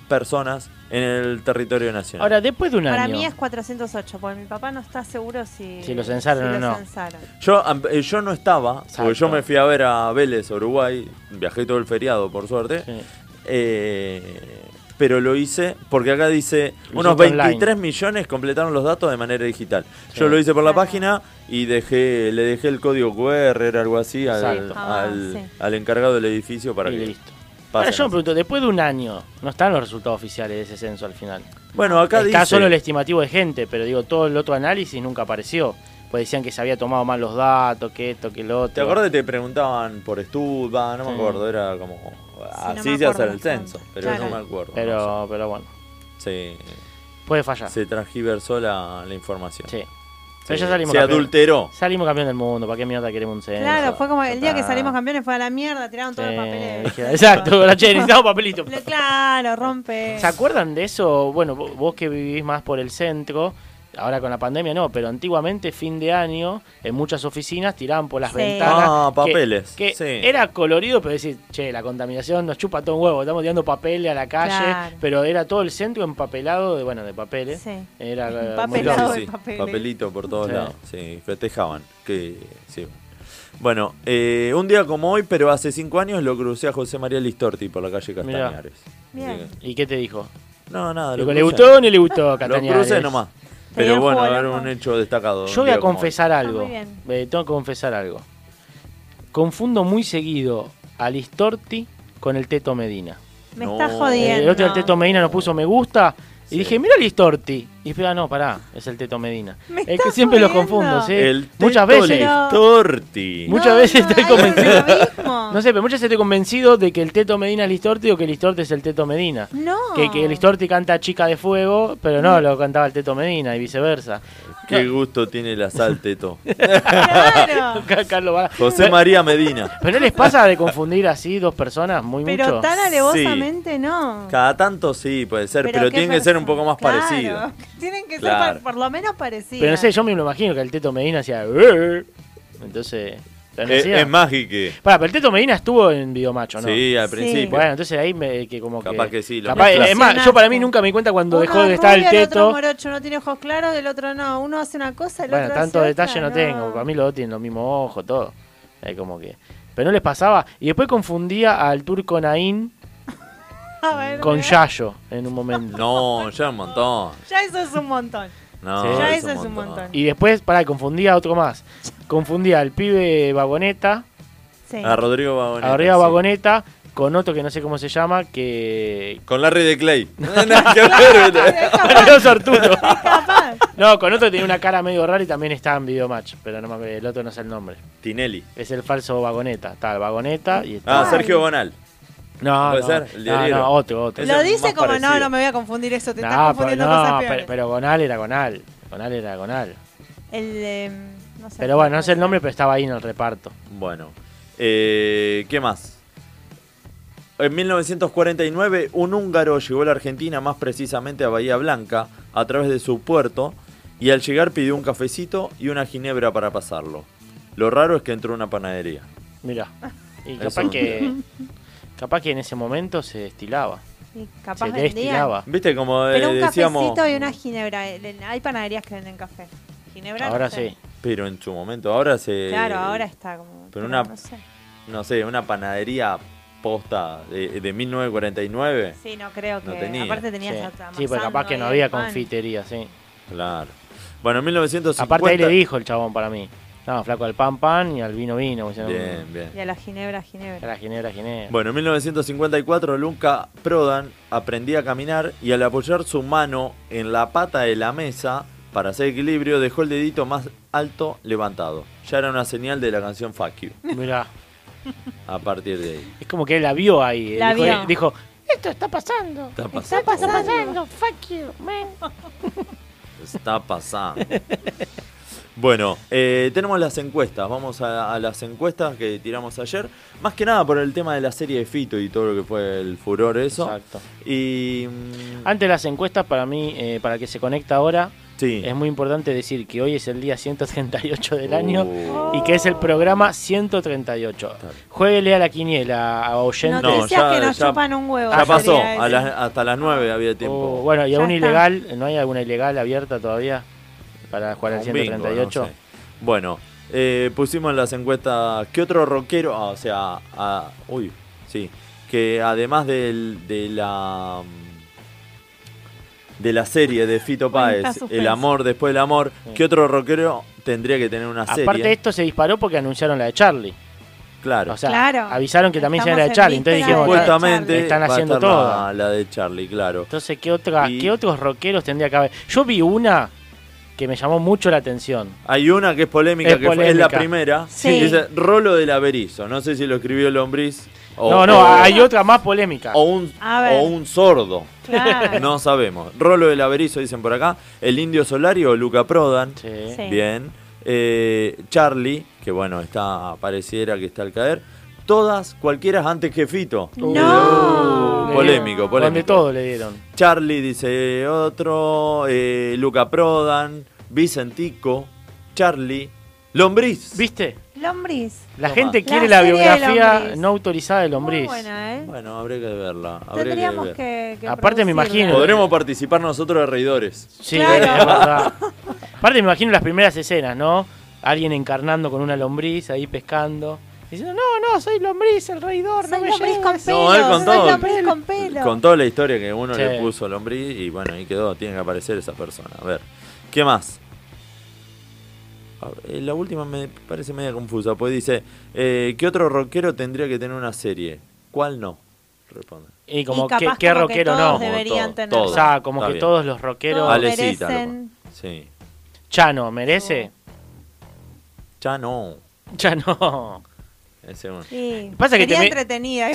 S1: personas en el territorio nacional.
S2: Ahora, después de un
S3: Para
S2: año.
S3: mí es 408, porque mi papá no está seguro si,
S2: Si lo censaron
S3: si
S2: o
S3: lo
S2: no.
S3: censaron.
S1: Yo, am- eh, yo no estaba,
S2: Exacto.
S1: porque yo me fui a ver a Vélez, Uruguay, viajé todo el feriado, por suerte,
S2: Sí.
S1: Eh, pero lo hice porque acá dice,
S2: Lo
S1: unos
S2: hiciste online.
S1: 23 millones completaron los datos de manera digital.
S2: Sí.
S1: Yo lo hice por la
S3: Claro.
S1: página y dejé le dejé el código QR, era algo así, al,
S2: Exacto.
S3: Ah,
S1: al-
S3: sí.
S1: al encargado del edificio para
S2: Y
S1: que
S2: listo. Ahora
S1: pasen
S2: yo me
S1: así.
S2: pregunto, después de un año, ¿no están los resultados oficiales de ese censo al final?
S1: Bueno, acá
S2: Está
S1: dice...
S2: solo el estimativo de gente, pero digo, todo el otro análisis nunca apareció. Pues decían que se había tomado mal los datos, que esto, que lo otro.
S1: ¿Te acuerdas que te preguntaban por estudio? No me
S2: Sí.
S1: acuerdo, era como...
S3: no
S1: Así
S3: me
S1: se hace
S3: acuerdo
S1: el
S3: bastante.
S1: censo, pero
S3: Claro.
S1: no me acuerdo. no
S2: Pero, pero bueno,
S1: sé. Sí.
S2: puede fallar. Sí.
S1: Se transgiversó la, la información.
S2: Ah. Pero
S1: Se-
S2: ya salimos
S1: se
S2: campeón.
S1: adulteró.
S2: Salimos campeón del mundo, ¿para qué mierda queremos un censo?
S3: Claro, fue como el día que
S1: Total.
S3: salimos campeones fue a la mierda, tiraron todo el
S2: Sí,
S3: papel.
S2: dije, Exacto, la che, necesitamos papelito.
S3: Le- Claro, rompe.
S2: ¿Se acuerdan de eso? Bueno, vo- vos que vivís más por el centro, ahora con la pandemia no, pero antiguamente, fin de año, en muchas oficinas tiraban por las
S3: Sí.
S2: ventanas.
S1: Ah,
S2: que-
S1: papeles,
S2: Que
S1: sí.
S2: era colorido, pero decir, che, la contaminación nos chupa todo un huevo, estamos tirando papeles a la calle,
S3: Claro.
S2: pero era todo el centro empapelado de, bueno, de papeles.
S3: Sí.
S2: Era eh, muy
S3: Empapelado.
S2: loco.
S3: de papeles.
S1: Papelito por todos
S2: Sí.
S1: lados. Sí, festejaban. Que, sí. Bueno, eh, un día como hoy, pero hace cinco años lo crucé a José María Listorti por la calle
S2: Mirá.
S1: Castañares. Así
S3: Bien.
S1: que-
S2: ¿Y qué te dijo?
S1: no, nada.
S2: Digo, ¿Le
S1: crucé.
S2: gustó o no le gustó
S1: Lo
S2: Castañares?
S1: crucé nomás. Pero
S3: el
S1: bueno,
S3: juego,
S1: era
S3: loco.
S1: un hecho destacado.
S2: Yo
S1: un
S2: voy a
S1: día como hoy.
S2: confesar algo.
S3: muy bien.
S2: Eh, tengo que confesar algo. Confundo muy seguido a Listorti con el Teto Medina.
S3: Me
S1: No.
S3: está
S2: Eh,
S3: jodiendo.
S2: el otro día el Teto Medina nos puso me gusta y
S1: Sí.
S2: dije, mira Listorti. Y espera, no, pará, es el Teto Medina.
S3: Me
S2: el que
S3: estás
S2: siempre lo
S3: jodiendo.
S2: confundo, ¿sí?
S1: El
S2: ¿eh? muchas
S1: Teto
S2: veces.
S1: Listorti.
S2: Muchas veces estoy convencido. No sé, pero muchas veces estoy convencido de que el Teto Medina es Listorti o que Listorti es el Teto Medina.
S3: No.
S2: Que, que Listorti canta Chica de Fuego, pero no, lo cantaba el Teto Medina y viceversa.
S1: Qué gusto tiene la sal, Teto.
S2: Carlos Bala-
S1: José María Medina.
S2: ¿Pero no les pasa de confundir así dos personas muy
S3: Pero
S2: mucho?
S3: tan alevosamente no.
S1: Cada tanto sí puede ser, pero,
S3: Pero qué
S1: tiene que ser un
S3: persona.
S1: poco más
S3: Claro,
S1: parecido.
S3: Tienen que ser
S1: Claro.
S3: por, por lo menos parecidos.
S2: Pero no sé, yo me lo imagino que el Teto Medina hacía... "Eh". Entonces... la
S1: Es,
S2: necesidad.
S1: Eh, es mágico.
S2: Pará, pero el Teto Medina estuvo en Videomacho, ¿no?
S1: Sí, al Sí. principio.
S2: Bueno, entonces ahí me, que como que...
S1: Capaz que sí, lo
S2: capaz-
S1: mezclas.
S2: es más, yo para mí nunca me di cuenta cuando
S3: Uno
S2: dejó
S3: es
S2: de estar el
S3: rubio, otro es
S2: Teto.
S3: morocho, uno tiene ojos claros, el otro no. Uno hace una cosa, el
S2: Bueno,
S3: otro
S2: tanto
S3: hace
S2: detalle
S3: otra,
S2: no, tengo. Para mí los dos tienen los mismos ojos, todo. Es como que... Pero no les pasaba. Y después confundía al turco Naín
S3: A ver,
S2: con
S3: ya.
S2: Yayo en un momento.
S1: No, ya un montón.
S3: eso es un montón.
S1: No,
S2: Sí.
S3: ya eso es un montón.
S2: Y después, pará, confundía a otro más. Confundía al pibe Vagoneta,
S3: Sí.
S1: A Ah, Rodrigo Vagoneta.
S2: arriba
S1: sí.
S2: Vagoneta, con otro que no sé cómo se llama, que...
S1: Con Larry de Clay. Nada que ver, ¿viste?
S2: Adiós, Arturo. No, con otro que tenía una cara medio rara y también estaba en Videomatch, pero no me acuerdo, el otro no sé el nombre.
S1: Tinelli.
S2: Es el falso Vagoneta, está el Vagoneta y está...
S1: Ah, Sergio Bonal.
S2: No,
S1: ¿Puede
S2: no,
S1: ser? El
S2: no,
S1: diario.
S2: no, otro, otro.
S1: Ese
S3: Lo
S1: es
S3: dice
S1: más
S3: como no,
S1: parecido.
S3: no me voy a confundir eso, te estás
S2: No, pero,
S3: confundiendo
S2: no
S3: cosas
S2: pero,
S3: peores.
S2: pero Gonal era Gonal, Gonal era Gonal.
S3: El, em, no sé.
S2: Pero bueno, no sé el nombre, pero estaba ahí en el reparto.
S1: Bueno, eh, ¿qué más? En 1949, un húngaro llegó a la Argentina, más precisamente a Bahía Blanca, a través de su puerto, y al llegar pidió un cafecito y una ginebra para pasarlo. Lo raro es que entró a una panadería.
S2: Mira. Y
S1: Eso
S2: capaz
S1: no.
S2: que, capaz que en ese momento se destilaba.
S3: Y capaz
S2: se
S3: vendían.
S2: destilaba.
S1: ¿Viste? Como eh,
S3: Pero un
S1: decíamos.
S3: cafecito y una ginebra. el- el- Hay panaderías que venden café. Ginebra no
S1: Ahora
S3: sé.
S1: sí. Pero en su momento, ahora se.
S3: Claro, ahora está como.
S1: Pero una,
S3: No sé.
S1: no sé, una panadería posta de, de 1949.
S3: Sí, no creo que.
S1: No tenía.
S3: Aparte tenías
S2: sí,
S3: hasta
S2: Sí, pero capaz
S3: amasando
S2: que no
S3: ahí
S2: había
S3: el pan.
S2: confitería, sí.
S1: Claro. Bueno, en 1950.
S2: Aparte ahí le dijo el chabón para mí. No, flaco al pan pan y al vino vino. como diciendo,
S1: Bien, bien.
S3: Y a la ginebra, ginebra.
S2: A la ginebra, ginebra.
S1: Bueno, en 1954 Lunca Prodan aprendía a caminar y al apoyar su mano en la pata de la mesa para hacer equilibrio dejó el dedito más alto levantado. Ya era una señal de la canción Fuck You
S2: Mirá,
S1: a partir de ahí.
S2: es como que él la vio ahí. eh,
S12: La
S2: dijo,
S12: vio.
S2: dijo,
S12: Esto está pasando.
S1: Está
S12: Está
S1: pasando.
S12: pasando. Fuck you, man.
S1: Está pasando. Bueno, eh, tenemos las encuestas. Vamos a, a las encuestas que tiramos ayer. Más que nada por el tema de la serie de Fito y todo lo que fue el furor eso.
S2: Exacto.
S1: Y... mm,
S2: Antes de las encuestas, para mí, eh, para el que se conecta ahora, es muy importante decir que hoy es el día 138 del año
S1: Oh.
S2: y que es el programa 138. Jueguele a la quiniela, a oyente.
S3: Noticias que nos chupan un huevo.
S1: Ya pasó,
S3: sería
S1: a
S3: eso.
S1: las- hasta las 9 había tiempo.
S2: Oh, bueno, y
S3: Ya
S2: aún
S3: está.
S2: ilegal, ¿no hay alguna ilegal abierta todavía para jugar al
S1: Un bingo,
S2: 138?
S1: no sé. Bueno, eh, pusimos en las encuestas que otro rockero, ah, o sea, ah, uy, sí, que además del- de la mm, de la serie de Fito Páez,
S2: suspenso.
S1: El amor después del amor,
S2: Sí.
S1: que otro rockero tendría que tener una
S2: Aparte
S1: serie?
S2: esto se disparó porque anunciaron la de Charlie.
S1: Claro.
S2: O sea, avisaron que también se era la de
S1: Estamos
S2: Charlie,
S1: en
S2: entonces
S1: víspera
S2: dijimos,
S1: de Supuestamente
S2: "Ah, están
S1: va a
S2: haciendo
S1: estar
S2: todo.
S1: la- la de Charlie, claro.
S2: Entonces, ¿qué otra qué otros rockeros tendría que haber? Yo vi una que me llamó mucho la atención.
S1: Hay una que es polémica,
S2: Es
S1: que fue- es la
S2: polémica.
S1: primera.
S2: Sí.
S1: Dice Rolo del Averizo. No sé si lo escribió Lombriz. O,
S2: no, no,
S1: o-
S2: hay otra más polémica.
S1: o un,
S2: A ver.
S1: o un sordo.
S2: Claro.
S1: No sabemos. Rolo del Averizo, dicen por acá. El Indio Solario, Luca Prodan.
S3: Sí.
S1: Bien. Eh, Charlie, que bueno, está pareciera que está al caer. Todas, cualquiera antes que Fito.
S2: No.
S1: Polémico, polémico.
S2: Donde todo le dieron.
S1: Charlie dice otro, eh, Luca Prodan, Vicentico, Charlie, Lombriz.
S2: ¿Viste?
S3: Lombriz.
S2: La gente
S3: La
S2: quiere la,
S3: serie de
S2: biografía
S3: Lombriz.
S2: no autorizada de Lombriz.
S3: Buena, ¿eh?
S1: Bueno, habría que verla. habría
S3: Tendríamos
S1: que ver.
S3: que. que
S2: Aparte me imagino.
S1: Podremos participar nosotros de reidores.
S2: Sí, es verdad. Aparte me imagino las primeras escenas, ¿no? Alguien encarnando con una lombriz ahí pescando. Diciendo, no, no, soy lombriz, el reidor.
S3: Soy
S2: no me
S3: lombriz con
S2: lleves".
S1: No, él
S3: pelo.
S1: contó.
S3: Soy lombriz con pelo.
S1: Con toda la historia que uno
S2: Sí.
S1: le puso Lombriz y bueno, ahí quedó. Tiene que aparecer esa persona. A ver, ¿qué más? A ver, eh, La última me parece media confusa, pues dice, eh, ¿qué otro rockero tendría que tener una serie? ¿Cuál no? responde.
S2: Y como que,
S3: Y capaz
S2: ¿qué
S3: como que
S2: rockero
S3: todos
S2: no.
S3: deberían tener.
S2: O sea, como que todos los rockeros.
S1: Todos Alecita, merecen- lo- sí.
S2: Chano, ¿merece?
S1: Ya no.
S2: Chano.
S1: Ese uno.
S3: Sí.
S2: Pasa que
S3: Sería
S2: te me-
S3: entretenida.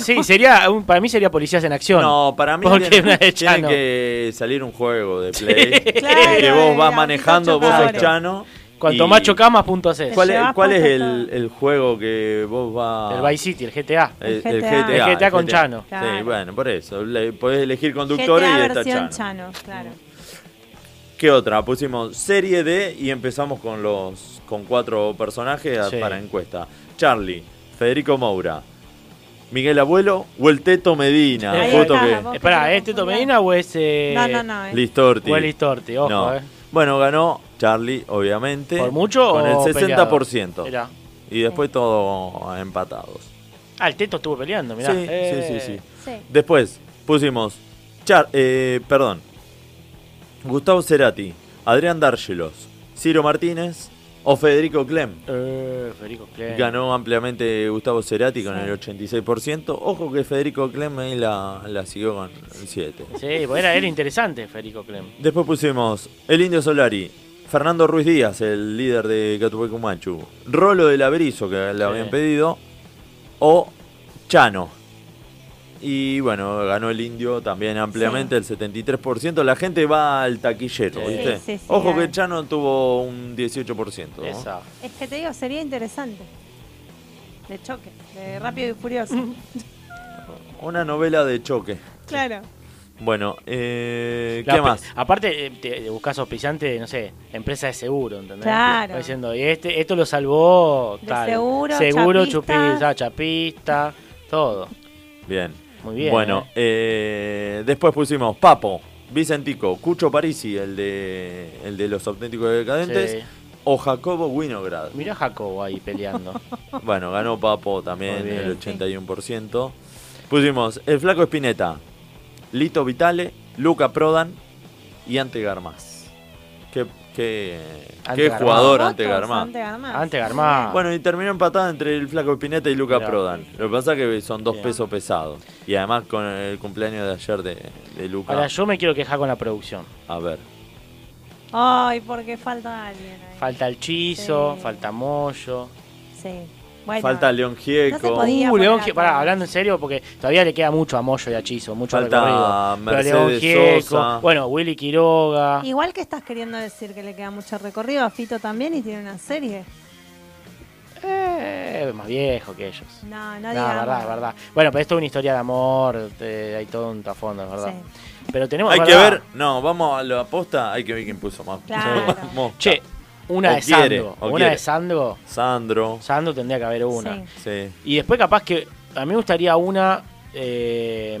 S2: Sí, sería un- para mí sería Policías en Acción.
S1: No, para mí
S2: Porque
S1: tiene,
S2: una
S1: tiene
S2: de Chano.
S1: que salir un juego de play.
S2: Claro,
S1: que vos vas
S2: de
S1: manejando, vos sos
S2: chocadores.
S1: Chano.
S2: Cuanto
S1: y-
S2: más chocás, más puntos haces.
S1: ¿Cuál es, Ah. cuál es el, el juego que vos vas...?
S2: El Vice City, el GTA.
S1: El, el GTA.
S2: El GTA con Chano.
S1: Sí, bueno, por eso. Le- podés elegir conductores y está Chano.
S3: claro.
S1: ¿Qué otra? Pusimos serie D y empezamos con los con cuatro personajes a-
S2: Sí.
S1: para encuesta. Charlie, Federico Moura, Miguel Abuelo o el Teto Medina. Justo que-
S2: Espera, Eh, ¿es Teto Medina o es. eh,
S3: No, no, no, eh.
S1: Listorti.
S2: O es Listorti, ojo,
S1: No.
S2: eh.
S1: Bueno, ganó Charlie, obviamente.
S2: ¿Por mucho
S1: Con
S2: o
S1: el 60%.
S2: peleado? Mirá.
S1: Y después todo empatados.
S2: Ah, el Teto estuvo peleando, mirá.
S1: Sí,
S2: Eh.
S1: sí, sí, sí. Después pusimos, Char- eh, perdón, Gustavo Cerati, Adrián Dárgelos, Ciro Martínez o Federico Clem.
S2: Eh, Federico Klein.
S1: Ganó ampliamente Gustavo Cerati con el 86%. Ojo que Federico Clem ahí la, la siguió con el 7%.
S2: Sí, pues era, era interesante Federico Clem.
S1: Después pusimos El Indio Solari, Fernando Ruiz Díaz, el líder de Catupecumachu, Rolo del Averizo, que le habían pedido, o Chano. Y bueno, ganó el Indio también ampliamente, el 73%. La gente va al taquillero,
S2: Sí.
S1: ¿viste?
S3: Sí, sí, sí,
S1: Ojo
S3: la-
S1: que Chano tuvo un 18%. ¿no?
S2: Esa.
S3: Es que te digo, sería interesante. De choque, de rápido y furioso.
S1: Una novela de choque.
S3: claro.
S1: Bueno, eh,
S2: La
S1: ¿qué
S2: pe-
S1: más?
S2: Aparte, eh, te, te buscas auspiciante, no sé, empresa de seguro, ¿entendés?
S3: Claro.
S2: Va Diciendo, y este, esto lo salvó
S3: De
S2: tal.
S3: seguro,
S2: seguro,
S3: chapista.
S2: chupista, chapista, todo.
S1: Bien.
S2: Muy bien,
S1: Bueno, eh, después pusimos Papo, Vicentico, Cucho Parisi, el de, el de los auténticos decadentes,
S2: Sí.
S1: o Jacobo Winograd.
S2: Mirá a Jacobo ahí peleando.
S1: Bueno, ganó Papo también,
S2: Muy bien.
S1: el 81%. Pusimos El Flaco Espineta, Lito Vitale, Luca Prodan y Ante Garmaz. Qué, qué-
S2: Ante
S1: qué
S2: Garmaz.
S1: jugador
S2: Votos,
S1: Ante Garmaz.
S3: Ante Garmaz.
S2: Ante Garmaz.
S1: Bueno, y terminó empatada entre el Flaco Espineta y Luca
S2: Ah. Mirá.
S1: Prodan. Lo que pasa es que son dos
S2: Bien.
S1: pesos pesados. Y además con el cumpleaños de ayer de, de Luca.
S2: Ahora yo me quiero quejar con la producción.
S1: A ver.
S3: Ay, porque falta alguien ahí.
S2: Falta el chizo,
S3: Sí.
S2: falta Moyo.
S3: Sí. Bueno,
S1: Falta León Gieco.
S3: No se podía
S2: Uh,
S3: poner
S2: León
S3: a
S2: Gieco, pará,
S3: todos.
S2: hablando en serio, porque todavía le queda mucho a Moyo y a Chizo, mucho
S1: Falta
S2: recorrido. Pero
S1: Mercedes
S2: León Gieco,
S1: Sosa.
S2: bueno, Willy Quiroga.
S3: Igual que estás queriendo decir que le queda mucho recorrido a Fito también y tiene una serie.
S2: Eh, más viejo que ellos.
S3: No, no,
S2: No,
S3: digamos.
S2: verdad, es verdad. Bueno, pero esto es una historia de amor, eh, hay todo un trasfondo, es verdad. Pero tenemos
S1: Hay que
S2: ¿verdad?
S1: ver. No, vamos a la aposta. Hay que ver quién puso más.
S2: Claro.
S1: Mosca.
S2: Che, una
S1: Ah, O
S2: de
S1: quiere,
S2: Sandro,
S1: o
S2: una
S1: quiere.
S2: de Sandro,
S1: Sandro.
S2: Sandro tendría que haber una.
S3: Sí.
S1: Sí.
S2: Y después capaz que a mí me gustaría una eh,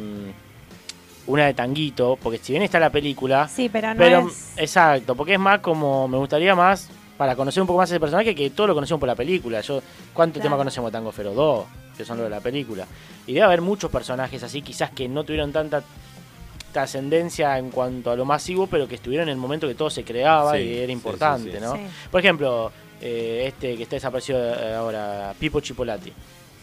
S2: una de Tanguito, porque si bien está la película,
S3: Sí, pero no
S2: pero eh,
S3: es.
S2: exacto, porque es más como me gustaría más para conocer un poco más ese personaje que todo lo conocemos por la película. Yo cuánto
S3: Claro.
S2: tema conocemos de Tango Fero 2, que son los de la película. Y debe haber muchos personajes así quizás que no tuvieron tanta trascendencia en cuanto a lo masivo, pero que estuvieron en el momento que todo se creaba
S1: Sí,
S2: y
S1: sí, sí,
S2: era importante,
S1: sí.
S2: ¿no?
S3: Sí.
S2: Por ejemplo, eh, este que está desaparecido eh, ahora, Pipo Chipolati.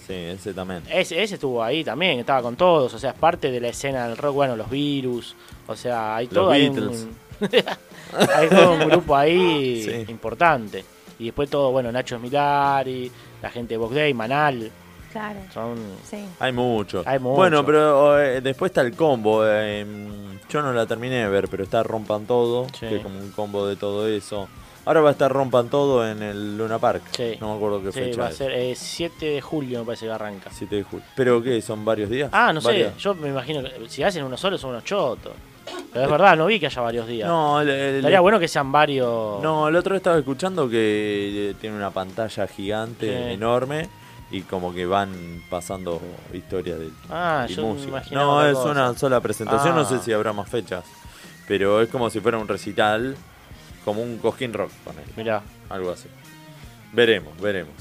S1: Sí, ese también.
S2: Ese, ese estuvo ahí también, estaba con todos, o sea, es parte de la escena del rock, bueno, los virus, o sea, hay
S1: Los
S2: todo. hay un-
S1: Beatles.
S2: hay todo un grupo ahí
S1: Sí.
S2: importante. Y después todo, bueno, Nacho Smilari, la gente de Box Day, Manal,
S3: Claro,
S2: son...
S3: sí.
S1: Hay muchos.
S2: Hay muchos.
S1: Bueno, pero eh, después está el combo. eh, yo no la terminé de ver, pero está Rompan Todo,
S2: Sí.
S1: que es como un combo de todo eso. Ahora va a estar Rompan Todo en el Luna Park.
S2: Sí.
S1: No me acuerdo qué
S2: Sí,
S1: fecha
S2: va a
S1: es.
S2: ser eh, 7 de julio, me parece que arranca.
S1: 7 de julio. ¿Pero qué? ¿Son varios días?
S2: Ah, no sé,
S1: ¿Varios?
S2: yo me imagino que si hacen uno solo son unos chotos. Pero es verdad, no vi que haya varios días.
S1: No, el- el-
S2: Estaría bueno que sean varios...
S1: No, el otro día estaba escuchando que eh, tiene una pantalla gigante,
S2: Sí.
S1: enorme, y como que van pasando historias de
S2: Ah,
S1: y
S2: yo me imaginaba
S1: No,
S2: otra
S1: es
S2: cosa.
S1: una sola presentación, no sé
S2: Ah.
S1: si habrá más fechas, pero es como si fuera un recital, como un cojín rock con él,
S2: Mirá,
S1: algo así. Veremos, veremos.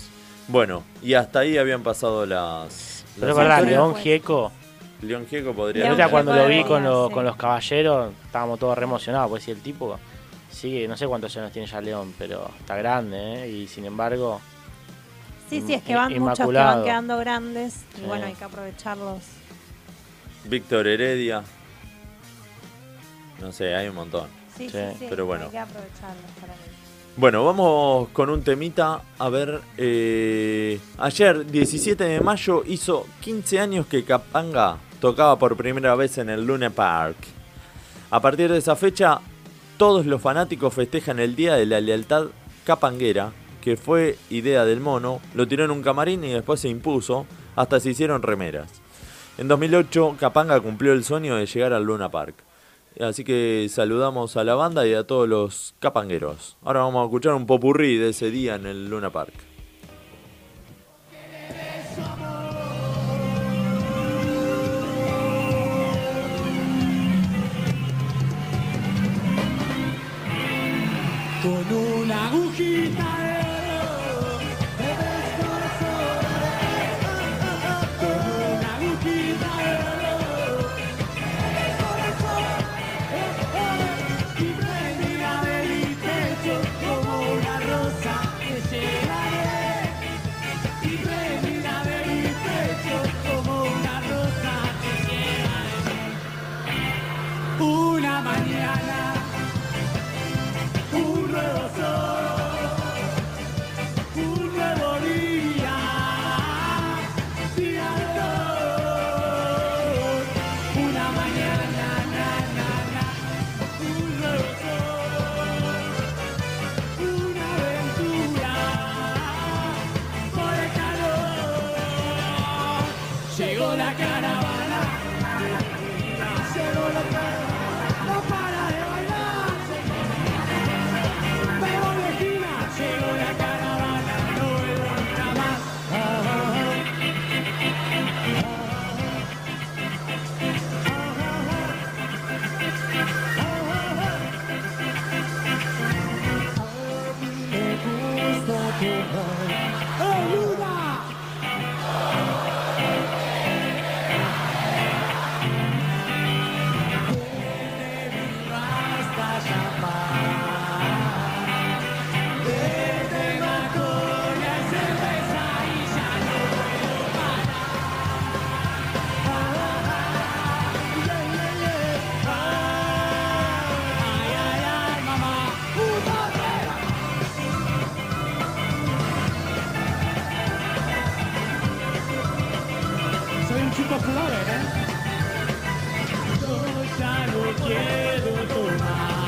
S1: Bueno, y hasta ahí habían pasado las...
S2: pero
S1: las
S2: es verdad,
S1: historias.
S2: León Gieco...
S1: León Gieco podría...
S2: Yo
S1: ser.
S2: ya cuando lo vi
S3: Podría,
S2: con, lo-
S3: sí.
S2: con los caballeros, estábamos todos re emocionados, porque si el tipo sigue, no sé cuántos años tiene ya León, pero está grande, ¿eh? Y sin embargo,
S3: Sí, sí, es que
S2: Im-
S3: van muchos que
S2: Inmaculado.
S3: van quedando grandes y
S2: Sí.
S3: bueno, hay que aprovecharlos.
S1: Víctor Heredia. No sé, hay un montón.
S3: Sí, sí, sí,
S1: Pero bueno.
S3: Hay que aprovecharlo para mí.
S1: Bueno, vamos con un temita. A ver, eh, ayer 17 de mayo hizo 15 años que Capanga tocaba por primera vez en el Luna Park. A partir de esa fecha, todos los fanáticos festejan el Día de la Lealtad Capanguera, que fue idea del mono, lo tiró en un camarín y después se impuso, hasta se hicieron remeras. En 2008, Capanga cumplió el sueño de llegar al Luna Park. Así que saludamos a la banda y a todos los capangueros. Ahora vamos a escuchar un popurrí de ese día en el Luna Park.
S6: Con una agujita de Con una agujita de Y prendida de mi pecho como una rosa que llegaré. Y prendida de mi pecho como una rosa que llegaré. Una mañana un nuevo sol, un nuevo día, día de sol, una mañana, na, na, na, un nuevo sol, una aventura, por el calor, llegó la caravana, llegó la caravana, no para de bailar. Pero de esquina llegó la caravana, no vuelvo nunca más. Me gusta que ¡Eh, Luna! Basta llamar. Desde Macoria y cerveza y ya no puedo parar. Ah, yeah, yeah, yeah. Ah, ay, ay, ay, mamá. Un, dos, tres. Soy un chico flores, ¿eh? Yo ya no quiero tomar.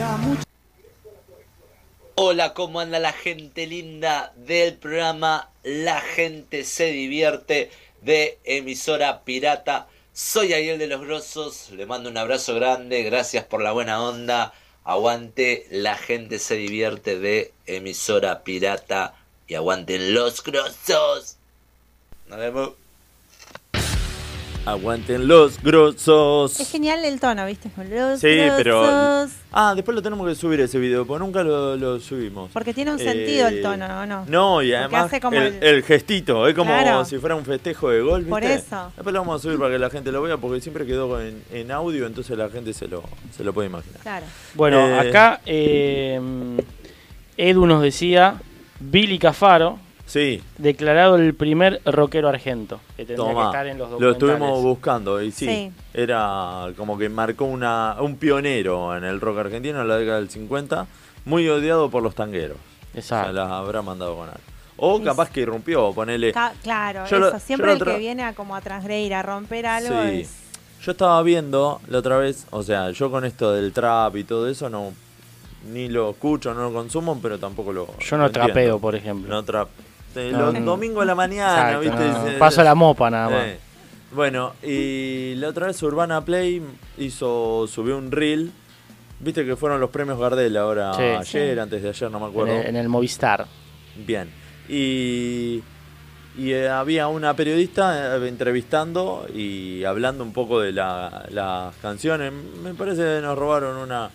S6: Oh,
S13: Hola, ¿cómo anda la gente linda del programa La gente se divierte de emisora pirata? Soy Ariel de los Grosos, le mando un abrazo grande, gracias por la buena onda. Aguante, la gente se divierte de emisora pirata y aguanten los grosos. Nos vemos.
S1: Aguanten los grosos.
S3: Es genial el tono, ¿viste? Con los
S1: Sí, pero-
S3: grosos.
S1: Ah, después lo tenemos que subir ese video, porque nunca lo, lo subimos.
S3: Porque tiene un
S1: Eh,
S3: sentido el tono, ¿o no?
S1: No, y además
S3: hace
S1: el,
S3: como el-
S1: el gestito, es como
S3: Claro.
S1: si fuera un festejo de golf.
S3: Por eso.
S1: Después lo vamos a subir para que la gente lo vea, porque siempre quedó en, en audio, entonces la gente se lo, se lo puede imaginar.
S3: Claro.
S2: Bueno,
S1: Eh,
S2: acá eh, Edu nos decía Billy Cafaro,
S1: sí.
S2: declarado el primer rockero argento. Que tendría que
S1: Tomá,
S2: estar en los
S1: lo
S2: documentales.
S1: estuvimos buscando y sí,
S2: Sí.
S1: era como que marcó una, un pionero en el rock argentino en la década del 50, muy odiado por los tangueros.
S2: Exacto.
S1: O sea, las habrá mandado con algo. O capaz que irrumpió, ponele...
S3: Ca- claro,
S1: Eh, Yo lo-
S3: eso.
S1: yo
S3: Siempre
S1: lo
S3: el
S1: tra-
S3: que viene a como a transgredir, a romper algo.
S1: Sí.
S3: es-
S1: Yo estaba viendo la otra vez, o sea, yo con esto del trap y todo eso no ni lo escucho, no lo consumo, pero tampoco lo
S2: Yo no
S1: lo entiendo.
S2: trapeo, por ejemplo.
S1: No trap. Eh,
S2: No,
S1: los
S2: no.
S1: domingos a la mañana,
S2: Exacto,
S1: ¿viste?
S2: no, no.
S1: Se-
S2: Paso la mopa nada más.
S1: Bueno, y la otra vez Urbana Play hizo subió un reel. Viste que fueron los premios Gardel ahora
S2: Sí.
S1: ayer,
S2: Sí.
S1: antes de ayer, no me
S2: en,
S1: acuerdo.
S2: el, en el Movistar.
S1: Bien. Y, y, eh, había una periodista eh, entrevistando y hablando un poco de la- las canciones. Me parece que nos robaron una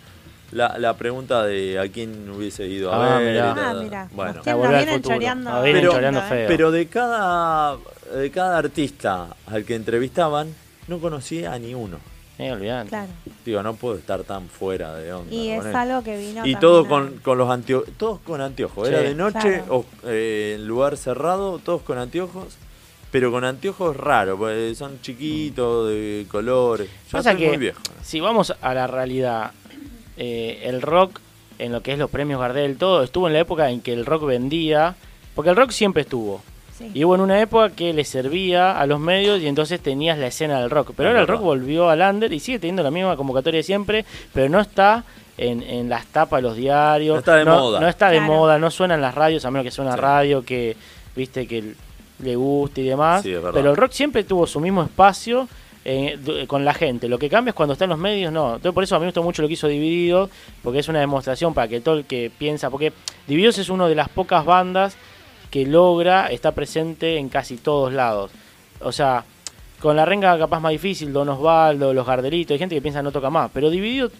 S1: la, la pregunta de a quién hubiese ido a
S2: Ah,
S1: ver. y
S2: mirá.
S1: ta,
S2: Ah,
S1: ta.
S2: mirá.
S1: Bueno.
S2: Nos La volver al vienen futuro. choreando Nos vienen choreando feo.
S1: pero de cada de cada artista al que entrevistaban no conocía a ni uno.
S2: Eh, olvidate.
S3: Claro.
S1: Digo, no puedo estar tan fuera de onda.
S3: Y
S1: con
S3: es
S1: esto.
S3: algo que vino
S1: Y
S3: también
S1: todo
S3: a-
S1: con, con los anteojos, todos con anteojos.
S2: Sí.
S1: Era de noche,
S3: Claro.
S1: o, eh, en lugar cerrado, todos con anteojos, pero con anteojos raros, porque son chiquitos, de colores. Yo
S2: Pasa
S1: estoy
S2: que
S1: muy viejo.
S2: si vamos a la realidad, eh, el rock, en lo que es los premios Gardel, todo, estuvo en la época en que el rock vendía, porque el rock siempre estuvo.
S3: Sí.
S2: Y hubo en una época que le servía a los medios y entonces tenías la escena del rock. Pero
S1: Es
S2: ahora el
S1: verdad.
S2: rock volvió al under y sigue teniendo la misma convocatoria de siempre, pero no está en, en las tapas de los diarios.
S1: No está de moda.
S2: No está de
S1: Claro.
S2: moda, no suena en las radios, a menos que suena una radio que, viste, que le guste y demás.
S1: Sí, es verdad.
S2: pero el rock siempre tuvo su mismo espacio eh, du- con la gente. Lo que cambia es cuando está en los medios, no. Entonces, por eso a mí me gustó mucho lo que hizo Divididos, porque es una demostración para que todo el que piensa. Porque Divididos es una de las pocas bandas que logra estar presente en casi todos lados. O sea, con la renga capaz más difícil, Don Osvaldo, los Gardelitos, hay gente que piensa no toca más. Pero Dividido,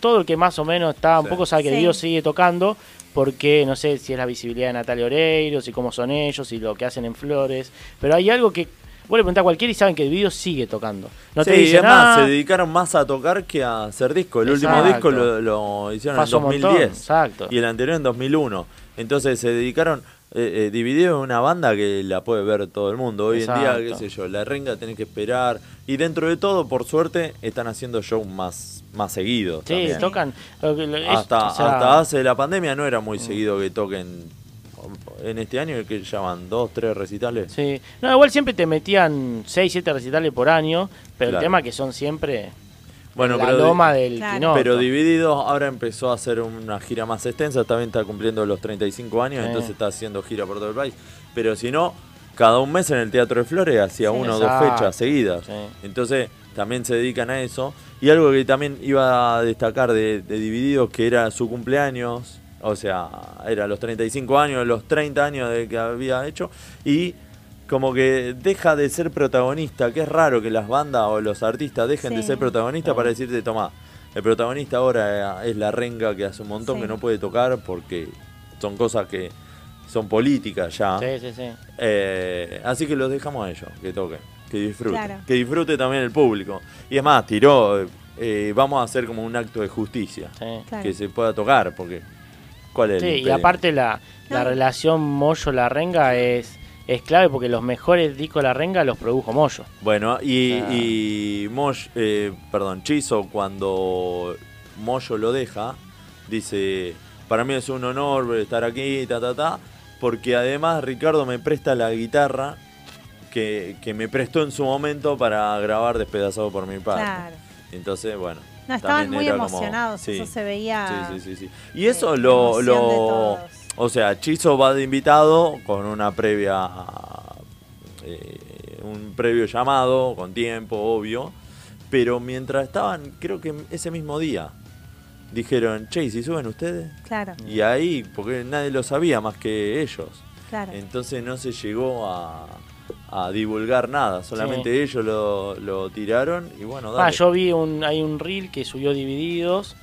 S2: todo el que más o menos está, un poco sabe que
S14: Sí.
S2: Divididos sigue tocando. Porque no sé si es la visibilidad de Natalia Oreiro, si cómo son ellos, si lo que hacen en Flores. Pero hay algo que vos le preguntás a cualquiera y saben que Divididos sigue tocando. No te
S1: Sí,
S2: dicen
S1: es más,
S2: "Ah,
S1: se dedicaron más a tocar que a hacer disco. El último
S2: Exacto.
S1: disco lo, lo hicieron
S2: Pasó
S1: en
S2: un montón,
S1: 2010
S2: exacto.
S1: y el anterior en 2001. Entonces se dedicaron, eh, eh, dividieron una banda que la puede ver todo el mundo. Hoy en día, qué
S2: Exacto.
S1: sé yo, la renga tenés que esperar. Y dentro de todo, por suerte, están haciendo shows más, más seguidos.
S2: Sí,
S1: también.
S2: tocan. Lo que- lo- es-
S1: Hasta,
S2: o sea, Mm.
S1: hasta hace la pandemia no era muy seguido que toquen en este año, que ya van dos, tres recitales.
S2: Sí. No, igual siempre te metían 6, 7 recitales por año, pero
S1: Claro.
S2: el tema que son siempre
S1: Bueno,
S2: la
S1: pero di-
S2: loma del
S1: Claro.
S2: Quinoto.
S1: Pero Divididos ahora empezó a hacer una gira más extensa, también está cumpliendo los 35 años,
S2: Sí.
S1: entonces está haciendo gira por todo el país. Pero si no, cada un mes en el Teatro de Flores hacía
S2: Sí.
S1: una o dos
S2: Exacto.
S1: fechas seguidas. Entonces también se dedican a eso. Y algo que también iba a destacar de, de Divididos, que era su cumpleaños, o sea, era los 35 años, los 30 años de que había hecho, y como que deja de ser protagonista, que es raro que las bandas o los artistas dejen de
S2: Sí.
S1: ser protagonistas para decirte, tomá, el protagonista ahora eh, es la renga que hace un montón
S2: Sí.
S1: que no puede tocar porque son cosas que son políticas ya.
S2: Sí, sí, sí.
S1: Eh, así que los dejamos a ellos, que toquen, que disfruten.
S2: Claro.
S1: Que disfrute también el público. Y es más, tiró, eh, vamos a hacer como un acto de justicia,
S2: Claro.
S1: que se pueda tocar, porque... ¿Cuál es
S2: Sí,
S1: el
S2: y
S1: impedimento?
S2: aparte la, la relación Moyo-La Renga es, es clave porque los mejores discos de La Renga los produjo Moyo.
S1: Bueno, y,
S2: Ah.
S1: y Mosh, eh, perdón, Chizo, cuando Moyo lo deja, dice, para mí es un honor estar aquí, ta, ta, ta, porque además Ricardo me presta la guitarra que, que me prestó en su momento para grabar Despedazado por mi padre.
S3: Claro.
S1: Entonces, bueno.
S3: No, estaban
S1: También
S3: muy
S1: era como-
S3: emocionados,
S1: sí.
S3: eso se veía.
S1: Sí, sí, sí, sí. Y eso lo,
S3: Eh, emoción
S1: lo-
S3: de todos.
S1: O sea, Chizo va de invitado con una previa. eh, un previo llamado, con tiempo, obvio. Pero mientras estaban, creo que ese mismo día, dijeron, che, ¿y si suben ustedes?
S3: Claro,
S1: Y ahí, porque nadie lo sabía más que ellos.
S3: claro.
S1: Entonces no se llegó a, a divulgar nada, solamente ellos lo, lo tiraron y bueno, dale.
S2: Ah, yo vi un, hay un reel que subió Divididos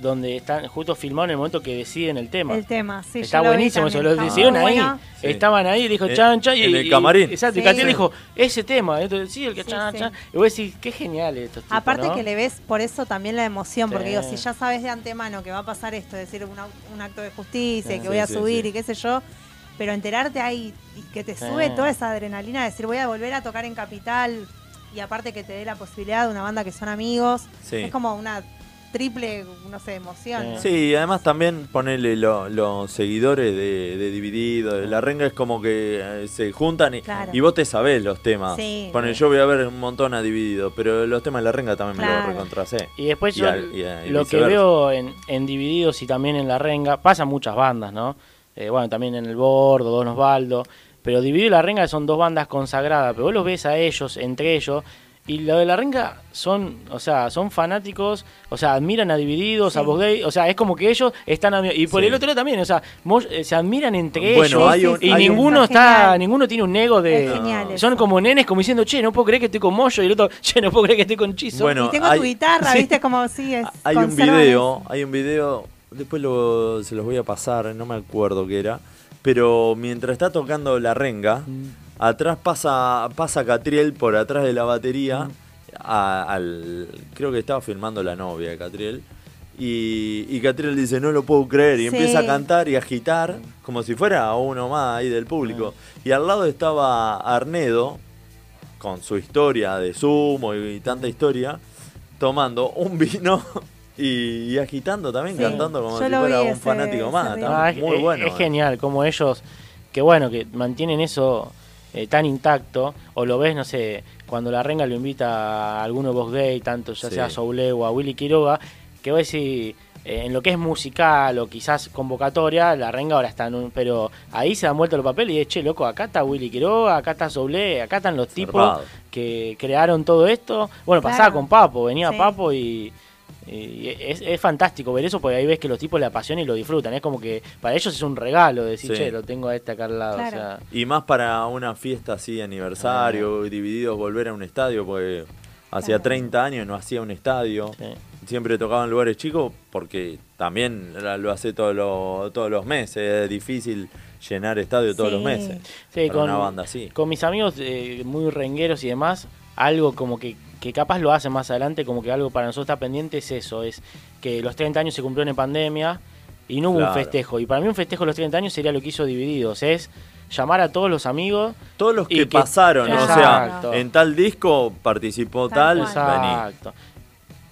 S2: donde están justo filmado en el momento que deciden el tema.
S3: El tema, sí,
S2: Está
S3: yo lo vi
S2: buenísimo
S3: también,
S2: eso, lo
S3: está
S2: decidieron
S3: muy
S2: ahí.
S3: bueno. Ah.
S1: Sí.
S2: Estaban ahí, dijo
S1: En-
S2: chan, chan. y-
S1: en el
S2: y-
S1: camarín.
S2: exacto, y
S3: Sí.
S2: Catriel
S1: Sí.
S2: dijo, ese tema. Entonces, sí, el que chan,
S3: sí.
S2: chan. Y vos decís, qué genial estos tipos,
S3: Aparte
S2: ¿no?
S3: que le ves por eso también la emoción, porque
S2: Sí.
S3: digo, si ya sabes de antemano que va a pasar esto, es decir, un, au- un acto de justicia,
S2: Sí,
S3: que voy a
S2: sí,
S3: subir
S2: sí.
S3: y qué sé yo, pero enterarte ahí y que te
S2: Sí.
S3: sube toda esa adrenalina, de decir, voy a volver a tocar en Capital y aparte que te dé la posibilidad de una banda que son amigos,
S1: Sí.
S3: es como una triple, no sé, emoción. ¿no?
S1: Sí, además también ponerle los seguidores de, de Dividido, de La Renga es como que eh, se juntan y,
S3: Claro.
S1: y vos te sabés los temas.
S3: Sí.
S1: Ponele, yo voy a ver un montón a Dividido, pero los temas de La Renga también me
S3: Claro.
S1: los recontracé.
S2: Y después yo
S1: al- y a- y
S2: lo que
S1: viceversa.
S2: veo en, en Divididos y también en La Renga, pasan muchas bandas, ¿no? Eh, bueno, también en El Bordo, Don Osvaldo, pero Dividido y La Renga son dos bandas consagradas, pero vos los ves a ellos, entre ellos, y lo de La Renga son, o sea, son fanáticos, o sea, admiran a Divididos, a Vos Gay, o sea, es como que ellos están... ami- Y por
S1: Sí.
S2: el otro lado también, o sea, mo- eh, se admiran entre
S1: Bueno,
S2: ellos
S1: hay un-
S2: y
S1: hay un-
S2: ninguno
S3: Es
S2: está,
S3: genial.
S2: ninguno tiene un ego de...
S3: Es genial
S2: Son como nenes como diciendo, che, no puedo creer que estoy con Moyo, y el otro, che, no puedo creer que estoy con Chizo.
S1: Bueno,
S3: y tengo
S1: hay-
S3: tu guitarra,
S1: sí.
S3: viste, como sí, es,
S1: Ah, Hay un
S3: conservan
S1: video, hay un video, después lo- se los voy a pasar, no me acuerdo qué era, pero mientras está tocando La Renga, atrás pasa, pasa Catriel por atrás de la batería, a- al, creo que estaba filmando la novia de Catriel. Y, y Catriel dice, no lo puedo creer, y
S3: Sí.
S1: empieza a cantar y a agitar, como si fuera uno más ahí del público. Y al lado estaba Arnedo, con su historia de sumo y, y tanta historia, tomando un vino y, y agitando también,
S3: Sí,
S1: cantando como
S3: yo
S1: si
S3: lo
S1: fuera
S3: vi
S1: un
S3: ese-
S1: fanático
S3: ese
S1: más.
S3: video.
S1: está
S2: Ah, es,
S1: muy
S2: es-
S1: bueno.
S2: es
S1: eh.
S2: genial como ellos, que bueno, que mantienen eso eh, tan intacto. O lo ves, no sé, cuando la renga lo invita a alguno Vox Gay, tanto ya
S1: Sí.
S2: sea a Soule o a Willy Quiroga, que voy a decir, en lo que es musical o quizás convocatoria, la renga ahora está en un. Pero ahí se han vuelto los papeles y es che, loco, acá está Willy Quiroga, acá está Soule, acá están los
S1: Zarpado.
S2: tipos que crearon todo esto. Bueno, pasaba
S3: Claro.
S2: con Papo, venía
S3: Sí.
S2: Papo y. Y es, es fantástico ver eso porque ahí ves que los tipos le apasionan y lo disfrutan. Es como que para ellos es un regalo decir,
S1: Sí.
S2: che, lo tengo a este acá al lado.
S3: Claro.
S2: O sea,
S1: Y más para una fiesta así, aniversario, divididos, volver a un estadio, porque hacía
S3: Ah. Claro.
S1: 30 años no hacía un estadio.
S2: sí.
S1: Siempre tocaba en lugares chicos, porque también la- lo hace todos los todos los meses. Es difícil llenar estadio todos
S3: Sí.
S1: los meses.
S2: Sí,
S1: para
S2: con,
S1: una banda así.
S2: con mis amigos eh, muy rengueros y demás, algo como que, que capaz lo hacen más adelante, como que algo para nosotros está pendiente es eso, es que los 30 años se cumplieron en pandemia y no hubo
S1: Claro.
S2: un festejo. Y para mí un festejo de los 30 años sería lo que hizo Divididos, es llamar a todos los amigos.
S1: Todos los que,
S2: Y que-
S1: pasaron, o
S2: Exacto.
S1: sea, en tal disco participó
S3: Tal
S1: tal,
S3: cual.
S1: vení.
S2: Exacto.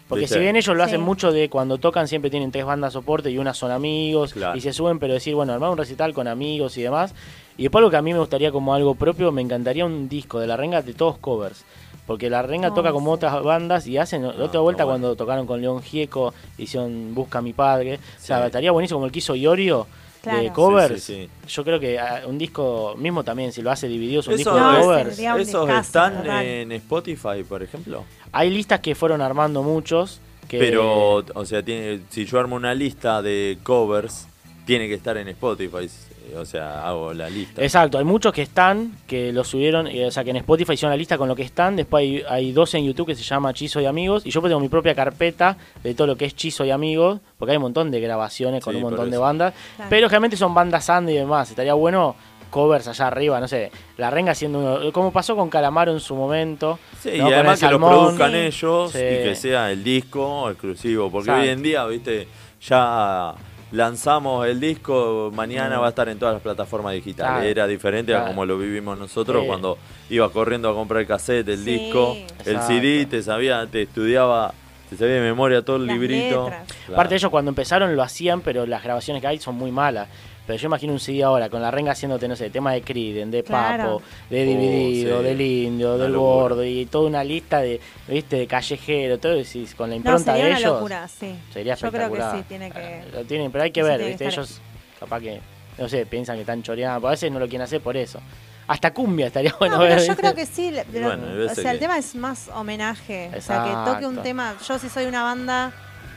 S2: Porque
S1: ¿Viste?
S2: si bien ellos lo
S3: Sí.
S2: hacen mucho de cuando tocan, siempre tienen tres bandas soporte y una son amigos
S1: Claro.
S2: y se suben, pero decir, bueno, armar un recital con amigos y demás. Y después lo que a mí me gustaría como algo propio, me encantaría un disco de La Renga de todos covers. Porque La Renga
S3: Oh,
S2: toca como
S3: sí.
S2: otras bandas y hacen la
S1: Ah, está
S2: otra vuelta
S1: bueno.
S2: cuando tocaron con León Gieco, hicieron Busca a mi padre. O sea,
S1: Sí.
S2: estaría buenísimo como el que hizo Iorio
S3: Claro.
S2: de covers.
S1: Sí, sí,
S2: Yo creo que ah, un disco mismo también, si lo hace dividido, es un
S1: ¿Esos,
S2: disco de
S3: No,
S2: covers.
S3: sería un
S1: esos
S3: discazo,
S1: están
S3: total.
S1: en Spotify, por ejemplo?
S2: Hay listas que fueron armando muchos. Que,
S1: Pero, o sea, tiene, si yo armo una lista de covers, tiene que estar en Spotify. O sea, hago la lista.
S2: Exacto, hay muchos que están, que lo subieron, eh, o sea, que en Spotify hicieron la lista con lo que están. Después hay, hay dos en YouTube que se llama Chizo y Amigos. Y yo pues tengo mi propia carpeta de todo lo que es Chizo y Amigos, porque hay un montón de grabaciones con
S1: Sí,
S2: un
S1: por
S2: montón de
S1: eso.
S2: bandas.
S3: Claro.
S2: Pero generalmente son bandas Andy y demás. Estaría bueno covers allá arriba, no sé, La Renga haciendo uno, como pasó con Calamaro en su momento.
S1: Sí,
S2: ¿no?
S1: y
S2: Con el
S1: además que lo
S2: Salmón.
S1: produzcan ellos
S2: Sí.
S1: y que sea el disco exclusivo. Porque
S2: Exacto.
S1: hoy en día, viste, ya lanzamos el disco, mañana va a estar en todas las plataformas digitales.
S2: Mm. Claro.
S1: Era diferente a
S2: Claro.
S1: como lo vivimos nosotros
S2: Sí.
S1: cuando iba corriendo a comprar el cassette, el
S3: Sí.
S1: disco, el
S2: Exacto.
S1: CD, te sabía, te estudiaba, te Se sabía de memoria todo el librito.
S2: Aparte, ellos cuando empezaron lo hacían, pero las grabaciones que hay son muy malas. Pero yo imagino un CD ahora con la renga haciéndote, no sé, tema de Creedence, de
S3: Claro.
S2: Papo, de
S1: Oh,
S2: Dividido,
S1: sí.
S2: del Indio,
S1: Una
S2: del
S1: locura.
S2: Gordo y toda una lista de, viste, de callejero, todo. Y si- con la
S3: No,
S2: impronta
S3: sería
S2: de
S3: una
S2: ellos.
S3: locura, sí.
S2: Sería
S3: Yo creo que
S2: espectacular. Eh,
S3: sí, tiene que...
S2: Lo tienen, pero hay que
S3: Sí,
S2: ver,
S3: tiene que
S2: ¿viste?
S3: estar
S2: Ellos capaz que, no sé, piensan que están choreando, a veces no lo quieren hacer por eso. Hasta cumbia estaría bueno
S3: no, pero
S2: ver.
S3: yo
S2: ¿viste?
S3: creo que sí. le-
S2: Y
S3: pero-
S2: bueno, hay
S3: o
S2: veces
S3: sea, el
S2: que-
S3: tema es más homenaje. O sea, que toque un
S2: Exacto.
S3: tema. Yo, si soy una banda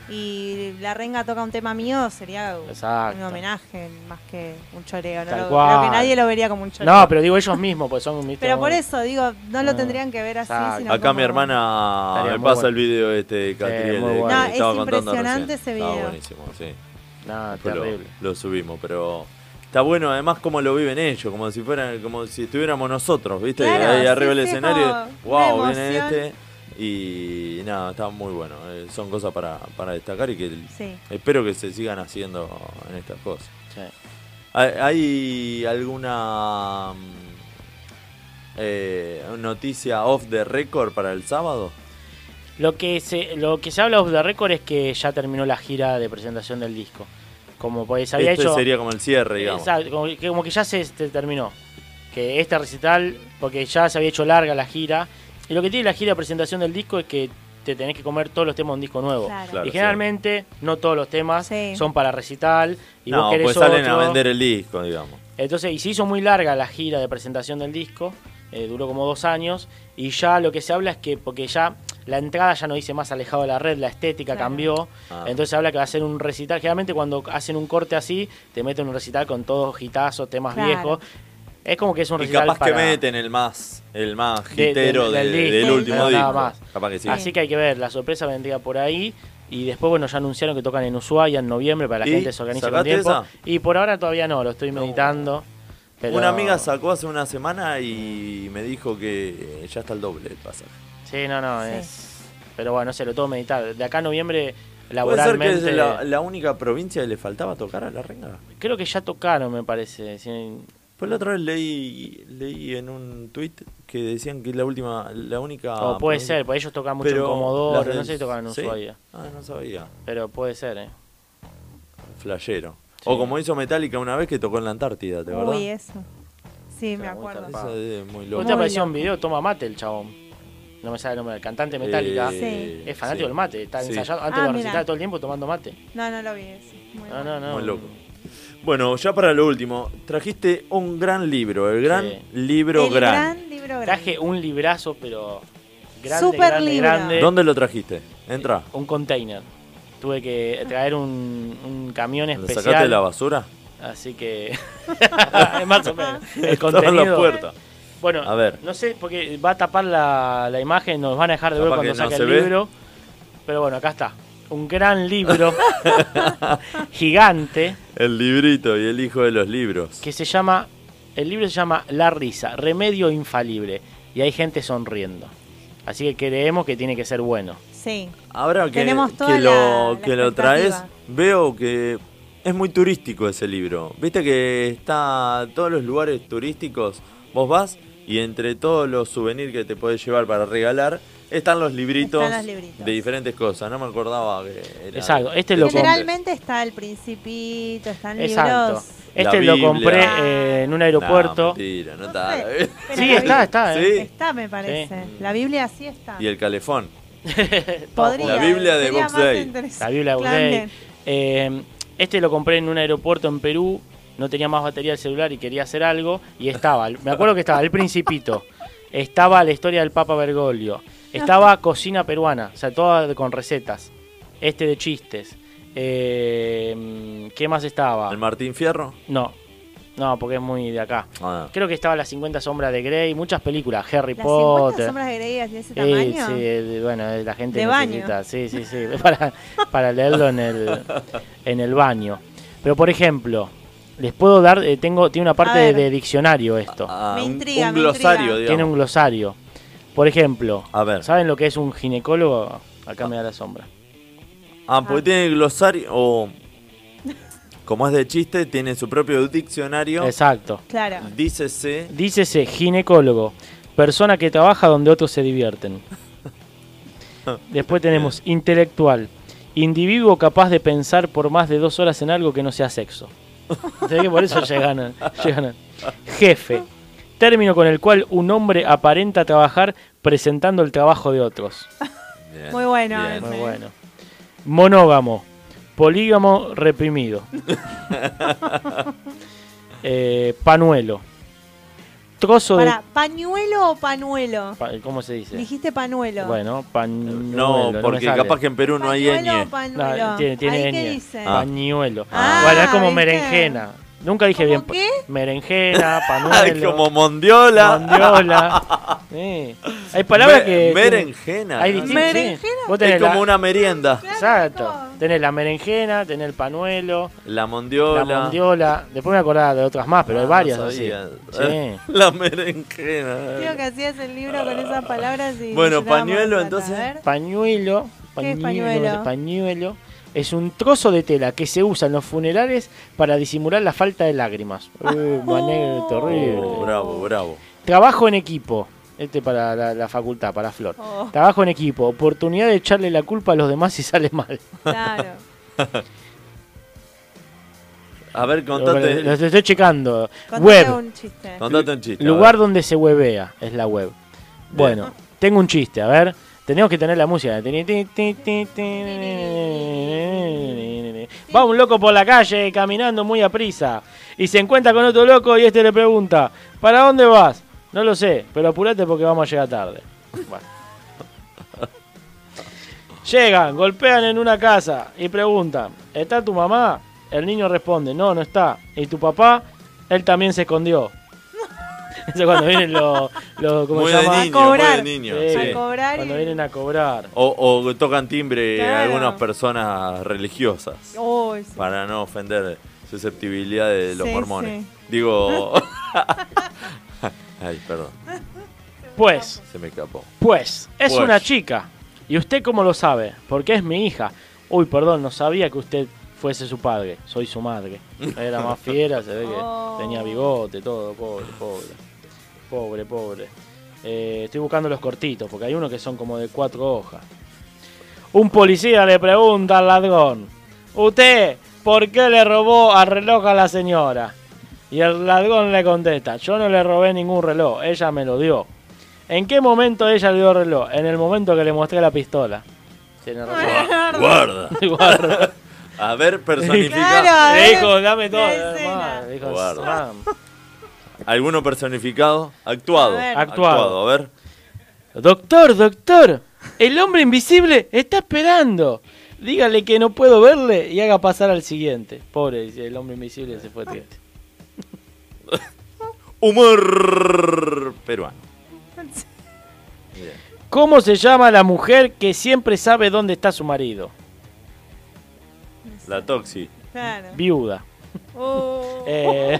S3: y la renga toca un tema mío, sería un
S2: Exacto.
S3: homenaje más que un choreo. No
S2: Tal
S3: lo-
S2: cual.
S3: Creo que nadie lo vería como un choreo.
S2: No, pero digo ellos mismos, pues son ¿viste? Ah.
S3: Pero por
S2: muy-
S3: eso, digo, no lo tendrían que ver así.
S2: Exacto.
S3: Sino
S1: Acá
S3: como-
S1: mi hermana
S2: Estaría
S1: me
S2: muy
S1: pasa
S2: bueno.
S1: el video este de Catriel
S2: muy
S1: de-
S2: bueno.
S1: que
S3: No,
S1: le
S3: es
S1: estaba contando
S3: impresionante
S1: recién.
S3: ese
S1: Estaba
S3: video.
S1: buenísimo, sí.
S2: No,
S1: Después lo-
S2: terrible.
S1: Lo, subimos, pero está bueno además como lo viven ellos, como si fueran, como si estuviéramos nosotros, ¿viste?
S13: Claro,
S1: Ahí
S13: sí,
S1: arriba del
S13: sí,
S1: escenario,
S13: como
S1: wow,
S13: una
S1: viene
S13: emoción.
S1: este. Y nada, está muy bueno. eh, son cosas para, para destacar y que
S13: Sí.
S1: espero que se sigan haciendo en estas cosas.
S2: Sí.
S1: ¿Hay hay alguna mm, eh, noticia off the record para el sábado?
S2: Lo que se lo que se habla de récord es que ya terminó la gira de presentación del disco. Como pues había
S1: este
S2: hecho
S1: sería como el cierre, digamos.
S2: Exacto, como, que, como que ya se este, terminó. Que este recital, porque ya se había hecho larga la gira. Y lo que tiene la gira de presentación del disco es que te tenés que comer todos los temas de un disco nuevo.
S1: Claro. Claro,
S2: y generalmente no todos los temas son para recital. Y
S1: no,
S2: vos querés
S1: pues salen a
S2: otro.
S1: vender el disco, digamos.
S2: Entonces, y se hizo muy larga la gira de presentación del disco, eh, duró como dos años, y ya lo que se habla es que, porque ya la entrada ya no dice más alejado de la red, la estética
S13: Claro.
S2: cambió,
S13: Ah.
S2: entonces se habla que va a ser un recital, generalmente cuando hacen un corte así, te meten un recital con todos gitazos, temas
S13: Claro.
S2: viejos, es como que es un
S1: Y
S2: recital
S1: capaz
S2: para...
S1: que meten el más, el más
S2: de-
S1: gitero
S2: de-
S1: de- del,
S2: disco,
S1: último
S2: pero nada
S1: disco.
S2: más.
S1: Capaz que sí.
S2: Así que hay que ver, la sorpresa vendría por ahí. Y después, bueno, ya anunciaron que tocan en Ushuaia en noviembre para que
S1: ¿Y
S2: la gente se organice con
S1: sacaste
S2: tiempo.
S1: esa?
S2: Y por ahora todavía no, lo estoy meditando. pero-
S1: Una amiga sacó hace una semana y me dijo que ya está el doble el pasaje.
S2: Sí, no, no,
S1: Sí.
S2: es. Pero bueno, no sé, lo tengo que meditar. De acá a
S1: ¿Puede
S2: noviembre,
S1: ser que
S2: laboralmente.
S1: es la, la única provincia que le faltaba tocar a la renga?
S2: Creo que ya tocaron, me parece. sí.
S1: Pues la otra vez leí, leí en un tweet que decían que es la última, la única.
S2: o puede
S1: provincia.
S2: ser, porque ellos tocan mucho en
S1: Ah, Pero
S2: Comodoro,
S1: las
S2: no
S1: del-
S2: sé si tocan en
S1: ¿sí?
S2: Ushuaia.
S1: Ah, no sabía.
S2: Pero puede ser, ¿eh?
S1: Flashero. O como hizo Metallica una vez que tocó en la Antártida, ¿de verdad?
S3: Uy, eso. Sí, me acuerdo.
S1: Eso es muy loco.
S2: Usted apareció un video, toma mate el chabón. No me sale el nombre, el cantante Metallica.
S1: Sí.
S2: Es fanático
S1: Eh, sí.
S2: del mate, está
S1: Sí.
S2: ensayado antes
S3: Ah,
S2: de los
S3: mirá.
S2: recitales todo el tiempo tomando mate.
S3: No, no lo vi. eso. Muy
S2: No, no, no.
S1: Muy loco. Bueno, ya para lo último, trajiste un gran libro, el gran libro
S3: El
S1: gran.
S3: gran libro grande.
S2: Traje un librazo, pero grande,
S3: Super
S2: grande,
S3: libro.
S2: grande.
S1: ¿Dónde lo trajiste? Entra.
S2: Un container. Tuve que traer un, un camión
S1: ¿Lo
S2: especial.
S1: sacaste de la basura?
S2: Así que. más o menos. El
S1: Estaba en la
S2: contenido.
S1: puerta.
S2: Bueno,
S1: A ver.
S2: no sé, porque va a tapar la, la imagen, nos van a dejar de ver
S1: Capaz
S2: cuando
S1: que no
S2: saque
S1: se
S2: el
S1: ve.
S2: libro. Pero bueno, acá está. Un gran libro gigante
S1: El librito y el hijo de los libros.
S2: que se llama. El libro se llama La risa, remedio infalible. Y hay gente sonriendo. Así que creemos que tiene que ser bueno.
S3: Sí.
S1: Ahora que,
S3: Tenemos
S1: que
S3: toda
S1: lo,
S3: la- la
S1: que lo
S3: expectativa.
S1: traes, veo que es muy turístico ese libro. Viste que está todos los lugares turísticos, vos vas y entre todos los souvenirs que te podés llevar para regalar, están los libritos,
S3: Están los libritos.
S1: de diferentes cosas. No me acordaba que era...
S2: Exacto, este lo
S3: Generalmente está el principito, están
S2: Exacto.
S3: libros.
S1: La
S2: Este lo
S1: Biblia.
S2: compré eh, en un aeropuerto.
S1: No, mentira, no está.
S2: Sí,
S3: Pero la
S2: está,
S3: Biblia-
S2: está. eh.
S3: Está, me parece. La Biblia sí está.
S1: Y el calefón.
S3: Podría,
S1: La Biblia de
S3: sería
S1: Box
S3: más
S1: Day.
S3: interesante.
S2: La Biblia de
S3: Claro,
S2: Bourdais.
S3: bien.
S2: Eh, este lo compré en un aeropuerto en Perú. No tenía más batería el celular y quería hacer algo. Y estaba, me acuerdo que estaba El Principito. Estaba la historia del Papa Bergoglio. Estaba cocina peruana, o sea, toda con recetas. Este de chistes. Eh, ¿Qué más estaba?
S1: ¿El Martín Fierro?
S2: No, no, porque es muy de acá.
S1: Ah.
S2: Creo que estaba Las 50 Sombras de Grey, muchas películas. Harry
S3: Las 50
S2: Potter.
S3: sombras de Grey es de ese
S2: Sí,
S3: este tamaño.
S2: sí, el- bueno, eh, la gente
S3: De baño.
S2: necesita, sí, sí, sí, para, para leerlo en el, en el baño. Pero por ejemplo, les puedo dar, eh, tengo, tiene una parte de,
S3: ver.
S2: de diccionario esto.
S1: Me un- intriga, un me glosario, intriga. Ah, digamos.
S2: Tiene un glosario. Por ejemplo,
S1: A ver.
S2: ¿saben lo que es un ginecólogo? Acá me da la sombra.
S1: Ah, porque tiene glosario. o, como es de chiste, tiene su propio diccionario.
S2: Exacto.
S3: Claro.
S1: Dícese.
S2: Dícese ginecólogo, persona que trabaja donde otros se divierten. Después tenemos intelectual. Individuo capaz de pensar por más de dos horas en algo que no sea sexo. O sea que por eso llegan a- llegan a- Jefe. Término con el cual un hombre aparenta trabajar presentando el trabajo de otros.
S3: Muy bueno ese.
S2: Muy bueno. Monógamo. Polígamo reprimido. Eh, panuelo. Trozo de...
S3: Pará, ¿pañuelo o panuelo?
S2: pa- ¿Cómo se dice?
S3: Dijiste panuelo.
S2: Bueno, pan.
S1: No, porque capaz que en Perú no hay
S3: Pañuelo
S1: ñ.
S3: o panuelo.
S2: tiene tiene
S3: Ahí qué
S2: ñ.
S3: dice.
S1: Ah.
S2: Pañuelo.
S3: Ah,
S2: bueno, es como
S3: ¿viste?
S2: merenjena. Nunca dije bien. pa-
S3: qué?
S2: Merenjena,
S1: Ay,
S2: panuelo.
S1: como mondiola.
S2: mondiola. Sí. Hay palabras
S1: Me-
S2: que.
S1: Berenjena.
S2: Hay distintas. sí.
S3: Berenjena.
S2: Vos
S1: Es
S2: tenés
S1: como
S2: la-
S1: una merienda.
S2: Exacto. Tenés la merenjena, tenés el panuelo,
S1: La mondiola.
S2: la mondiola. Después me acordaba de otras más, pero
S1: Ah,
S2: hay varias
S1: no
S2: así.
S1: sabía. Eh.
S2: Sí.
S1: La merenjena.
S3: Creo que hacías el libro con esas palabras y.
S1: Bueno,
S3: nos llenábamos de
S1: pañuelo,
S3: plata.
S1: entonces.
S3: A ver.
S2: Pañuelo.
S3: ¿Qué es
S2: Pañuelo,
S3: pañuelo?
S2: pañuelo Es un trozo de tela que se usa en los funerales para disimular la falta de lágrimas. Uh, mané, terrible.
S1: Oh, bravo, bravo.
S2: Trabajo en equipo. Este para la, la facultad, para Flor.
S3: Oh.
S2: Trabajo en equipo. Oportunidad de echarle la culpa a los demás si sale mal.
S3: Claro.
S1: A ver,
S2: Los, los
S1: contate,
S2: estoy checando.
S3: Contate
S2: Web.
S3: un chiste.
S1: contate un chiste. a
S2: Lugar
S1: ver.
S2: donde se huevea es la web. Bueno, tengo un chiste, a ver. Tenemos que tener la música. Tini, tini, tini, tini, tini. Va un loco por la calle caminando muy a prisa y se encuentra con otro loco y este le pregunta, ¿para dónde vas? No lo sé, pero apurate porque vamos a llegar tarde. Bueno. Llegan, golpean en una casa y preguntan, ¿está tu mamá? El niño responde, no, no está. ¿Y tu papá? Él también se escondió. Eso cuando vienen los... los- ¿Cómo
S1: Muy
S2: se
S1: de
S2: llama?
S1: niño, muy de
S3: Cobrar.
S1: niño.
S2: Sí.
S1: sí.
S3: A cobrar
S2: Cuando
S3: y-
S2: vienen a cobrar.
S1: O, o tocan timbre
S3: Claro.
S1: algunas personas religiosas.
S3: Oh, sí.
S1: Para no ofender susceptibilidad de los
S3: Sí,
S1: mormones.
S3: sí.
S1: Digo. Ay, perdón,
S2: Pues,
S1: se me escapó.
S2: pues, es
S1: Pues.
S2: una chica. ¿Y usted cómo lo sabe? Porque es mi hija. Uy, perdón, no sabía que usted fuese su padre. Soy su madre. Era más fiera, se ve que
S3: Oh.
S2: tenía bigote, todo. Pobre, pobre. Pobre, pobre. Eh, estoy buscando los cortitos, porque hay unos que son como de cuatro hojas. Un policía le pregunta al ladrón, ¿usted por qué le robó al reloj a la señora? Y el ladrón le contesta, yo no le robé ningún reloj, ella me lo dio. ¿En qué momento ella le dio el reloj? En el momento que le mostré la pistola. Tiene razón.
S1: Guarda.
S2: Guarda.
S1: A ver, personifica.
S3: Claro, a
S2: Le
S3: ver.
S2: dijo, dame todo.
S3: La escena.
S2: ma". Le dijo,
S1: Guarda.
S2: "Mam".
S1: ¿Alguno personificado? Actuado.
S3: A ver.
S2: Actuado.
S1: A ver.
S2: Doctor, doctor, el hombre invisible está esperando. Dígale que no puedo verle y haga pasar al siguiente. Pobre, dice, el hombre invisible se fue triste.
S1: Humor peruano.
S2: ¿Cómo se llama la mujer que siempre sabe dónde está su marido?
S1: La Toxi,
S3: Claro.
S2: Viuda.
S3: Oh.
S2: Eh,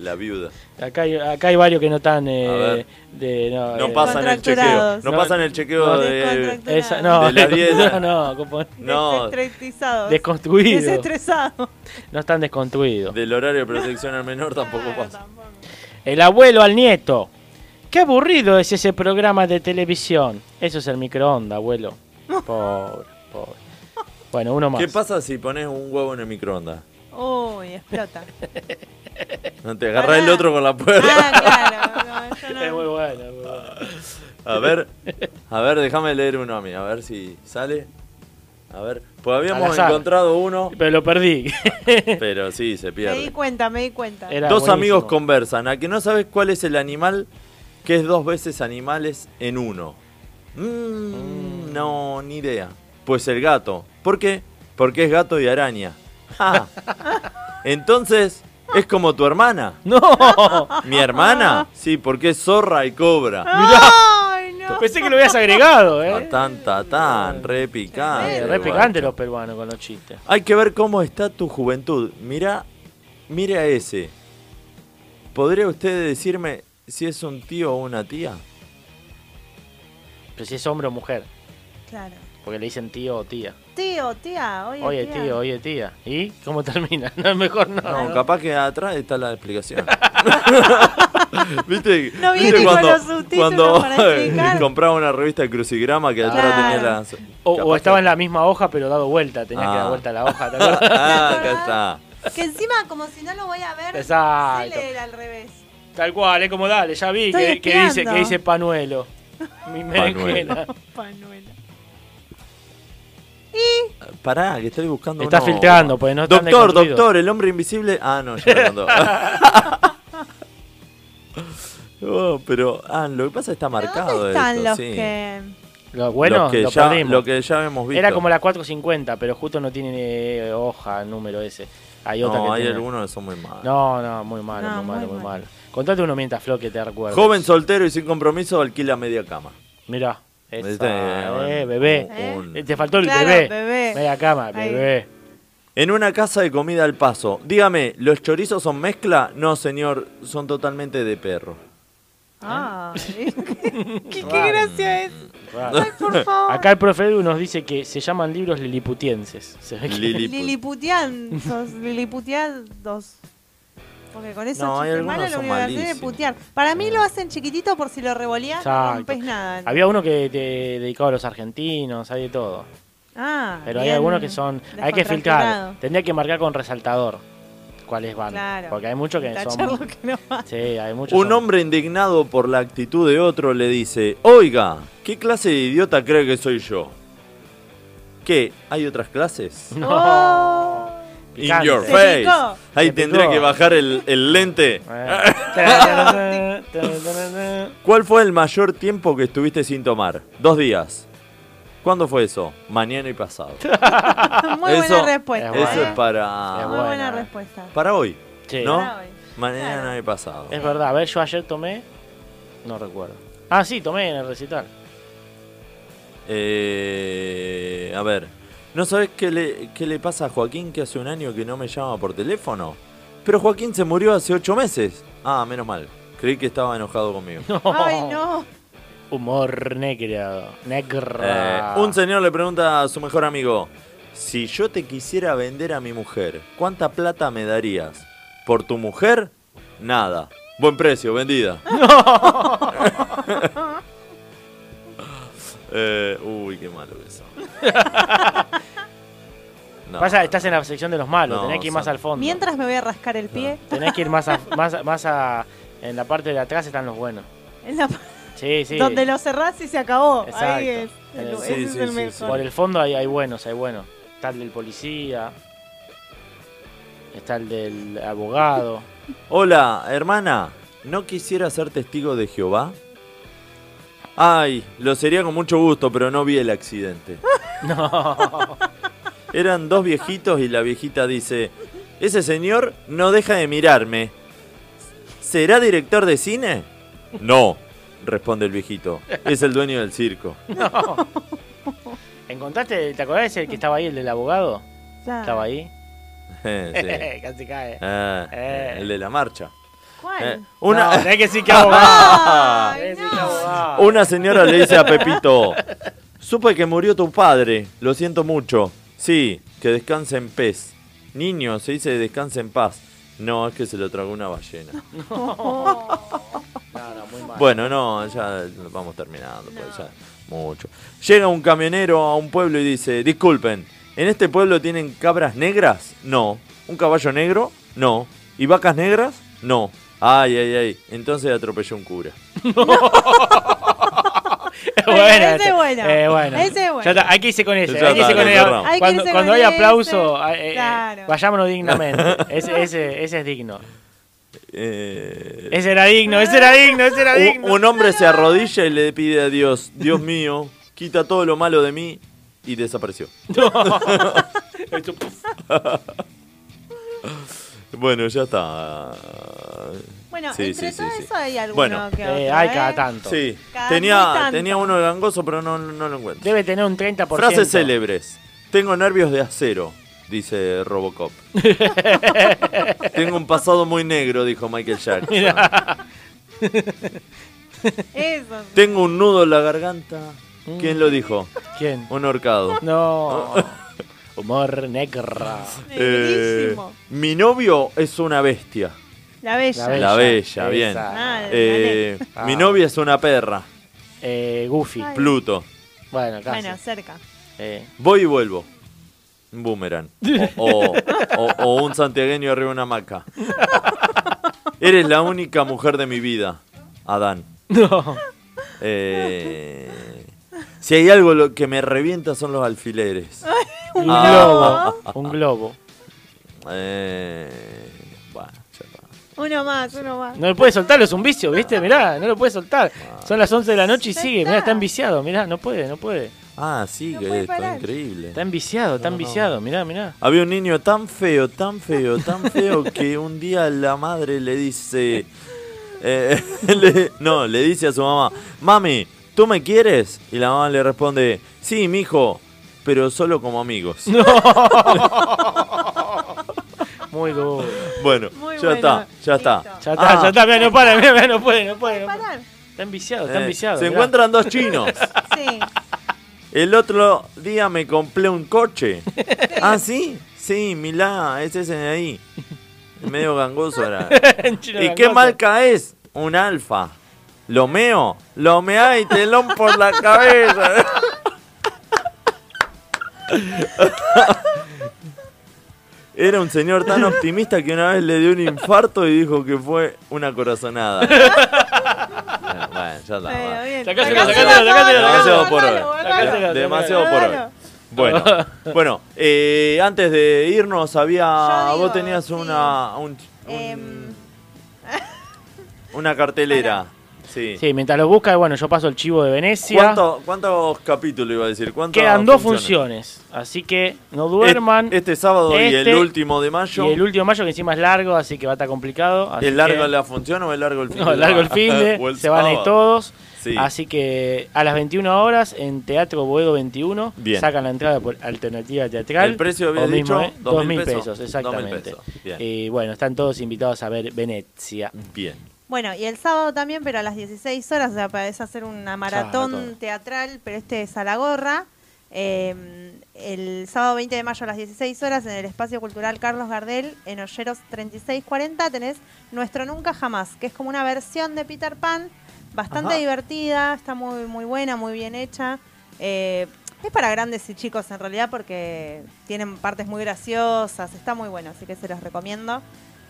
S1: la viuda.
S2: acá, hay, acá hay varios que no están... eh,
S1: A ver.
S2: de, no,
S1: No
S2: eh,
S1: pasan el chequeo.
S3: Contracturados.
S1: No
S2: No,
S1: pasan el chequeo
S2: no.
S1: de.
S2: esa- no,
S1: De la dieta.
S2: no, compo-
S1: No,
S3: Desestresados.
S2: desconstruidos.
S3: Desestresados.
S2: No están desconstruidos.
S1: del horario de protección al menor tampoco pasa.
S2: El abuelo al nieto. Qué aburrido es ese programa de televisión. Eso es el microondas, abuelo. Pobre, pobre. Bueno, uno más.
S1: ¿Qué pasa si pones un huevo en el microondas?
S3: Uy, explota.
S1: No te agarra
S3: Pará.
S1: el otro con la puerta.
S3: Ah, claro. No, yo no-
S2: Es muy bueno, es muy bueno.
S1: A ver, a ver, déjame leer uno a mí, a ver si sale. A ver, pues
S2: Al
S1: habíamos
S2: azar.
S1: encontrado uno,
S2: Pero lo perdí.
S1: pero sí, se
S3: Me di
S1: pierde.
S3: cuenta, me di cuenta.
S2: Era
S1: Dos
S2: buenísimo.
S1: amigos conversan, a que no sabes cuál es el animal que es dos veces animales en uno. Mm, No, ni idea. Pues el gato. ¿Por qué? Porque es gato y araña. Ja. Entonces, es como tu hermana.
S2: ¡No!
S1: ¿Mi hermana? Sí, porque es zorra y cobra.
S3: Ay, no.
S2: Pensé que lo habías agregado, ¿eh?
S1: Tatán, tatán, re
S2: Eh,
S1: picante.
S2: re picante
S1: guacho.
S2: los peruanos con los chistes.
S1: Hay que ver cómo está tu juventud. Mirá, mire a ese. ¿Podría usted decirme si es un tío o una tía?
S2: Pero si es hombre o mujer.
S3: Claro.
S2: Porque le dicen tío o tía.
S3: tío, tía, oye,
S2: Oye,
S3: tía.
S2: tío, oye, tía. ¿Y cómo termina? No, mejor no.
S1: No, capaz que atrás está la explicación. ¿Viste?
S3: No viene
S1: ¿Viste
S3: con los subtítulos para explicar.
S1: compraba una revista de crucigrama que atrás
S2: Claro.
S1: tenía las.
S2: O, o estaba en la misma hoja, pero dado vuelta. Tenía que
S1: Ah.
S2: dar vuelta a la hoja. ¿te acuerdas?
S1: ah, acá está.
S3: Que encima, como si no lo voy a ver,
S2: Exacto.
S3: sé leer al revés.
S2: Tal cual, es como dale, ya vi
S3: Estoy
S2: que, que dice,
S3: espiando.
S2: que dice panuelo. Mi berenjena.
S3: Panuelo.
S1: Pará, que estoy buscando.
S2: Está
S1: uno-
S2: filtrando, pues, no están
S1: Doctor,
S2: desconstruidos.
S1: doctor, el hombre invisible. Ah, no, ya lo mandó. Oh, pero, ah, lo que pasa es que está marcado.
S3: Están
S1: esto,
S3: los
S1: sí.
S3: que.
S2: Lo bueno,
S1: Los que
S2: lo
S1: ya-
S2: perdimos.
S1: lo que ya hemos visto.
S2: Era como la 450, pero justo no tiene eh, hoja, número ese. Hay otra
S1: No,
S2: que
S1: hay
S2: tiene.
S1: algunos que son muy malos.
S2: No, no, muy malo,
S3: No,
S2: muy malo,
S3: muy
S2: muy malo. Contate uno mientras Flo que te recuerdo.
S1: Joven soltero y sin compromiso alquila media cama.
S2: Mirá. Esa,
S1: Este,
S2: eh,
S1: un-
S2: bebé.
S1: un-
S2: Eh, Te faltó el
S3: Claro,
S2: bebé.
S3: bebé.
S2: Media cama,
S3: Ahí.
S2: bebé.
S1: En una casa de comida al paso. Dígame, ¿los chorizos son mezcla? No, señor, son totalmente de perro.
S3: Ah, qué, qué
S2: ¿Eh? Raro.
S3: gracia es.
S2: Raro.
S3: Ay, por favor.
S2: Acá el profe Edu nos dice que se llaman libros liliputienses. Se ve que-
S3: Liliputian, sos liliputiados. Porque con eso
S2: No, hay
S3: chiste
S2: algunos
S3: malo lo
S2: son
S3: único que hacer es
S2: malísimos.
S3: putear. Para mí lo hacen chiquitito por si lo revoleás no
S2: Exacto.
S3: rompes nada.
S2: Había uno que te dedicaba a los argentinos, hay de todo.
S3: Ah,
S2: Pero hay
S3: bien
S2: algunos que son. Hay que
S3: descontracturado.
S2: filtrar. Tendría que marcar con resaltador cuáles van.
S3: Claro.
S2: Porque hay muchos que
S3: Tachar lo
S2: son.
S3: que no va.
S2: Sí, hay muchos.
S1: Un hombre indignado por la actitud de otro le dice, oiga, ¿qué clase de idiota cree que soy yo? ¿Qué? ¿Hay otras clases?
S2: No.
S3: Oh,
S1: In your
S2: Te
S1: face.
S2: picó.
S1: Ahí
S2: Te
S1: tendría
S2: picó.
S1: que bajar el, el lente.
S2: son-
S1: ¿Cuál fue el mayor tiempo que estuviste sin tomar? Dos días. ¿Cuándo fue eso? Mañana y pasado.
S3: Muy
S1: Eso-
S3: buena respuesta.
S1: Eso es
S3: eh.
S1: para...
S2: Es
S3: Muy buena
S2: buena.
S3: respuesta.
S1: Para hoy.
S2: Sí.
S1: ¿No?
S3: Para hoy.
S1: Mañana y pasado.
S2: Es verdad, a ver, yo ayer tomé. No recuerdo. Ah, sí, tomé en el recital.
S1: Eh, a ver, ¿no sabes qué le, qué le pasa a Joaquín que hace un año que no me llama por teléfono? Pero Joaquín se murió hace ocho meses. Ah, menos mal. Creí que estaba enojado conmigo.
S3: Ay, no.
S2: Humor negro. Negro.
S1: Eh, un señor le pregunta a su mejor amigo, si yo te quisiera vender a mi mujer, ¿cuánta plata me darías? ¿Por tu mujer? Nada. Buen precio, vendida. Eh, uy, qué malo que son. No.
S2: Pasa, estás en la sección de los malos,
S1: No,
S2: tenés que ir más
S1: son-
S2: al fondo.
S3: Mientras me voy a rascar el pie.
S2: Tenés que ir más a, más, a- más a. En la parte de atrás están los buenos.
S3: en la-
S2: Sí, sí.
S3: Donde lo cerrás y se acabó. Ahí es.
S2: Exacto.
S3: El-
S2: Sí,
S3: ese
S2: sí,
S3: es
S2: sí,
S3: el
S2: sí,
S3: mejor.
S2: Por el fondo hay, hay buenos, hay buenos. Está el del policía. Está el del abogado.
S1: Hola, hermana. ¿No quisiera ser testigo de Jehová? Ay, lo sería con mucho gusto, pero no vi el accidente.
S2: No.
S1: Eran dos viejitos y la viejita dice, ese señor no deja de mirarme. ¿Será director de cine? No, responde el viejito. Es el dueño del circo.
S2: No. ¿Encontraste? ¿Te acordás el que estaba ahí, el del abogado?
S3: Claro.
S2: Estaba ahí.
S1: Eh, sí.
S2: Casi cae.
S1: Ah, eh, el de la marcha.
S3: ¿Cuál?
S1: Eh, una...
S2: No, tenés que decir que
S3: Ah,
S2: abogado. Tenés que decir que abogado.
S1: Una señora le dice a Pepito, supe que murió tu padre, lo siento mucho. Sí, que descanse en pez. Niño, se dice descanse en paz. No, es que se lo tragó una ballena.
S2: No, no, muy mal.
S1: Bueno, no, ya vamos terminando, pues, ya mucho. Llega un camionero a un pueblo y dice, disculpen, ¿en este pueblo tienen cabras negras? No. ¿Un caballo negro? No. ¿Y vacas negras? No. Ay, ay, ay. Entonces atropelló un cura.
S3: Ese es
S2: este-
S3: bueno.
S2: eh, bueno.
S3: Ese es bueno.
S2: Ya está, hay que irse con ese.
S1: Ya
S2: Hay que irse
S1: está,
S2: con
S1: lo
S2: ese.
S1: cerramos.
S3: Hay que
S2: Cuando,
S3: irse
S2: cuando
S3: con
S2: hay
S3: ese,
S2: aplauso, eh, eh,
S3: claro.
S2: vayámonos dignamente. Ese, ese, ese es digno.
S1: Eh,
S2: Ese era digno, ese era digno, ese era
S1: Un,
S2: digno.
S1: un hombre se arrodilla y le pide a Dios, Dios mío, quita todo lo malo de mí y desapareció.
S2: Esto, puf.
S1: Bueno, ya está.
S3: Bueno,
S1: Sí,
S3: entre
S1: sí, sí,
S3: todo
S1: sí.
S3: eso hay alguno
S1: Bueno.
S3: que otro,
S2: Eh, hay
S3: ¿eh?
S2: cada tanto.
S1: Sí,
S3: Cada muy
S1: tenía,
S3: tanto.
S1: tenía uno de gangoso, pero no, no lo encuentro.
S2: Debe tener un 30%.
S1: Frases célebres. Tengo nervios de acero, dice Robocop. Tengo un pasado muy negro, dijo Michael Jackson.
S3: Eso.
S2: Mm.
S1: Tengo un nudo en la garganta. ¿Quién lo dijo?
S2: ¿Quién?
S1: Un horcado.
S2: No. Humor negra.
S1: Eh, mi novio es una bestia.
S3: La bella.
S1: La bella,
S2: Esa.
S1: bien.
S3: Ah,
S1: Eh,
S2: la neta.
S1: mi novia es una perra.
S2: Eh, Goofy.
S3: Ay.
S1: Pluto.
S2: Bueno, casi. Eh,
S3: Bueno, cerca.
S1: Voy y vuelvo. Un boomerang. O, o- o- o un santiagueño arriba de una hamaca. Eres la única mujer de mi vida, Adán.
S2: No.
S1: Eh, si hay algo lo que me revienta son los alfileres.
S2: Un
S1: Ah.
S2: globo. Un globo.
S1: Eh, bueno, ya está.
S3: Uno más, uno más.
S2: No lo puede soltarlo, es un vicio, ¿viste? Mirá, no lo puede soltar.
S1: Ah.
S2: Son las 11 de la noche y sigue, mirá, está enviciado, mirá, no puede, no puede.
S1: Ah, sí, que esto,
S2: parar.
S1: increíble.
S2: Está enviciado, está
S1: No, no.
S2: enviciado, mirá, mirá.
S1: Había un niño tan feo, tan feo, tan feo que un día la madre le dice... eh, le- no, le dice a su mamá, mami, ¿tú me quieres? Y la mamá le responde, sí, mijo, pero solo como amigos.
S2: Muy duro.
S1: Bueno,
S2: Muy
S1: ya
S2: bueno,
S1: está, ya está. Ah,
S2: Ya está, ya está, mirá, no para, mirá, mirá, no puede, no puede. no puede.
S3: Parar.
S2: Está enviciado, está
S1: Eh,
S2: enviciado.
S1: se
S2: mirá.
S1: encuentran dos chinos.
S3: Sí.
S1: El otro día me compré un coche. ah, sí, sí, Milá, ese es de ahí. Medio gangoso era.
S2: Un
S1: ¿Y
S2: chino
S1: qué
S2: gangoso.
S1: marca es? Un alfa. Lo meo, lo mea y telón por la cabeza. Era un señor tan optimista que una vez le dio un infarto y dijo que fue una corazonada. bueno, bueno, ya está. bueno.
S3: bien.
S2: Sacáselo, sacáselo, sacáselo,
S1: Demasiado por
S2: sacáselo.
S1: hoy.
S2: Sacáselo,
S1: Demasiado por
S2: sacáselo.
S1: hoy. Bueno, bueno eh, antes de irnos había... vos tenías una, un-
S3: Em,
S1: una cartelera. Sí.
S2: Sí, mientras lo busca, bueno, yo paso el chivo de Venecia.
S1: ¿Cuánto- ¿Cuántos capítulos iba a decir? ¿Cuántas
S2: Quedan dos
S1: funciones?
S2: funciones. así que no duerman.
S1: Este, sábado y
S2: Este
S1: el último de mayo.
S2: Y el último de mayo, que encima es largo, así que va a estar complicado. así
S1: ¿El largo
S2: que-
S1: la función o el largo el fin
S2: No,
S1: de
S2: largo el
S1: semana?
S2: fin
S1: O el
S2: de, se van a ir
S1: sábado.
S2: todos.
S1: Sí.
S2: Así que a las 21 horas en Teatro Boedo 21
S1: Bien.
S2: sacan la entrada por alternativa teatral.
S1: El precio había
S2: O mismo,
S1: dicho,
S2: ¿eh?
S1: 2.000
S2: 2.000
S1: pesos.
S2: pesos,
S1: 2.000
S2: exactamente.
S1: pesos, bien. Mm.
S2: Y bueno, están todos invitados a ver Venecia.
S1: Bien.
S3: Bueno, y el sábado también, pero a las 16 horas, o sea, podés hacer una maratón
S2: Maratón.
S3: teatral, pero este es a la gorra. Eh, el sábado 20 de mayo a las 16 horas en el Espacio Cultural Carlos Gardel, en Olleros 3640, tenés Nuestro Nunca Jamás, que es como una versión de Peter Pan, bastante
S14: Ajá.
S3: divertida, está muy, muy buena, muy bien hecha. Eh, es para grandes y chicos en realidad porque tienen partes muy graciosas, está muy bueno, así que se los recomiendo.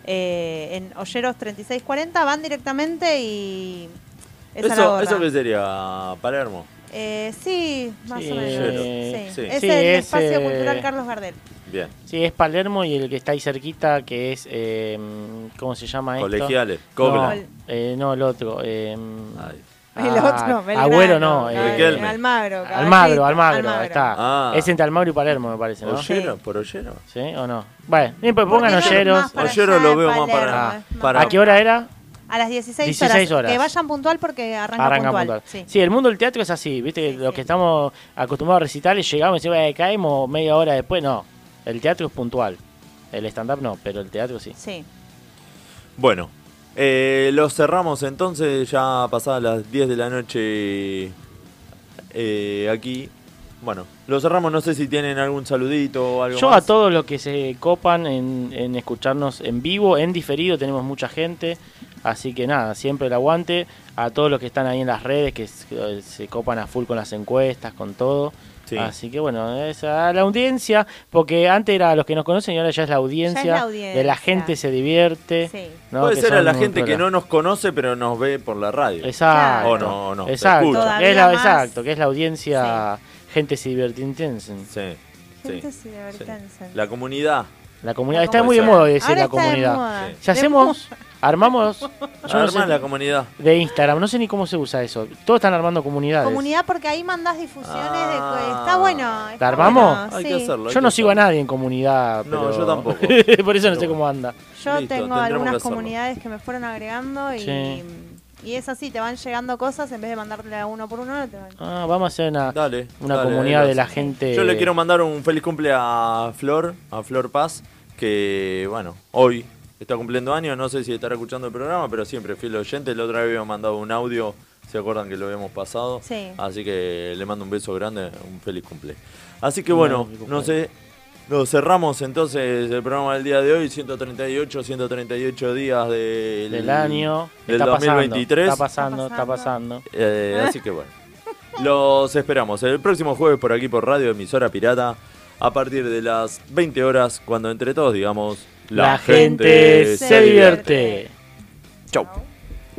S3: Eh, en Olleros 3640 van directamente y... Es a la
S1: ¿Eso,
S3: gorra.
S1: ¿Eso qué sería? Palermo.
S3: Eh, sí, más
S2: Sí,
S3: o menos.
S2: eh,
S3: Sí.
S1: sí.
S3: Es
S2: Sí,
S3: el
S2: es,
S3: espacio
S2: eh,
S3: cultural Carlos Gardel.
S1: Bien.
S2: Sí, es Palermo y el que está ahí cerquita, que es. eh, ¿Cómo se llama esto?
S1: Colegiales,
S2: No,
S1: Cobra.
S2: eh, no, el otro. eh,
S3: El
S2: ah,
S3: otro, Belgrano,
S2: Agüero no. eh,
S1: Riquelme.
S3: Almagro,
S2: Almagro,
S3: Caballito,
S2: Almagro,
S3: Almagro.
S2: ahí está.
S1: Ah.
S2: Es entre Almagro y Palermo, me parece, ¿no?
S1: ¿Ollero? ¿Por Ollero?
S2: ¿Sí o no? Bueno, bien, pues pongan
S3: Porque no es
S2: Olleros.
S3: más para Ollero allá, lo veo más Palermo, para- es más para-
S2: ¿A qué hora era?
S3: A las 16,
S2: 16
S3: horas.
S2: horas.
S3: Que vayan puntual porque arranca,
S2: Arranca
S3: puntual.
S2: puntual.
S3: Sí.
S2: Sí. el mundo del teatro es así, ¿viste? Los que estamos acostumbrados a recitales, llegamos y encima de caemos media hora después. No, el teatro es puntual. El stand-up no, pero el teatro sí.
S3: Sí.
S1: Bueno, eh, lo cerramos entonces, ya pasadas las 10 de la noche eh, aquí. Bueno, lo cerramos, no sé si tienen algún saludito o algo
S2: Yo
S1: más.
S2: a todos los que se copan en, en escucharnos en vivo, en diferido, tenemos mucha gente. Así que nada, siempre el aguante. A todos los que están ahí en las redes, que se se copan a full con las encuestas, con todo.
S1: Sí.
S2: Así que bueno, es a la audiencia, porque antes era a los que nos conocen y ahora ya es la audiencia.
S3: audiencia.
S2: De la gente se divierte. ¿no?
S1: Puede
S2: Que
S1: ser a
S2: son
S1: la
S2: un
S1: gente que
S2: programa.
S1: no nos conoce pero nos ve por la radio.
S2: Exacto.
S1: O no, o no. te
S2: Exacto.
S1: escucha.
S2: Que es la,
S3: Todavía más.
S2: exacto, que es la audiencia gente se divierte intensa.
S1: Sí.
S3: Gente
S1: sí,
S3: se divertense.
S1: La comunidad.
S2: La comunidad. Está
S1: Puede
S2: muy de
S1: ser.
S2: moda hoy decir
S3: Ahora
S2: la
S3: está de moda.
S2: comunidad.
S3: Sí.
S2: Si hacemos, armamos. yo no
S1: Arma
S2: sé-
S1: la comunidad.
S2: de Instagram, no sé ni cómo se usa eso. Todos están armando comunidades.
S3: Comunidad porque ahí mandás difusiones de
S1: Ah.
S3: que está bueno.
S2: ¿La
S3: está
S2: armamos?
S3: bueno,
S1: Hay
S3: Ah, sí.
S1: que hacerlo.
S2: Yo no sigo a nadie en comunidad.
S1: No,
S2: pero-
S1: yo tampoco.
S2: Por eso no sé cómo anda.
S3: Yo
S1: Listo,
S3: tengo
S1: tendremos que
S3: algunas
S1: hacerlo.
S3: comunidades que me fueron agregando y,
S2: Sí.
S3: y es así, te van llegando cosas en vez de mandarle a uno por uno. Te van...
S2: Ah, vamos a hacer una,
S1: Dale,
S2: una
S1: dale,
S2: comunidad
S1: dale,
S2: de la
S1: sí.
S2: gente.
S1: Yo le quiero mandar un feliz cumple a Flor, a Flor Paz, que bueno, hoy está cumpliendo años, no sé si estará escuchando el programa, pero siempre fiel oyente, la otra vez habíamos mandado un audio, se acuerdan que lo habíamos pasado,
S3: Sí.
S1: así que le mando un beso grande, un feliz cumple. Así que bueno,
S2: No, mi
S1: no sé, Lo cerramos entonces el programa del día de hoy, 138, 138 días del,
S2: Del año.
S1: del
S2: está pasando,
S1: 2023.
S2: está pasando, está pasando.
S1: Eh, así que bueno. Los esperamos el próximo jueves por aquí por Radio Emisora Pirata a partir de las 20 horas cuando entre todos digamos
S2: La gente se divierte.
S1: Chau.